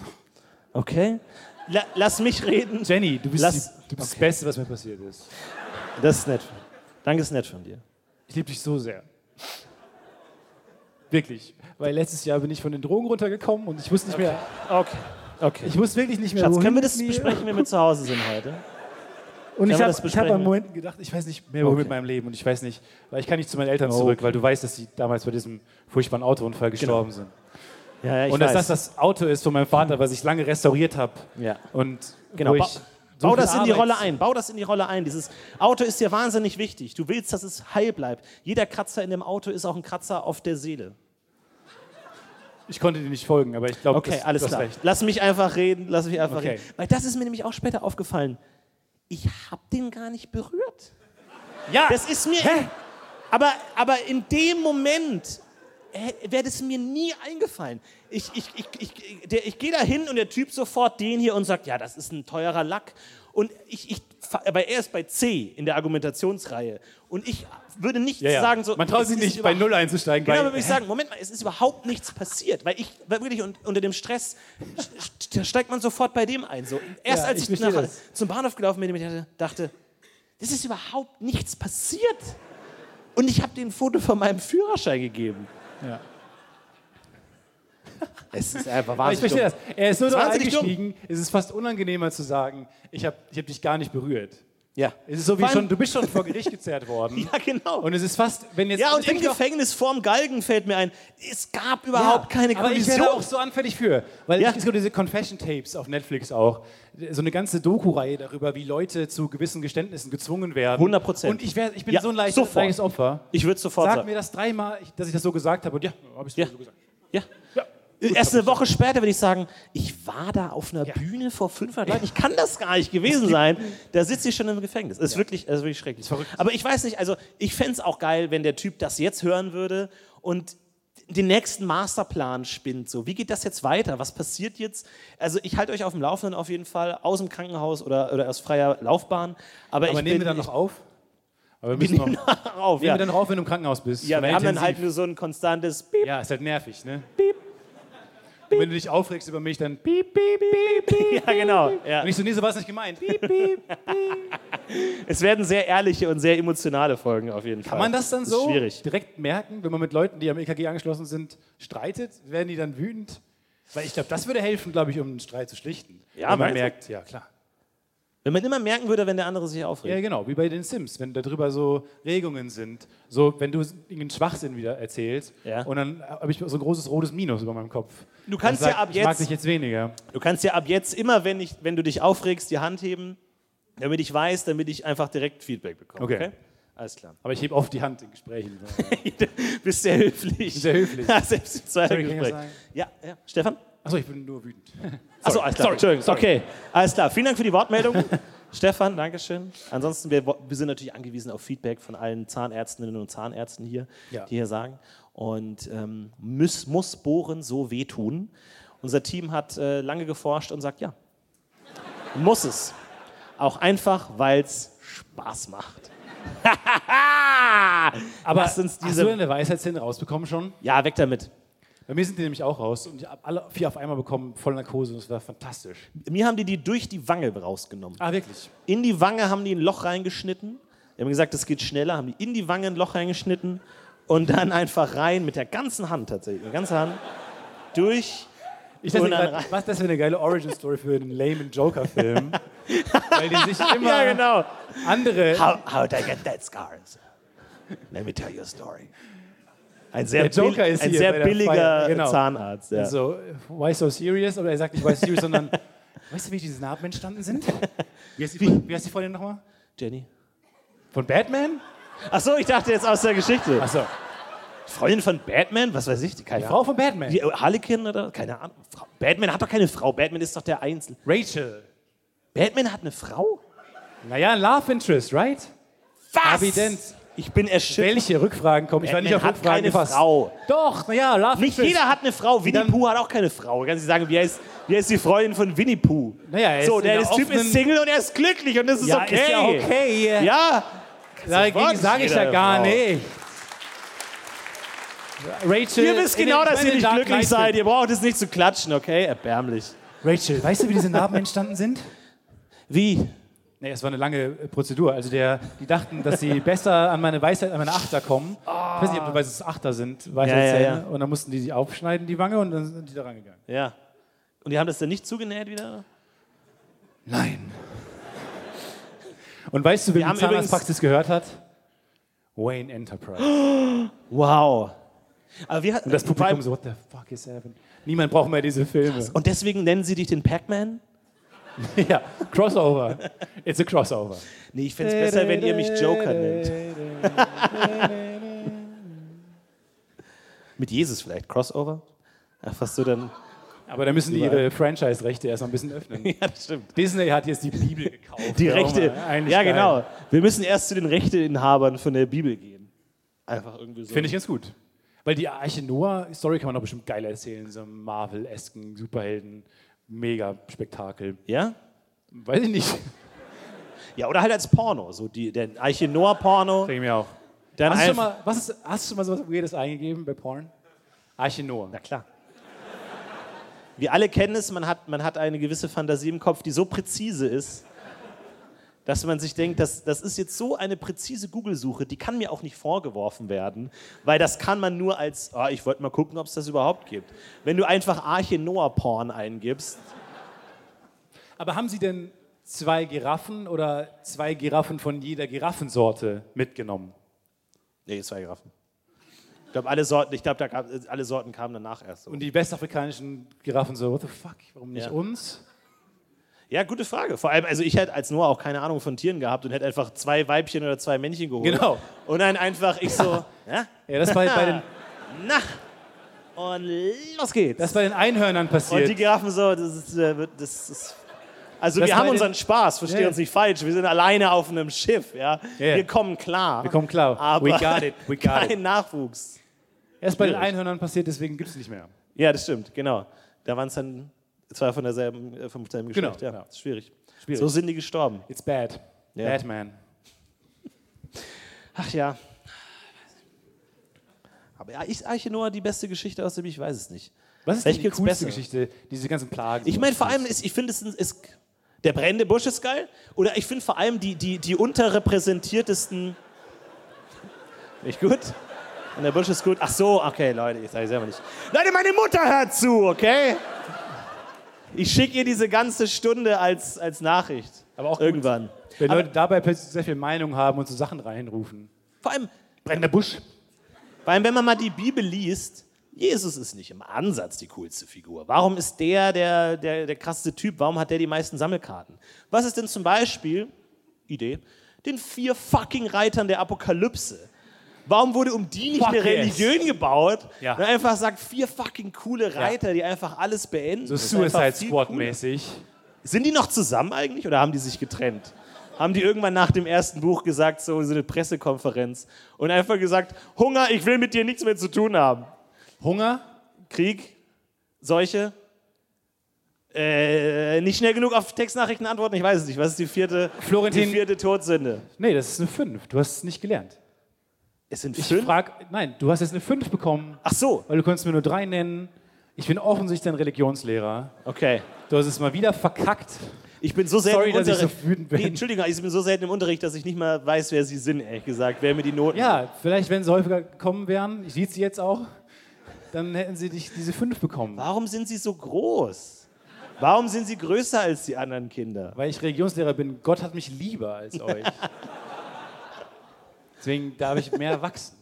Speaker 1: Okay? La lass mich reden.
Speaker 2: Jenny, du bist,
Speaker 1: Lass-
Speaker 2: die, du bist das Beste, was mir passiert ist.
Speaker 1: Das ist nett. Danke, ist nett von dir.
Speaker 2: Ich liebe dich so sehr. Wirklich. Weil letztes Jahr bin ich von den Drogen runtergekommen und ich wusste nicht mehr.
Speaker 1: Okay. Okay.
Speaker 2: Ich wusste wirklich nicht mehr.
Speaker 1: Schatz,
Speaker 2: wohin
Speaker 1: können wir das
Speaker 2: mit mir.
Speaker 1: besprechen, wenn wir zu Hause sind heute?
Speaker 2: Und ich
Speaker 1: wir
Speaker 2: habe
Speaker 1: das
Speaker 2: ich hab
Speaker 1: besprechen?
Speaker 2: an Momenten gedacht, ich weiß nicht mehr, wohin mit meinem Leben. Und ich weiß nicht, weil ich kann nicht zu meinen
Speaker 1: Oh,
Speaker 2: Eltern zurück, weil du weißt, dass sie damals bei diesem furchtbaren Autounfall gestorben sind.
Speaker 1: Ja, ja, ich
Speaker 2: Und dass das das Auto ist von meinem Vater, was ich lange restauriert habe.
Speaker 1: Ja.
Speaker 2: Und
Speaker 1: Genau,
Speaker 2: wo
Speaker 1: ba
Speaker 2: ich so
Speaker 1: bau
Speaker 2: viel
Speaker 1: das in die
Speaker 2: Arbeit-
Speaker 1: Rolle ein. Bau das in die Rolle ein. Dieses Auto ist dir wahnsinnig wichtig. Du willst, dass es heil bleibt. Jeder Kratzer in dem Auto ist auch ein Kratzer auf der Seele.
Speaker 2: Ich konnte dir nicht folgen, aber ich glaube,
Speaker 1: Okay,
Speaker 2: das,
Speaker 1: alles
Speaker 2: das
Speaker 1: klar.
Speaker 2: Recht.
Speaker 1: Lass mich einfach reden. Lass mich einfach
Speaker 2: Okay.
Speaker 1: reden. Weil das ist mir nämlich auch später aufgefallen. Ich habe den gar nicht berührt.
Speaker 2: Ja,
Speaker 1: Das ist mir. Aber, aber in dem Moment äh, wäre das mir nie eingefallen. Ich, ich, ich, ich, der, ich gehe da hin und der Typ sofort den hier und sagt, ja, das ist ein teurer Lack. Und ich, ich, fa- aber er ist bei C in der Argumentationsreihe. Und ich würde nicht
Speaker 2: ja, ja.
Speaker 1: sagen, so.
Speaker 2: Man traut
Speaker 1: es
Speaker 2: sich
Speaker 1: ist
Speaker 2: nicht, bei
Speaker 1: überhaupt-
Speaker 2: Null einzusteigen.
Speaker 1: Genau,
Speaker 2: weil-
Speaker 1: aber würde ich sagen, Moment mal, es ist überhaupt nichts passiert, weil ich, weil wirklich un, unter dem Stress st- st- steigt man sofort bei dem ein. So. Erst
Speaker 2: Ja,
Speaker 1: als
Speaker 2: ich
Speaker 1: ich,
Speaker 2: verstehe
Speaker 1: nach,
Speaker 2: das.
Speaker 1: zum Bahnhof gelaufen bin, ich dachte- dachte, das ist überhaupt nichts passiert. Und ich habe dem Foto von meinem Führerschein gegeben.
Speaker 2: Ja.
Speaker 1: *laughs* Es ist einfach
Speaker 2: Aber ich
Speaker 1: wahnsinnig.
Speaker 2: verstehe das.
Speaker 1: dumm.
Speaker 2: Er ist so da
Speaker 1: wahnsinnig dumm.
Speaker 2: eingestiegen, es ist fast unangenehmer zu sagen, ich habe ich hab dich gar nicht berührt.
Speaker 1: Ja.
Speaker 2: Es ist so wie
Speaker 1: Vor allem-
Speaker 2: schon, du bist schon vor Gericht gezerrt worden.
Speaker 1: *laughs* Ja, genau.
Speaker 2: Und es ist fast, wenn jetzt.
Speaker 1: ja, und
Speaker 2: denk
Speaker 1: im
Speaker 2: ich auch-
Speaker 1: Gefängnis vorm Galgen fällt mir ein, es gab überhaupt keine
Speaker 2: Aber ich
Speaker 1: Kollision.
Speaker 2: wäre da auch so anfällig für. Weil
Speaker 1: Ja.
Speaker 2: es gibt so diese Confession-Tapes auf Netflix auch. So eine ganze Doku-Reihe darüber, wie Leute zu gewissen Geständnissen gezwungen werden.
Speaker 1: 100%.
Speaker 2: Und ich, wär, ich bin
Speaker 1: Ja,
Speaker 2: so ein leichtes,
Speaker 1: sofort.
Speaker 2: leichtes Opfer.
Speaker 1: ich würde sofort
Speaker 2: Sag
Speaker 1: sagen.
Speaker 2: mir das dreimal, ich- dass ich das so gesagt habe. Und ja, habe ich
Speaker 1: Ja.
Speaker 2: so gesagt.
Speaker 1: Ja. Äh, Erst eine Woche später würde ich sagen, ich war da auf einer Bühne vor 500 Leuten. Ich kann das gar nicht gewesen sein. Da sitze ich schon im Gefängnis. Ist wirklich, das ist wirklich schrecklich. Aber ich weiß nicht, also ich fände es auch geil, wenn der Typ das jetzt hören würde und den nächsten Masterplan spinnt. So, wie geht das jetzt weiter? Was passiert jetzt? Also ich halte euch auf dem Laufenden auf jeden Fall, aus dem Krankenhaus oder, oder aus freier Laufbahn. Aber,
Speaker 2: Aber
Speaker 1: ich
Speaker 2: nehmen
Speaker 1: bin,
Speaker 2: wir dann noch auf? Aber wir müssen noch. Nehmen
Speaker 1: *laughs* auf. auf
Speaker 2: wir
Speaker 1: ja.
Speaker 2: dann noch auf, wenn du im Krankenhaus bist.
Speaker 1: ja,
Speaker 2: Von
Speaker 1: wir
Speaker 2: der
Speaker 1: haben dann
Speaker 2: Intensiv.
Speaker 1: halt nur so ein konstantes Piep.
Speaker 2: Ja, ist halt nervig, ne? Piep. Und wenn du dich aufregst über mich, dann piep, piep, piep, *laughs* piep.
Speaker 1: Ja, genau. Ja.
Speaker 2: Und ich so, nee, so war es nicht gemeint. Piep, piep.
Speaker 1: Es werden sehr ehrliche und sehr emotionale Folgen auf jeden Fall.
Speaker 2: Kann man das dann so
Speaker 1: Ist schwierig.
Speaker 2: direkt merken, wenn man mit Leuten, die am EKG angeschlossen sind, streitet? Werden die dann wütend? Weil ich glaube, das würde helfen, glaube ich, um einen Streit zu schlichten.
Speaker 1: Ja,
Speaker 2: wenn man
Speaker 1: meinst du?
Speaker 2: merkt, ja klar.
Speaker 1: Wenn man immer merken würde, wenn der andere sich
Speaker 2: Ja,
Speaker 1: aufregt.
Speaker 2: genau, wie bei den Sims, wenn darüber so Regungen sind. So, wenn du irgendeinen Schwachsinn wieder erzählst
Speaker 1: Ja.
Speaker 2: und dann habe ich so ein großes rotes Minus über meinem Kopf.
Speaker 1: Du kannst
Speaker 2: Und sag,
Speaker 1: ja ab
Speaker 2: Ich mag
Speaker 1: jetzt-
Speaker 2: dich jetzt weniger.
Speaker 1: Du kannst ja ab jetzt immer, wenn, ich, wenn du dich aufregst, die Hand heben, damit ich weiß, damit ich einfach direkt Feedback bekomme. Okay.
Speaker 2: Okay.
Speaker 1: Alles *laughs* klar.
Speaker 2: Aber ich hebe oft die Hand
Speaker 1: *laughs*
Speaker 2: in Gesprächen.
Speaker 1: Bist sehr höflich.
Speaker 2: Sehr höflich.
Speaker 1: Ja, *laughs* Selbst im zweiten
Speaker 2: Sorry, kann ich
Speaker 1: Gespräch.
Speaker 2: das sagen?
Speaker 1: Ja, ja. Stefan?
Speaker 2: Achso, ich bin nur wütend.
Speaker 1: Achso, alles klar.
Speaker 2: Sorry.
Speaker 1: Entschuldigung.
Speaker 2: Sorry.
Speaker 1: Okay, alles klar. Vielen Dank für die Wortmeldung. Stefan, Dankeschön. Ansonsten, wir, wo- wir sind natürlich angewiesen auf Feedback von allen Zahnärztinnen und Zahnärzten hier,
Speaker 2: Ja.
Speaker 1: die hier sagen. Und ähm, muss, muss Bohren so wehtun? Unser Team hat äh, lange geforscht und sagt, ja, muss es. Auch einfach, weil es Spaß macht.
Speaker 2: Aber
Speaker 1: Lass uns
Speaker 2: hast du
Speaker 1: diese...
Speaker 2: denn eine Weisheitszähne rausbekommen schon?
Speaker 1: Ja, weg damit.
Speaker 2: Bei mir sind die nämlich auch raus und ich habe alle vier auf einmal bekommen, voll Narkose und das war fantastisch.
Speaker 1: Mir haben die die durch die Wange rausgenommen.
Speaker 2: Ah, wirklich?
Speaker 1: In die Wange haben die ein Loch reingeschnitten. Die haben gesagt, das geht schneller, haben die in die Wange ein Loch reingeschnitten und dann einfach rein mit der ganzen Hand tatsächlich, mit der ganzen Hand durch.
Speaker 2: Ich dachte
Speaker 1: Und dann *laughs*
Speaker 2: grad, was das für eine geile Origin-Story für einen lamen Joker-Film. weil die sich immer
Speaker 1: Ja, genau.
Speaker 2: andere.
Speaker 1: How, how did I get that scars? Let me tell you a story. Ein sehr,
Speaker 2: Der Joker
Speaker 1: bill-
Speaker 2: ist
Speaker 1: ein
Speaker 2: hier bei
Speaker 1: sehr
Speaker 2: der
Speaker 1: billiger
Speaker 2: Feier, genau.
Speaker 1: Zahnarzt. Ja.
Speaker 2: So, why so serious? Aber er sagt nicht why serious, sondern *laughs* weißt du, wie diese Narben entstanden
Speaker 1: *laughs*
Speaker 2: sind? Wie heißt die, Fre- wie heißt die Freundin nochmal?
Speaker 1: Jenny.
Speaker 2: Von Batman?
Speaker 1: Achso, ich dachte jetzt aus der Geschichte.
Speaker 2: Achso,
Speaker 1: Freundin von Batman? Was weiß ich? Die keine
Speaker 2: die
Speaker 1: Frau.
Speaker 2: Frau von Batman.
Speaker 1: Die äh, Harlequin oder? Keine Ahnung. Frau. Batman hat doch keine Frau. Batman ist doch der Einzel.
Speaker 2: Rachel.
Speaker 1: Batman hat eine Frau?
Speaker 2: Naja, ein Love Interest, right?
Speaker 1: Was?
Speaker 2: Harvey Dent.
Speaker 1: Ich bin erschüttert.
Speaker 2: Welche Rückfragen kommen? Ich war nicht auf
Speaker 1: Batman hat
Speaker 2: Rückfragen
Speaker 1: keine
Speaker 2: gefasst.
Speaker 1: Frau.
Speaker 2: Doch, naja, Love
Speaker 1: Nicht
Speaker 2: Interest.
Speaker 1: jeder hat eine Frau. Winnie Pooh hat auch keine Frau. Kannst du sagen, wie heißt, wie heißt die Freundin von Winnie Pooh?
Speaker 2: Naja, er ist
Speaker 1: so,
Speaker 2: in
Speaker 1: der
Speaker 2: einer
Speaker 1: ist Typ
Speaker 2: offenen-
Speaker 1: ist Single und er ist glücklich und das ist
Speaker 2: ja,
Speaker 1: okay.
Speaker 2: Ist ja okay.
Speaker 1: Ja,
Speaker 2: Dagegen
Speaker 1: Sofort
Speaker 2: sage ich ja
Speaker 1: jeder
Speaker 2: gar
Speaker 1: Frau.
Speaker 2: nicht. Rachel.
Speaker 1: ihr wisst
Speaker 2: in
Speaker 1: genau,
Speaker 2: den-
Speaker 1: dass ihr
Speaker 2: in den
Speaker 1: nicht
Speaker 2: Dark
Speaker 1: glücklich
Speaker 2: Knight
Speaker 1: seid.
Speaker 2: Film.
Speaker 1: Ihr braucht es nicht zu klatschen, okay? Erbärmlich.
Speaker 2: Rachel, weißt du, wie diese Narben entstanden sind?
Speaker 1: Wie?
Speaker 2: Nee, es war eine lange äh, Prozedur. Also der, die dachten, dass
Speaker 1: *laughs*
Speaker 2: sie besser an meine Weisheit, an meine Achter kommen. Ich weiß nicht, ob du weißt, dass es Achter sind, Weisheitszähne.
Speaker 1: Ah. Ja, ja, ja.
Speaker 2: Und dann mussten die die aufschneiden, die Wange, und dann sind die da rangegangen.
Speaker 1: Ja. Und die haben das dann nicht zugenäht wieder?
Speaker 2: Nein. Und weißt du, wer
Speaker 1: haben
Speaker 2: die Zahnarztpraxis gehört hat? Wayne Enterprise.
Speaker 1: Wow. Aber wir,
Speaker 2: Und *gasps* das Publikum so, what the fuck is happening? Niemand braucht mehr diese Filme.
Speaker 1: Und deswegen nennen sie dich den Pac-Man?
Speaker 2: Ja, *laughs* Crossover. It's a Crossover.
Speaker 1: Nee, ich fände es besser, wenn ihr mich Joker
Speaker 2: *laughs*
Speaker 1: nennt. Mit Jesus vielleicht. Crossover? Ach, was du dann.
Speaker 2: Aber da müssen die
Speaker 1: Überall.
Speaker 2: ihre Franchise-Rechte erst noch ein bisschen
Speaker 1: *laughs*
Speaker 2: öffnen.
Speaker 1: Ja, das stimmt.
Speaker 2: Disney hat jetzt die Bibel gekauft.
Speaker 1: *laughs* Die
Speaker 2: Ja,
Speaker 1: Rechte.
Speaker 2: Mann, eigentlich
Speaker 1: Ja,
Speaker 2: geil.
Speaker 1: genau. Wir müssen erst zu den Rechteinhabern von der Bibel gehen. Einfach irgendwie so.
Speaker 2: Finde ich ganz gut. Weil die Arche Noah-Story kann man doch bestimmt geil erzählen. So einem Marvel-esken Superhelden. Mega Spektakel.
Speaker 1: Ja?
Speaker 2: Weiß ich *laughs* nicht.
Speaker 1: Ja, oder halt als Porno. So die, der Arche Noah Porno.
Speaker 2: Denke mir auch.
Speaker 1: Dann
Speaker 2: Hast du, schon
Speaker 1: einfach-
Speaker 2: mal, was ist, hast du schon mal sowas Weirdes eingegeben bei Porn? Arche Noah.
Speaker 1: Na klar. Wir alle kennen es, man hat, man hat eine gewisse Fantasie im Kopf, die so präzise ist, dass man sich denkt, das, das ist jetzt so eine präzise Google-Suche, die kann mir auch nicht vorgeworfen werden, weil das kann man nur als, ah, ich wollte mal gucken, ob es das überhaupt gibt. Wenn du einfach Arche Noah Porn eingibst,
Speaker 2: Aber haben Sie denn zwei Giraffen oder zwei Giraffen von jeder Giraffensorte mitgenommen?
Speaker 1: nee, zwei Giraffen. Ich glaube, alle Sorten, ich glaube, da gab, alle Sorten kamen danach erst.
Speaker 2: Und die westafrikanischen Giraffen so, what the fuck, warum nicht
Speaker 1: Ja.
Speaker 2: uns?
Speaker 1: Ja, gute Frage. Vor allem, also ich hätte als Noah auch keine Ahnung von Tieren gehabt und hätte einfach zwei Weibchen oder zwei Männchen geholt.
Speaker 2: Genau.
Speaker 1: Und dann einfach ich so, ja,
Speaker 2: *laughs* Ja, das war
Speaker 1: *laughs*
Speaker 2: bei den,
Speaker 1: na, und los geht's.
Speaker 2: das bei den Einhörnern
Speaker 1: und die
Speaker 2: passiert.
Speaker 1: Giraffen so, das ist, äh, wird- das ist also
Speaker 2: Das
Speaker 1: wir
Speaker 2: war
Speaker 1: haben
Speaker 2: den-
Speaker 1: unseren Spaß, versteh
Speaker 2: Ja.
Speaker 1: uns nicht falsch. Wir sind alleine auf einem Schiff, ja.
Speaker 2: Ja.
Speaker 1: Wir kommen klar.
Speaker 2: Wir kommen klar.
Speaker 1: Aber
Speaker 2: we got it, we
Speaker 1: *laughs*
Speaker 2: got
Speaker 1: kein
Speaker 2: it.
Speaker 1: Nachwuchs.
Speaker 2: Erst bei den Einhörnern passiert, deswegen gibt es nicht mehr.
Speaker 1: Ja, das stimmt, genau. Da waren es dann zwei von derselben, äh, vom selben Geschlecht.
Speaker 2: Genau,
Speaker 1: ja.
Speaker 2: ja.
Speaker 1: Schwierig.
Speaker 2: Schwierig.
Speaker 1: So sind die gestorben.
Speaker 2: It's bad.
Speaker 1: Ja.
Speaker 2: Batman.
Speaker 1: Ach ja. Aber ja, ist Arche Noah die beste Geschichte aus dem Ich weiß es nicht.
Speaker 2: Was ist
Speaker 1: Vielleicht
Speaker 2: denn die
Speaker 1: gibt's
Speaker 2: coolste
Speaker 1: bessere.
Speaker 2: Geschichte? Diese ganzen Plagen.
Speaker 1: Ich meine, vor allem, ist, ich finde, es ist, ist der brennende Busch ist geil. Oder ich finde vor allem die, die, die unterrepräsentiertesten. Nicht gut? Und der Busch ist gut. Ach so, okay, Leute, ich sage selber nicht. Leute, meine Mutter hört zu, okay? Ich schicke ihr diese ganze Stunde als, als Nachricht.
Speaker 2: Aber auch gut.
Speaker 1: irgendwann.
Speaker 2: Wenn Leute dabei plötzlich sehr viel Meinung haben und so Sachen reinrufen.
Speaker 1: Vor allem,
Speaker 2: Brennender Busch.
Speaker 1: Vor allem, wenn man mal die Bibel liest, Jesus ist nicht im Ansatz die coolste Figur. Warum ist der der, der der krasseste Typ? Warum hat der die meisten Sammelkarten? Was ist denn zum Beispiel, Idee, den vier fucking Reitern der Apokalypse? Warum wurde um die nicht
Speaker 2: Fuck
Speaker 1: eine
Speaker 2: yes.
Speaker 1: Religion gebaut?
Speaker 2: Ja.
Speaker 1: Und einfach sagt, vier fucking coole Reiter, die einfach alles beenden.
Speaker 2: So
Speaker 1: Das ist einfach
Speaker 2: Suicide
Speaker 1: viel cooler.
Speaker 2: Squad-mäßig.
Speaker 1: Sind die noch zusammen eigentlich oder haben die sich getrennt? Haben die irgendwann nach dem ersten Buch gesagt, so, so eine Pressekonferenz und einfach gesagt, Hunger, ich will mit dir nichts mehr zu tun haben.
Speaker 2: Hunger?
Speaker 1: Krieg, Seuche, äh, nicht schnell genug auf Textnachrichten antworten, ich weiß es nicht. Was ist die vierte,
Speaker 2: Florentin-
Speaker 1: die vierte Todsünde?
Speaker 2: Nee, das ist eine 5. Du hast es nicht gelernt.
Speaker 1: Es sind
Speaker 2: Ich
Speaker 1: fünf.
Speaker 2: frag, nein, du hast jetzt eine 5 bekommen.
Speaker 1: Ach so,
Speaker 2: Weil du konntest mir nur drei nennen. Ich bin offensichtlich ein Religionslehrer.
Speaker 1: okay.
Speaker 2: Du hast es mal wieder verkackt.
Speaker 1: Ich bin so selten
Speaker 2: Sorry,
Speaker 1: im
Speaker 2: dass ich
Speaker 1: Unterricht.
Speaker 2: so wütend bin.
Speaker 1: Nee, Entschuldigung, ich bin so selten im Unterricht, dass ich nicht mal weiß, wer sie sind, ehrlich gesagt, wer mir die Noten.
Speaker 2: Ja, vielleicht, wenn sie häufiger gekommen wären, ich sehe sie jetzt auch, dann hätten sie dich diese fünf bekommen.
Speaker 1: Warum sind sie so groß? Warum sind sie größer als die anderen Kinder?
Speaker 2: Weil ich Religionslehrer bin, Gott hat mich lieber
Speaker 1: *laughs*
Speaker 2: als euch. Deswegen darf ich mehr wachsen.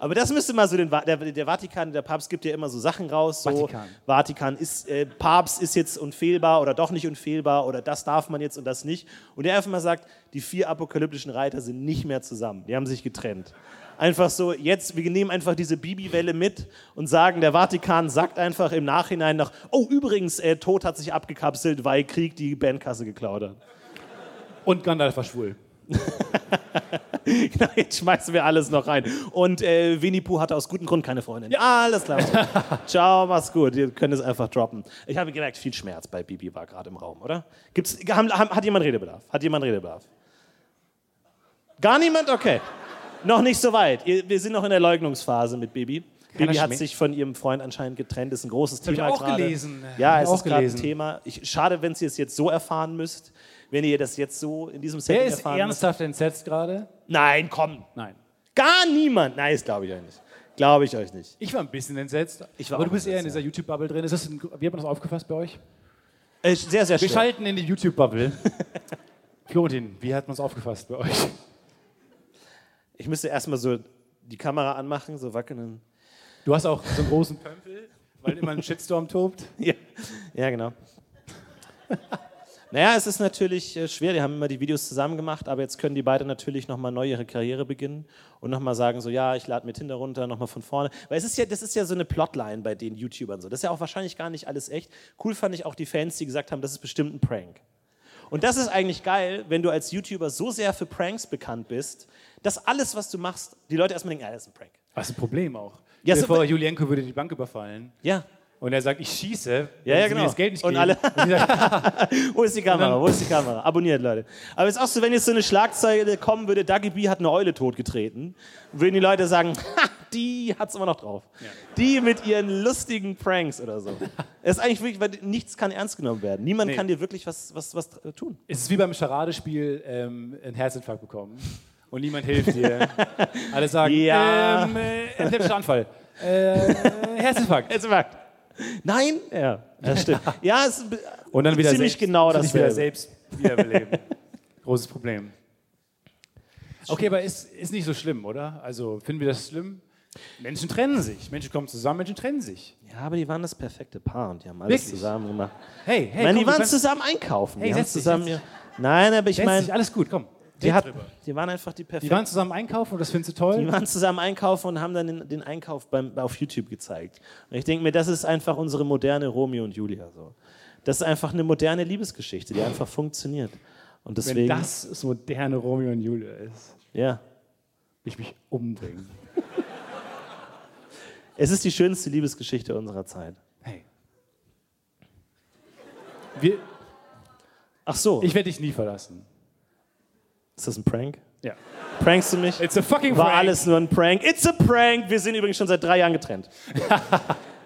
Speaker 1: Aber das müsste mal so den, Va- der, der Vatikan, der Papst gibt ja immer so Sachen raus. So,
Speaker 2: Vatikan.
Speaker 1: Vatikan ist, äh, Papst ist jetzt unfehlbar oder doch nicht unfehlbar oder das darf man jetzt und das nicht. Und der einfach mal sagt, die vier apokalyptischen Reiter sind nicht mehr zusammen. Die haben sich getrennt. Einfach so, jetzt, wir nehmen einfach diese Bibi-Welle mit und sagen, der Vatikan sagt einfach im Nachhinein noch, oh, übrigens, äh, Tod hat sich abgekapselt, weil Krieg die Bandkasse geklaut hat.
Speaker 2: Und Gandalf war schwul.
Speaker 1: *laughs* Genau, jetzt schmeißen wir alles noch rein. Und äh, Winnie Pooh hatte aus gutem Grund keine Freundin. Ja, alles
Speaker 2: *laughs*
Speaker 1: klar. Ciao, mach's gut. Ihr könnt es einfach droppen. Ich habe gemerkt, viel Schmerz bei Bibi war gerade im Raum, oder? Gibt's, haben, haben, hat jemand Redebedarf? Hat jemand Redebedarf? Gar niemand? Okay. Noch nicht so weit. Ihr, wir sind noch in der Leugnungsphase mit Bibi. Bibi hat
Speaker 2: schme-
Speaker 1: sich von ihrem Freund anscheinend getrennt. Ist ein großes
Speaker 2: hab ich
Speaker 1: Thema
Speaker 2: auch
Speaker 1: gerade.
Speaker 2: gelesen.
Speaker 1: Ja,
Speaker 2: Hab ich
Speaker 1: es
Speaker 2: auch
Speaker 1: ist gerade ein
Speaker 2: gelesen.
Speaker 1: Thema. Ich, schade, wenn ihr es jetzt so erfahren müsst. Wenn ihr das jetzt so in diesem Setting
Speaker 2: Wer ist
Speaker 1: erfahren müsst.
Speaker 2: ernsthaft entsetzt gerade?
Speaker 1: Nein, komm.
Speaker 2: Nein.
Speaker 1: Gar niemand. Nein, das glaube ich euch nicht. Glaube ich euch nicht.
Speaker 2: Ich war ein bisschen entsetzt.
Speaker 1: Ich war
Speaker 2: aber
Speaker 1: auch
Speaker 2: du bist eher in
Speaker 1: entsetzt,
Speaker 2: dieser YouTube-Bubble drin. Ist das ein, wie hat man das aufgefasst bei euch?
Speaker 1: Äh, sehr, sehr
Speaker 2: Wir
Speaker 1: schön.
Speaker 2: schalten in die YouTube-Bubble. *laughs* Florentin, wie hat man es aufgefasst bei euch?
Speaker 1: Ich müsste erstmal so die Kamera anmachen, so wackeln. und-
Speaker 2: Du hast auch so einen großen Pömpel, weil immer ein Shitstorm tobt.
Speaker 1: Ja, ja genau. naja, es ist natürlich äh, schwer. Die haben immer die Videos zusammen gemacht, aber jetzt können die beide natürlich nochmal neu ihre Karriere beginnen und nochmal sagen: So, ja, ich lade mir Tinder runter, nochmal von vorne. Weil es ist ja, das ist ja so eine Plotline bei den YouTubern. So. Das ist ja auch wahrscheinlich gar nicht alles echt. Cool fand ich auch die Fans, die gesagt haben: Das ist bestimmt ein Prank. Und das ist eigentlich geil, wenn du als YouTuber so sehr für Pranks bekannt bist, dass alles, was du machst, die Leute erstmal denken: Ah, das ist ein Prank.
Speaker 2: Was ein Problem auch.
Speaker 1: Ja,
Speaker 2: Ja,
Speaker 1: so-
Speaker 2: vor, Julienko würde die Bank überfallen
Speaker 1: Ja.
Speaker 2: und er sagt, ich schieße,
Speaker 1: Ja, ja,
Speaker 2: wenn sie
Speaker 1: genau.
Speaker 2: mir das Geld nicht
Speaker 1: Und
Speaker 2: geben.
Speaker 1: alle-
Speaker 2: Und die sagen,
Speaker 1: Wo ist die Kamera? Wo ist die Kamera? Abonniert, Leute. Aber es ist auch so, wenn jetzt so eine Schlagzeile kommen würde, Dagi B hat eine Eule totgetreten, würden die Leute sagen, *laughs* ha, die hat's immer noch drauf. Die mit ihren lustigen Pranks oder
Speaker 2: *laughs*
Speaker 1: so. Es ist eigentlich wirklich, weil nichts kann ernst genommen werden. Niemand kann dir wirklich was, was, was tun.
Speaker 2: es ist wie beim Charadespiel ähm, einen Herzinfarkt bekommen und niemand hilft dir. *laughs* alle sagen,
Speaker 1: Ja.
Speaker 2: ähm, äh, epileptischer Anfall. Äh, Herzinfarkt.
Speaker 1: Jetzt merkt. Nein? Ja, das
Speaker 2: *laughs*
Speaker 1: stimmt. Ja, es ist
Speaker 2: Und dann wieder
Speaker 1: ziemlich
Speaker 2: selbst,
Speaker 1: genau
Speaker 2: sich wieder
Speaker 1: dasselbe.
Speaker 2: selbst
Speaker 1: *laughs*
Speaker 2: wiederbeleben. Großes Problem. Okay, aber ist, ist nicht so schlimm, oder? Also finden wir das schlimm? Menschen trennen sich. Menschen kommen zusammen, Menschen trennen sich.
Speaker 1: Ja, aber die waren das perfekte Paar und die haben alles
Speaker 2: Wirklich?
Speaker 1: zusammen gemacht.
Speaker 2: Hey, hey,
Speaker 1: Nein,
Speaker 2: komm,
Speaker 1: die
Speaker 2: du
Speaker 1: waren
Speaker 2: kannst-
Speaker 1: zusammen einkaufen.
Speaker 2: Hey,
Speaker 1: die haben
Speaker 2: setz dich,
Speaker 1: zusammen
Speaker 2: setz
Speaker 1: ihr- Nein, aber ich
Speaker 2: Setz
Speaker 1: meine,
Speaker 2: dich, alles gut, komm.
Speaker 1: Die, hat, die waren einfach die
Speaker 2: Die
Speaker 1: perfekten.
Speaker 2: waren zusammen einkaufen und das findest du
Speaker 1: Die
Speaker 2: toll?
Speaker 1: waren zusammen einkaufen und haben dann den, den Einkauf beim, auf YouTube gezeigt. Und ich denke mir, das ist einfach unsere moderne Romeo und Julia. So. Das ist einfach eine moderne Liebesgeschichte, die einfach funktioniert. Und
Speaker 2: Wenn
Speaker 1: deswegen,
Speaker 2: das das moderne Romeo und Julia ist,
Speaker 1: ja,
Speaker 2: will ich mich umbringen.
Speaker 1: es ist die schönste Liebesgeschichte unserer Zeit.
Speaker 2: Hey. Wir,
Speaker 1: Ach so,
Speaker 2: ich werde dich nie verlassen.
Speaker 1: ist das ein Prank?
Speaker 2: Ja.
Speaker 1: Prankst du mich?
Speaker 2: It's a fucking
Speaker 1: War
Speaker 2: prank.
Speaker 1: alles nur ein Prank. It's a prank. Wir sind übrigens schon seit drei Jahren
Speaker 2: *laughs*
Speaker 1: getrennt.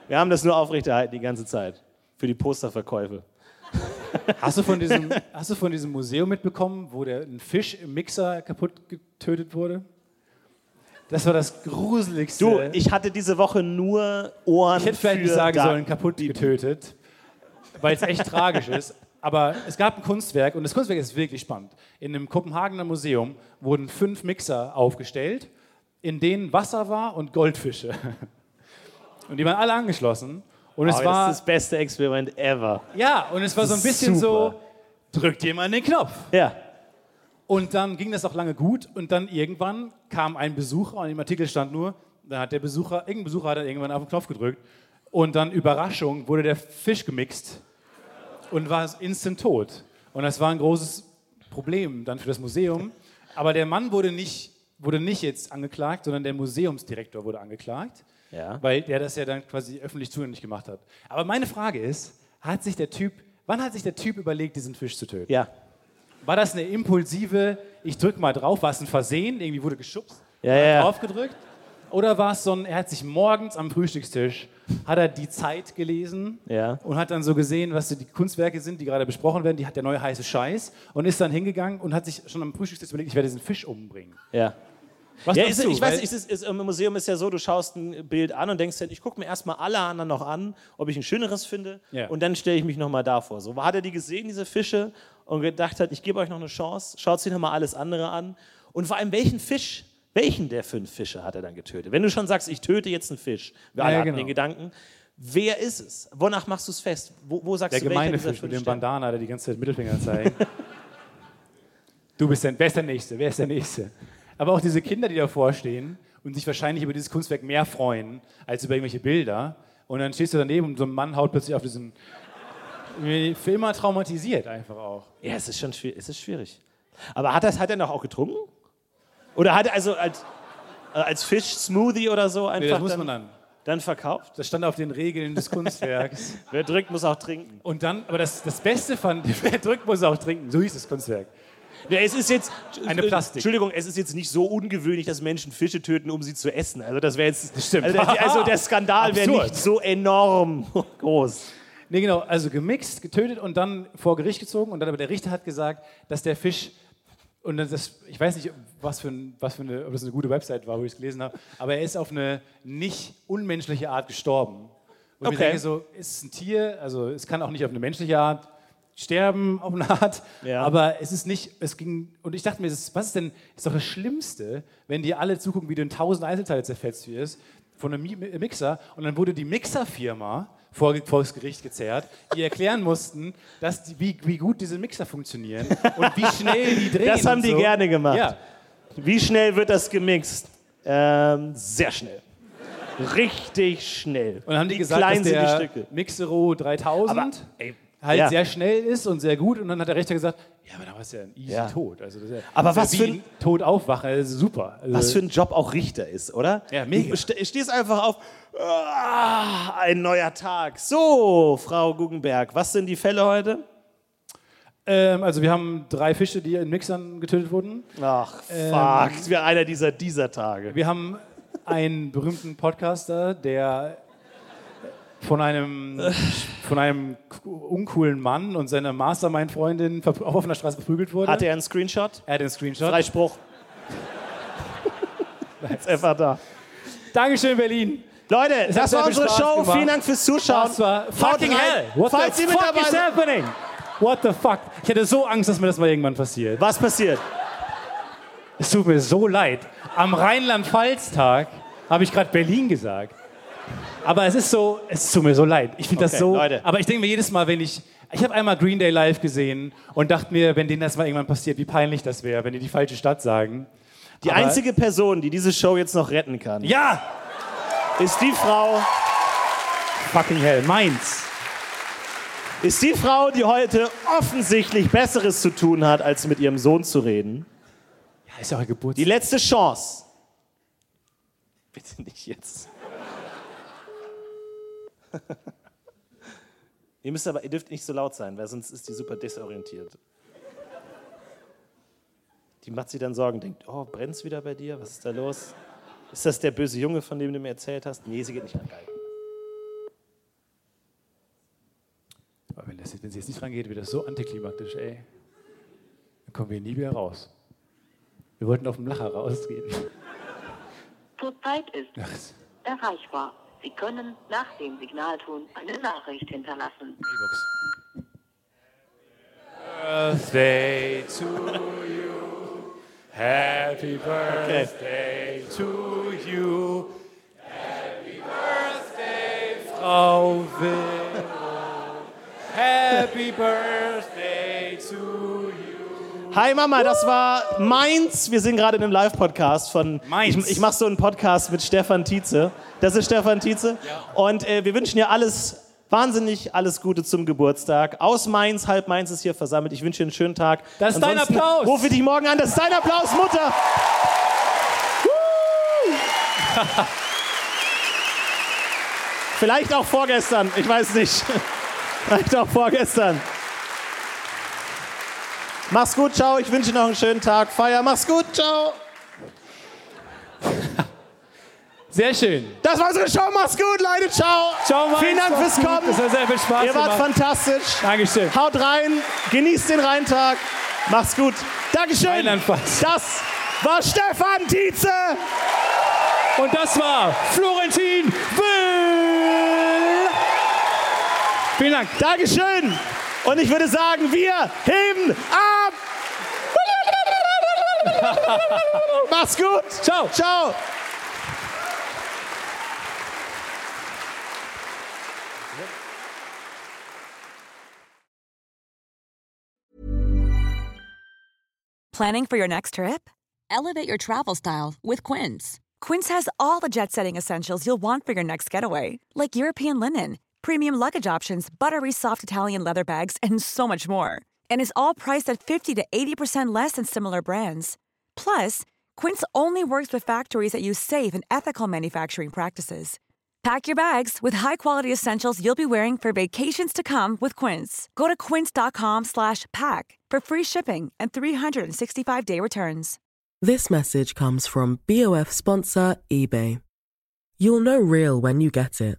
Speaker 1: Wir haben das nur aufrechterhalten die ganze Zeit. Für die Posterverkäufe.
Speaker 2: Hast du von diesem, hast du von diesem Museum mitbekommen, wo der, ein Fisch im Mixer kaputt getötet wurde? Das war das Gruseligste.
Speaker 1: Du, ich hatte diese Woche nur Ohren.
Speaker 2: Äh. ich hätte vielleicht
Speaker 1: für
Speaker 2: nicht sagen
Speaker 1: Daten.
Speaker 2: sollen, kaputt getötet, weil es echt tragisch ist. Aber es gab ein Kunstwerk und das Kunstwerk ist wirklich spannend. In einem Kopenhagener Museum wurden fünf Mixer aufgestellt, in denen Wasser war und Goldfische. Und die waren alle angeschlossen. Und es
Speaker 1: Aber
Speaker 2: war,
Speaker 1: Oh, das ist das beste Experiment ever.
Speaker 2: ja, und es war so ein bisschen
Speaker 1: Super.
Speaker 2: so, drückt jemand den Knopf.
Speaker 1: Ja.
Speaker 2: Und dann ging das auch lange gut und dann irgendwann kam ein Besucher und im Artikel stand nur, dann hat der Besucher, irgendein Besucher hat dann irgendwann auf den Knopf gedrückt und dann Überraschung wurde der Fisch gemixt und war instant tot. Und das war ein großes Problem dann für das Museum. Aber der Mann wurde nicht, wurde nicht jetzt angeklagt, sondern der Museumsdirektor wurde angeklagt,
Speaker 1: Ja.
Speaker 2: weil der das ja dann quasi öffentlich zugänglich gemacht hat. Aber meine Frage ist, hat sich der Typ, wann hat sich der Typ überlegt, diesen um Fisch zu töten?
Speaker 1: Ja.
Speaker 2: War das eine impulsive, ich drück mal drauf, war es ein Versehen, irgendwie wurde geschubst,
Speaker 1: Ja,
Speaker 2: hat
Speaker 1: ja.
Speaker 2: draufgedrückt? Oder war es so ein, er hat sich morgens am Frühstückstisch, hat er die Zeit gelesen
Speaker 1: Ja.
Speaker 2: und hat dann so gesehen, was so die Kunstwerke sind, die gerade besprochen werden, die hat der neue heiße Scheiß und ist dann hingegangen und hat sich schon am Frühstückstisch überlegt, ich werde diesen Fisch umbringen.
Speaker 1: Ja.
Speaker 2: Was
Speaker 1: Ja,
Speaker 2: machst
Speaker 1: ist,
Speaker 2: du?
Speaker 1: ich weiß,
Speaker 2: Weil-
Speaker 1: nicht, es ist, ist, im Museum ist ja so, du schaust ein Bild an und denkst, dann, ich gucke mir erstmal alle anderen noch an, ob ich ein schöneres finde
Speaker 2: Ja.
Speaker 1: und dann stelle ich mich nochmal davor. So hat er die gesehen, diese Fische, und gedacht hat, ich gebe euch noch eine Chance, schaut sich nochmal alles andere an und vor allem welchen Fisch, welchen der fünf Fische hat er dann getötet? Wenn du schon sagst, ich töte jetzt einen Fisch, wir alle
Speaker 2: ja,
Speaker 1: hatten
Speaker 2: genau.
Speaker 1: den Gedanken, wer ist es? Wonach machst du es fest? Wo, wo sagst
Speaker 2: Der
Speaker 1: du, welcher
Speaker 2: gemeine
Speaker 1: dieser
Speaker 2: Fisch
Speaker 1: fünf
Speaker 2: mit dem
Speaker 1: Sterne?
Speaker 2: Bandana, der die ganze Zeit Mittelfinger zeigt. *laughs* du bist der, wer ist der Nächste? Wer ist der Nächste? Aber auch diese Kinder, die davor stehen und sich wahrscheinlich über dieses Kunstwerk mehr freuen als über irgendwelche Bilder. Und dann stehst du daneben und so ein Mann haut plötzlich auf diesen. Für immer traumatisiert einfach auch.
Speaker 1: Ja, es ist schon schwi- es ist schwierig. Aber hat, das, hat er noch auch getrunken? Oder hat er also als, äh, als Fisch-Smoothie oder so einfach
Speaker 2: Nee, das muss
Speaker 1: dann,
Speaker 2: man dann.
Speaker 1: dann verkauft?
Speaker 2: Das stand auf den Regeln *laughs* des Kunstwerks.
Speaker 1: Wer drückt, muss auch trinken.
Speaker 2: Und dann, aber das, das Beste fand, wer drückt, muss auch trinken. So hieß das Kunstwerk.
Speaker 1: Ja, es ist jetzt, äh,
Speaker 2: Eine Plastik.
Speaker 1: Entschuldigung, es ist jetzt nicht so ungewöhnlich, dass Menschen Fische töten, um sie zu essen. Also das wäre jetzt,
Speaker 2: Das stimmt.
Speaker 1: Also, der- also der Skandal wäre
Speaker 2: Absurd.
Speaker 1: nicht so enorm groß.
Speaker 2: Nee, genau, also gemixt, getötet und dann vor Gericht gezogen. Und dann aber der Richter hat gesagt, dass der Fisch, und das- das, ich weiß nicht, was für, ein, was für eine, ob das eine gute Website war, wo ich es gelesen habe, aber er ist auf eine nicht unmenschliche Art gestorben. Und ich
Speaker 1: Okay.
Speaker 2: mir denke so, es ist ein Tier, also es kann auch nicht auf eine menschliche Art sterben, auf eine Art,
Speaker 1: Ja.
Speaker 2: aber es ist nicht, es ging, und ich dachte mir, es ist, was ist denn, ist doch das Schlimmste, wenn die alle zugucken, wie du in tausend Einzelteile zerfetzt wirst, von einem Mi- äh, Mixer, und dann wurde die Mixerfirma vor, vor das Gericht gezerrt, die erklären mussten, dass die, wie, wie gut diese Mixer funktionieren und wie
Speaker 1: *laughs*
Speaker 2: schnell die drehen.
Speaker 1: Das haben
Speaker 2: und
Speaker 1: die
Speaker 2: so.
Speaker 1: gerne gemacht.
Speaker 2: Ja,
Speaker 1: Wie schnell wird das gemixt? Ähm, sehr schnell. Richtig schnell.
Speaker 2: und dann haben die, gesagt, dass
Speaker 1: klein sind die
Speaker 2: der
Speaker 1: Stücke.
Speaker 2: Mixero 3000
Speaker 1: Aber, ey,
Speaker 2: halt
Speaker 1: ja.
Speaker 2: sehr schnell ist und sehr gut, und dann hat der Richter gesagt, ja, aber da warst du ja ein easy
Speaker 1: Ja.
Speaker 2: Tod. Also das ist ja,
Speaker 1: Aber
Speaker 2: das
Speaker 1: was
Speaker 2: ist
Speaker 1: für
Speaker 2: ja
Speaker 1: ein-
Speaker 2: wie Tod aufwachen, also super. Also,
Speaker 1: Was für ein Job auch Richter ist, oder?
Speaker 2: Ja, mega.
Speaker 1: Du ste- stehst einfach auf, ah, ein neuer Tag. So, Frau Guggenberg, was sind die Fälle heute?
Speaker 2: Ähm, also wir haben drei Fische, die in Mixern getötet wurden.
Speaker 1: Ach,
Speaker 2: Ähm.
Speaker 1: fuck, es wäre einer dieser, dieser Tage.
Speaker 2: Wir haben einen berühmten Podcaster, der von einem, von einem uncoolen Mann und seiner Mastermind-Freundin verp- auf offener Straße verprügelt wurde.
Speaker 1: Hat er einen Screenshot?
Speaker 2: er hat den Screenshot. *laughs*
Speaker 1: Freispruch. Ist einfach da.
Speaker 2: Dankeschön, Berlin.
Speaker 1: Leute,
Speaker 2: hat
Speaker 1: das war
Speaker 2: sehr viel
Speaker 1: unsere
Speaker 2: Spaß
Speaker 1: Show.
Speaker 2: gemacht.
Speaker 1: Vielen Dank fürs Zuschauen.
Speaker 2: Das war
Speaker 1: Haut
Speaker 2: fucking
Speaker 1: rein.
Speaker 2: hell. What
Speaker 1: Falls
Speaker 2: the
Speaker 1: ihr mit
Speaker 2: fuck is
Speaker 1: dabei
Speaker 2: happening? What the fuck? Ich hatte so Angst, dass mir das mal irgendwann passiert.
Speaker 1: Was passiert?
Speaker 2: Es tut mir so leid. Am Rheinland-Pfalz-Tag habe ich gerade Berlin gesagt. Aber es ist so, es tut mir so leid. Ich finde
Speaker 1: Okay,
Speaker 2: das so.
Speaker 1: Leute.
Speaker 2: Aber ich denke mir jedes Mal, wenn ich. Ich habe einmal Green Day live gesehen und dachte mir, wenn denen das mal irgendwann passiert, wie peinlich das wäre, wenn die die falsche Stadt sagen.
Speaker 1: Die
Speaker 2: Aber-
Speaker 1: einzige Person, die diese Show jetzt noch retten kann,
Speaker 2: Ja!
Speaker 1: ist die Frau,
Speaker 2: Fucking hell, Mainz.
Speaker 1: ist die Frau, die heute offensichtlich Besseres zu tun hat, als mit ihrem Sohn zu reden.
Speaker 2: Ja, ist ja eure Geburtstag.
Speaker 1: Die letzte Chance. Bitte nicht jetzt. ihr müsst aber, ihr dürft nicht so laut sein, weil sonst ist die super desorientiert. Die macht sich dann Sorgen, denkt, oh, brennt's wieder bei dir? Was ist da los? Ist das der böse Junge, von dem du mir erzählt hast? Nee, sie geht nicht an. Geil.
Speaker 2: Aber wenn, das, jetzt- wenn sie jetzt nicht rangeht, wird das so antiklimaktisch, ey. Dann kommen wir nie wieder raus. Wir wollten auf dem Lacher *laughs* rausgehen.
Speaker 4: Zurzeit ist erreichbar. Sie können nach dem Signalton eine Nachricht hinterlassen.
Speaker 2: Birthday to you. Happy birthday to you. Happy birthday, Frau Wilhelm. Happy birthday to you.
Speaker 1: Hi Mama, das war Mainz. Wir sind gerade in einem Live-Podcast von
Speaker 2: Mainz.
Speaker 1: Ich, ich mache so einen Podcast mit Stefan Tietze. Das ist Stefan Tietze. Und äh, wir wünschen dir alles wahnsinnig alles Gute zum Geburtstag. Aus Mainz, halb Mainz ist hier versammelt. Ich wünsche dir einen schönen Tag.
Speaker 2: Das ist dein
Speaker 1: Ansonsten
Speaker 2: Applaus.
Speaker 1: Rufe dich morgen an. Das ist dein Applaus, Mutter. Woo! Vielleicht auch vorgestern. Ich weiß nicht. *laughs* Vielleicht auch vorgestern. Mach's gut, ciao. Ich wünsche noch einen schönen Tag. Feier, mach's gut, ciao.
Speaker 2: Sehr schön.
Speaker 1: Das war unsere Show. Mach's gut, Leute, ciao.
Speaker 2: Ciao, Mainz.
Speaker 1: Vielen Dank
Speaker 2: macht's
Speaker 1: fürs
Speaker 2: gut. Es
Speaker 1: Kommen.
Speaker 2: hat sehr viel Spaß
Speaker 1: Ihr wart
Speaker 2: gemacht.
Speaker 1: fantastisch.
Speaker 2: Dankeschön.
Speaker 1: Haut rein, genießt den Rheintag. Mach's gut. Dankeschön.
Speaker 2: Rheinland-Pfalz.
Speaker 1: Das war Stefan Tietze.
Speaker 2: Und das war Florentin Will. Vielen Dank.
Speaker 1: Dankeschön. Und ich würde sagen, wir heben ab. *laughs* Mach's gut.
Speaker 2: Ciao.
Speaker 1: Ciao.
Speaker 6: Planning for your next trip? Elevate your travel style with Quince. Quince has all the jet setting essentials you'll want for your next getaway, like European linen, premium luggage options, buttery soft Italian leather bags, and so much more. And is all priced at 50 to 80% less than similar brands. Plus, Quince only works with factories that use safe and ethical manufacturing practices. Pack your bags with high-quality essentials you'll be wearing for vacations to come with Quince. Go to quince.com/pack for free shipping and 365-day returns.
Speaker 7: This message comes from BOF sponsor eBay. You'll know real when you get it.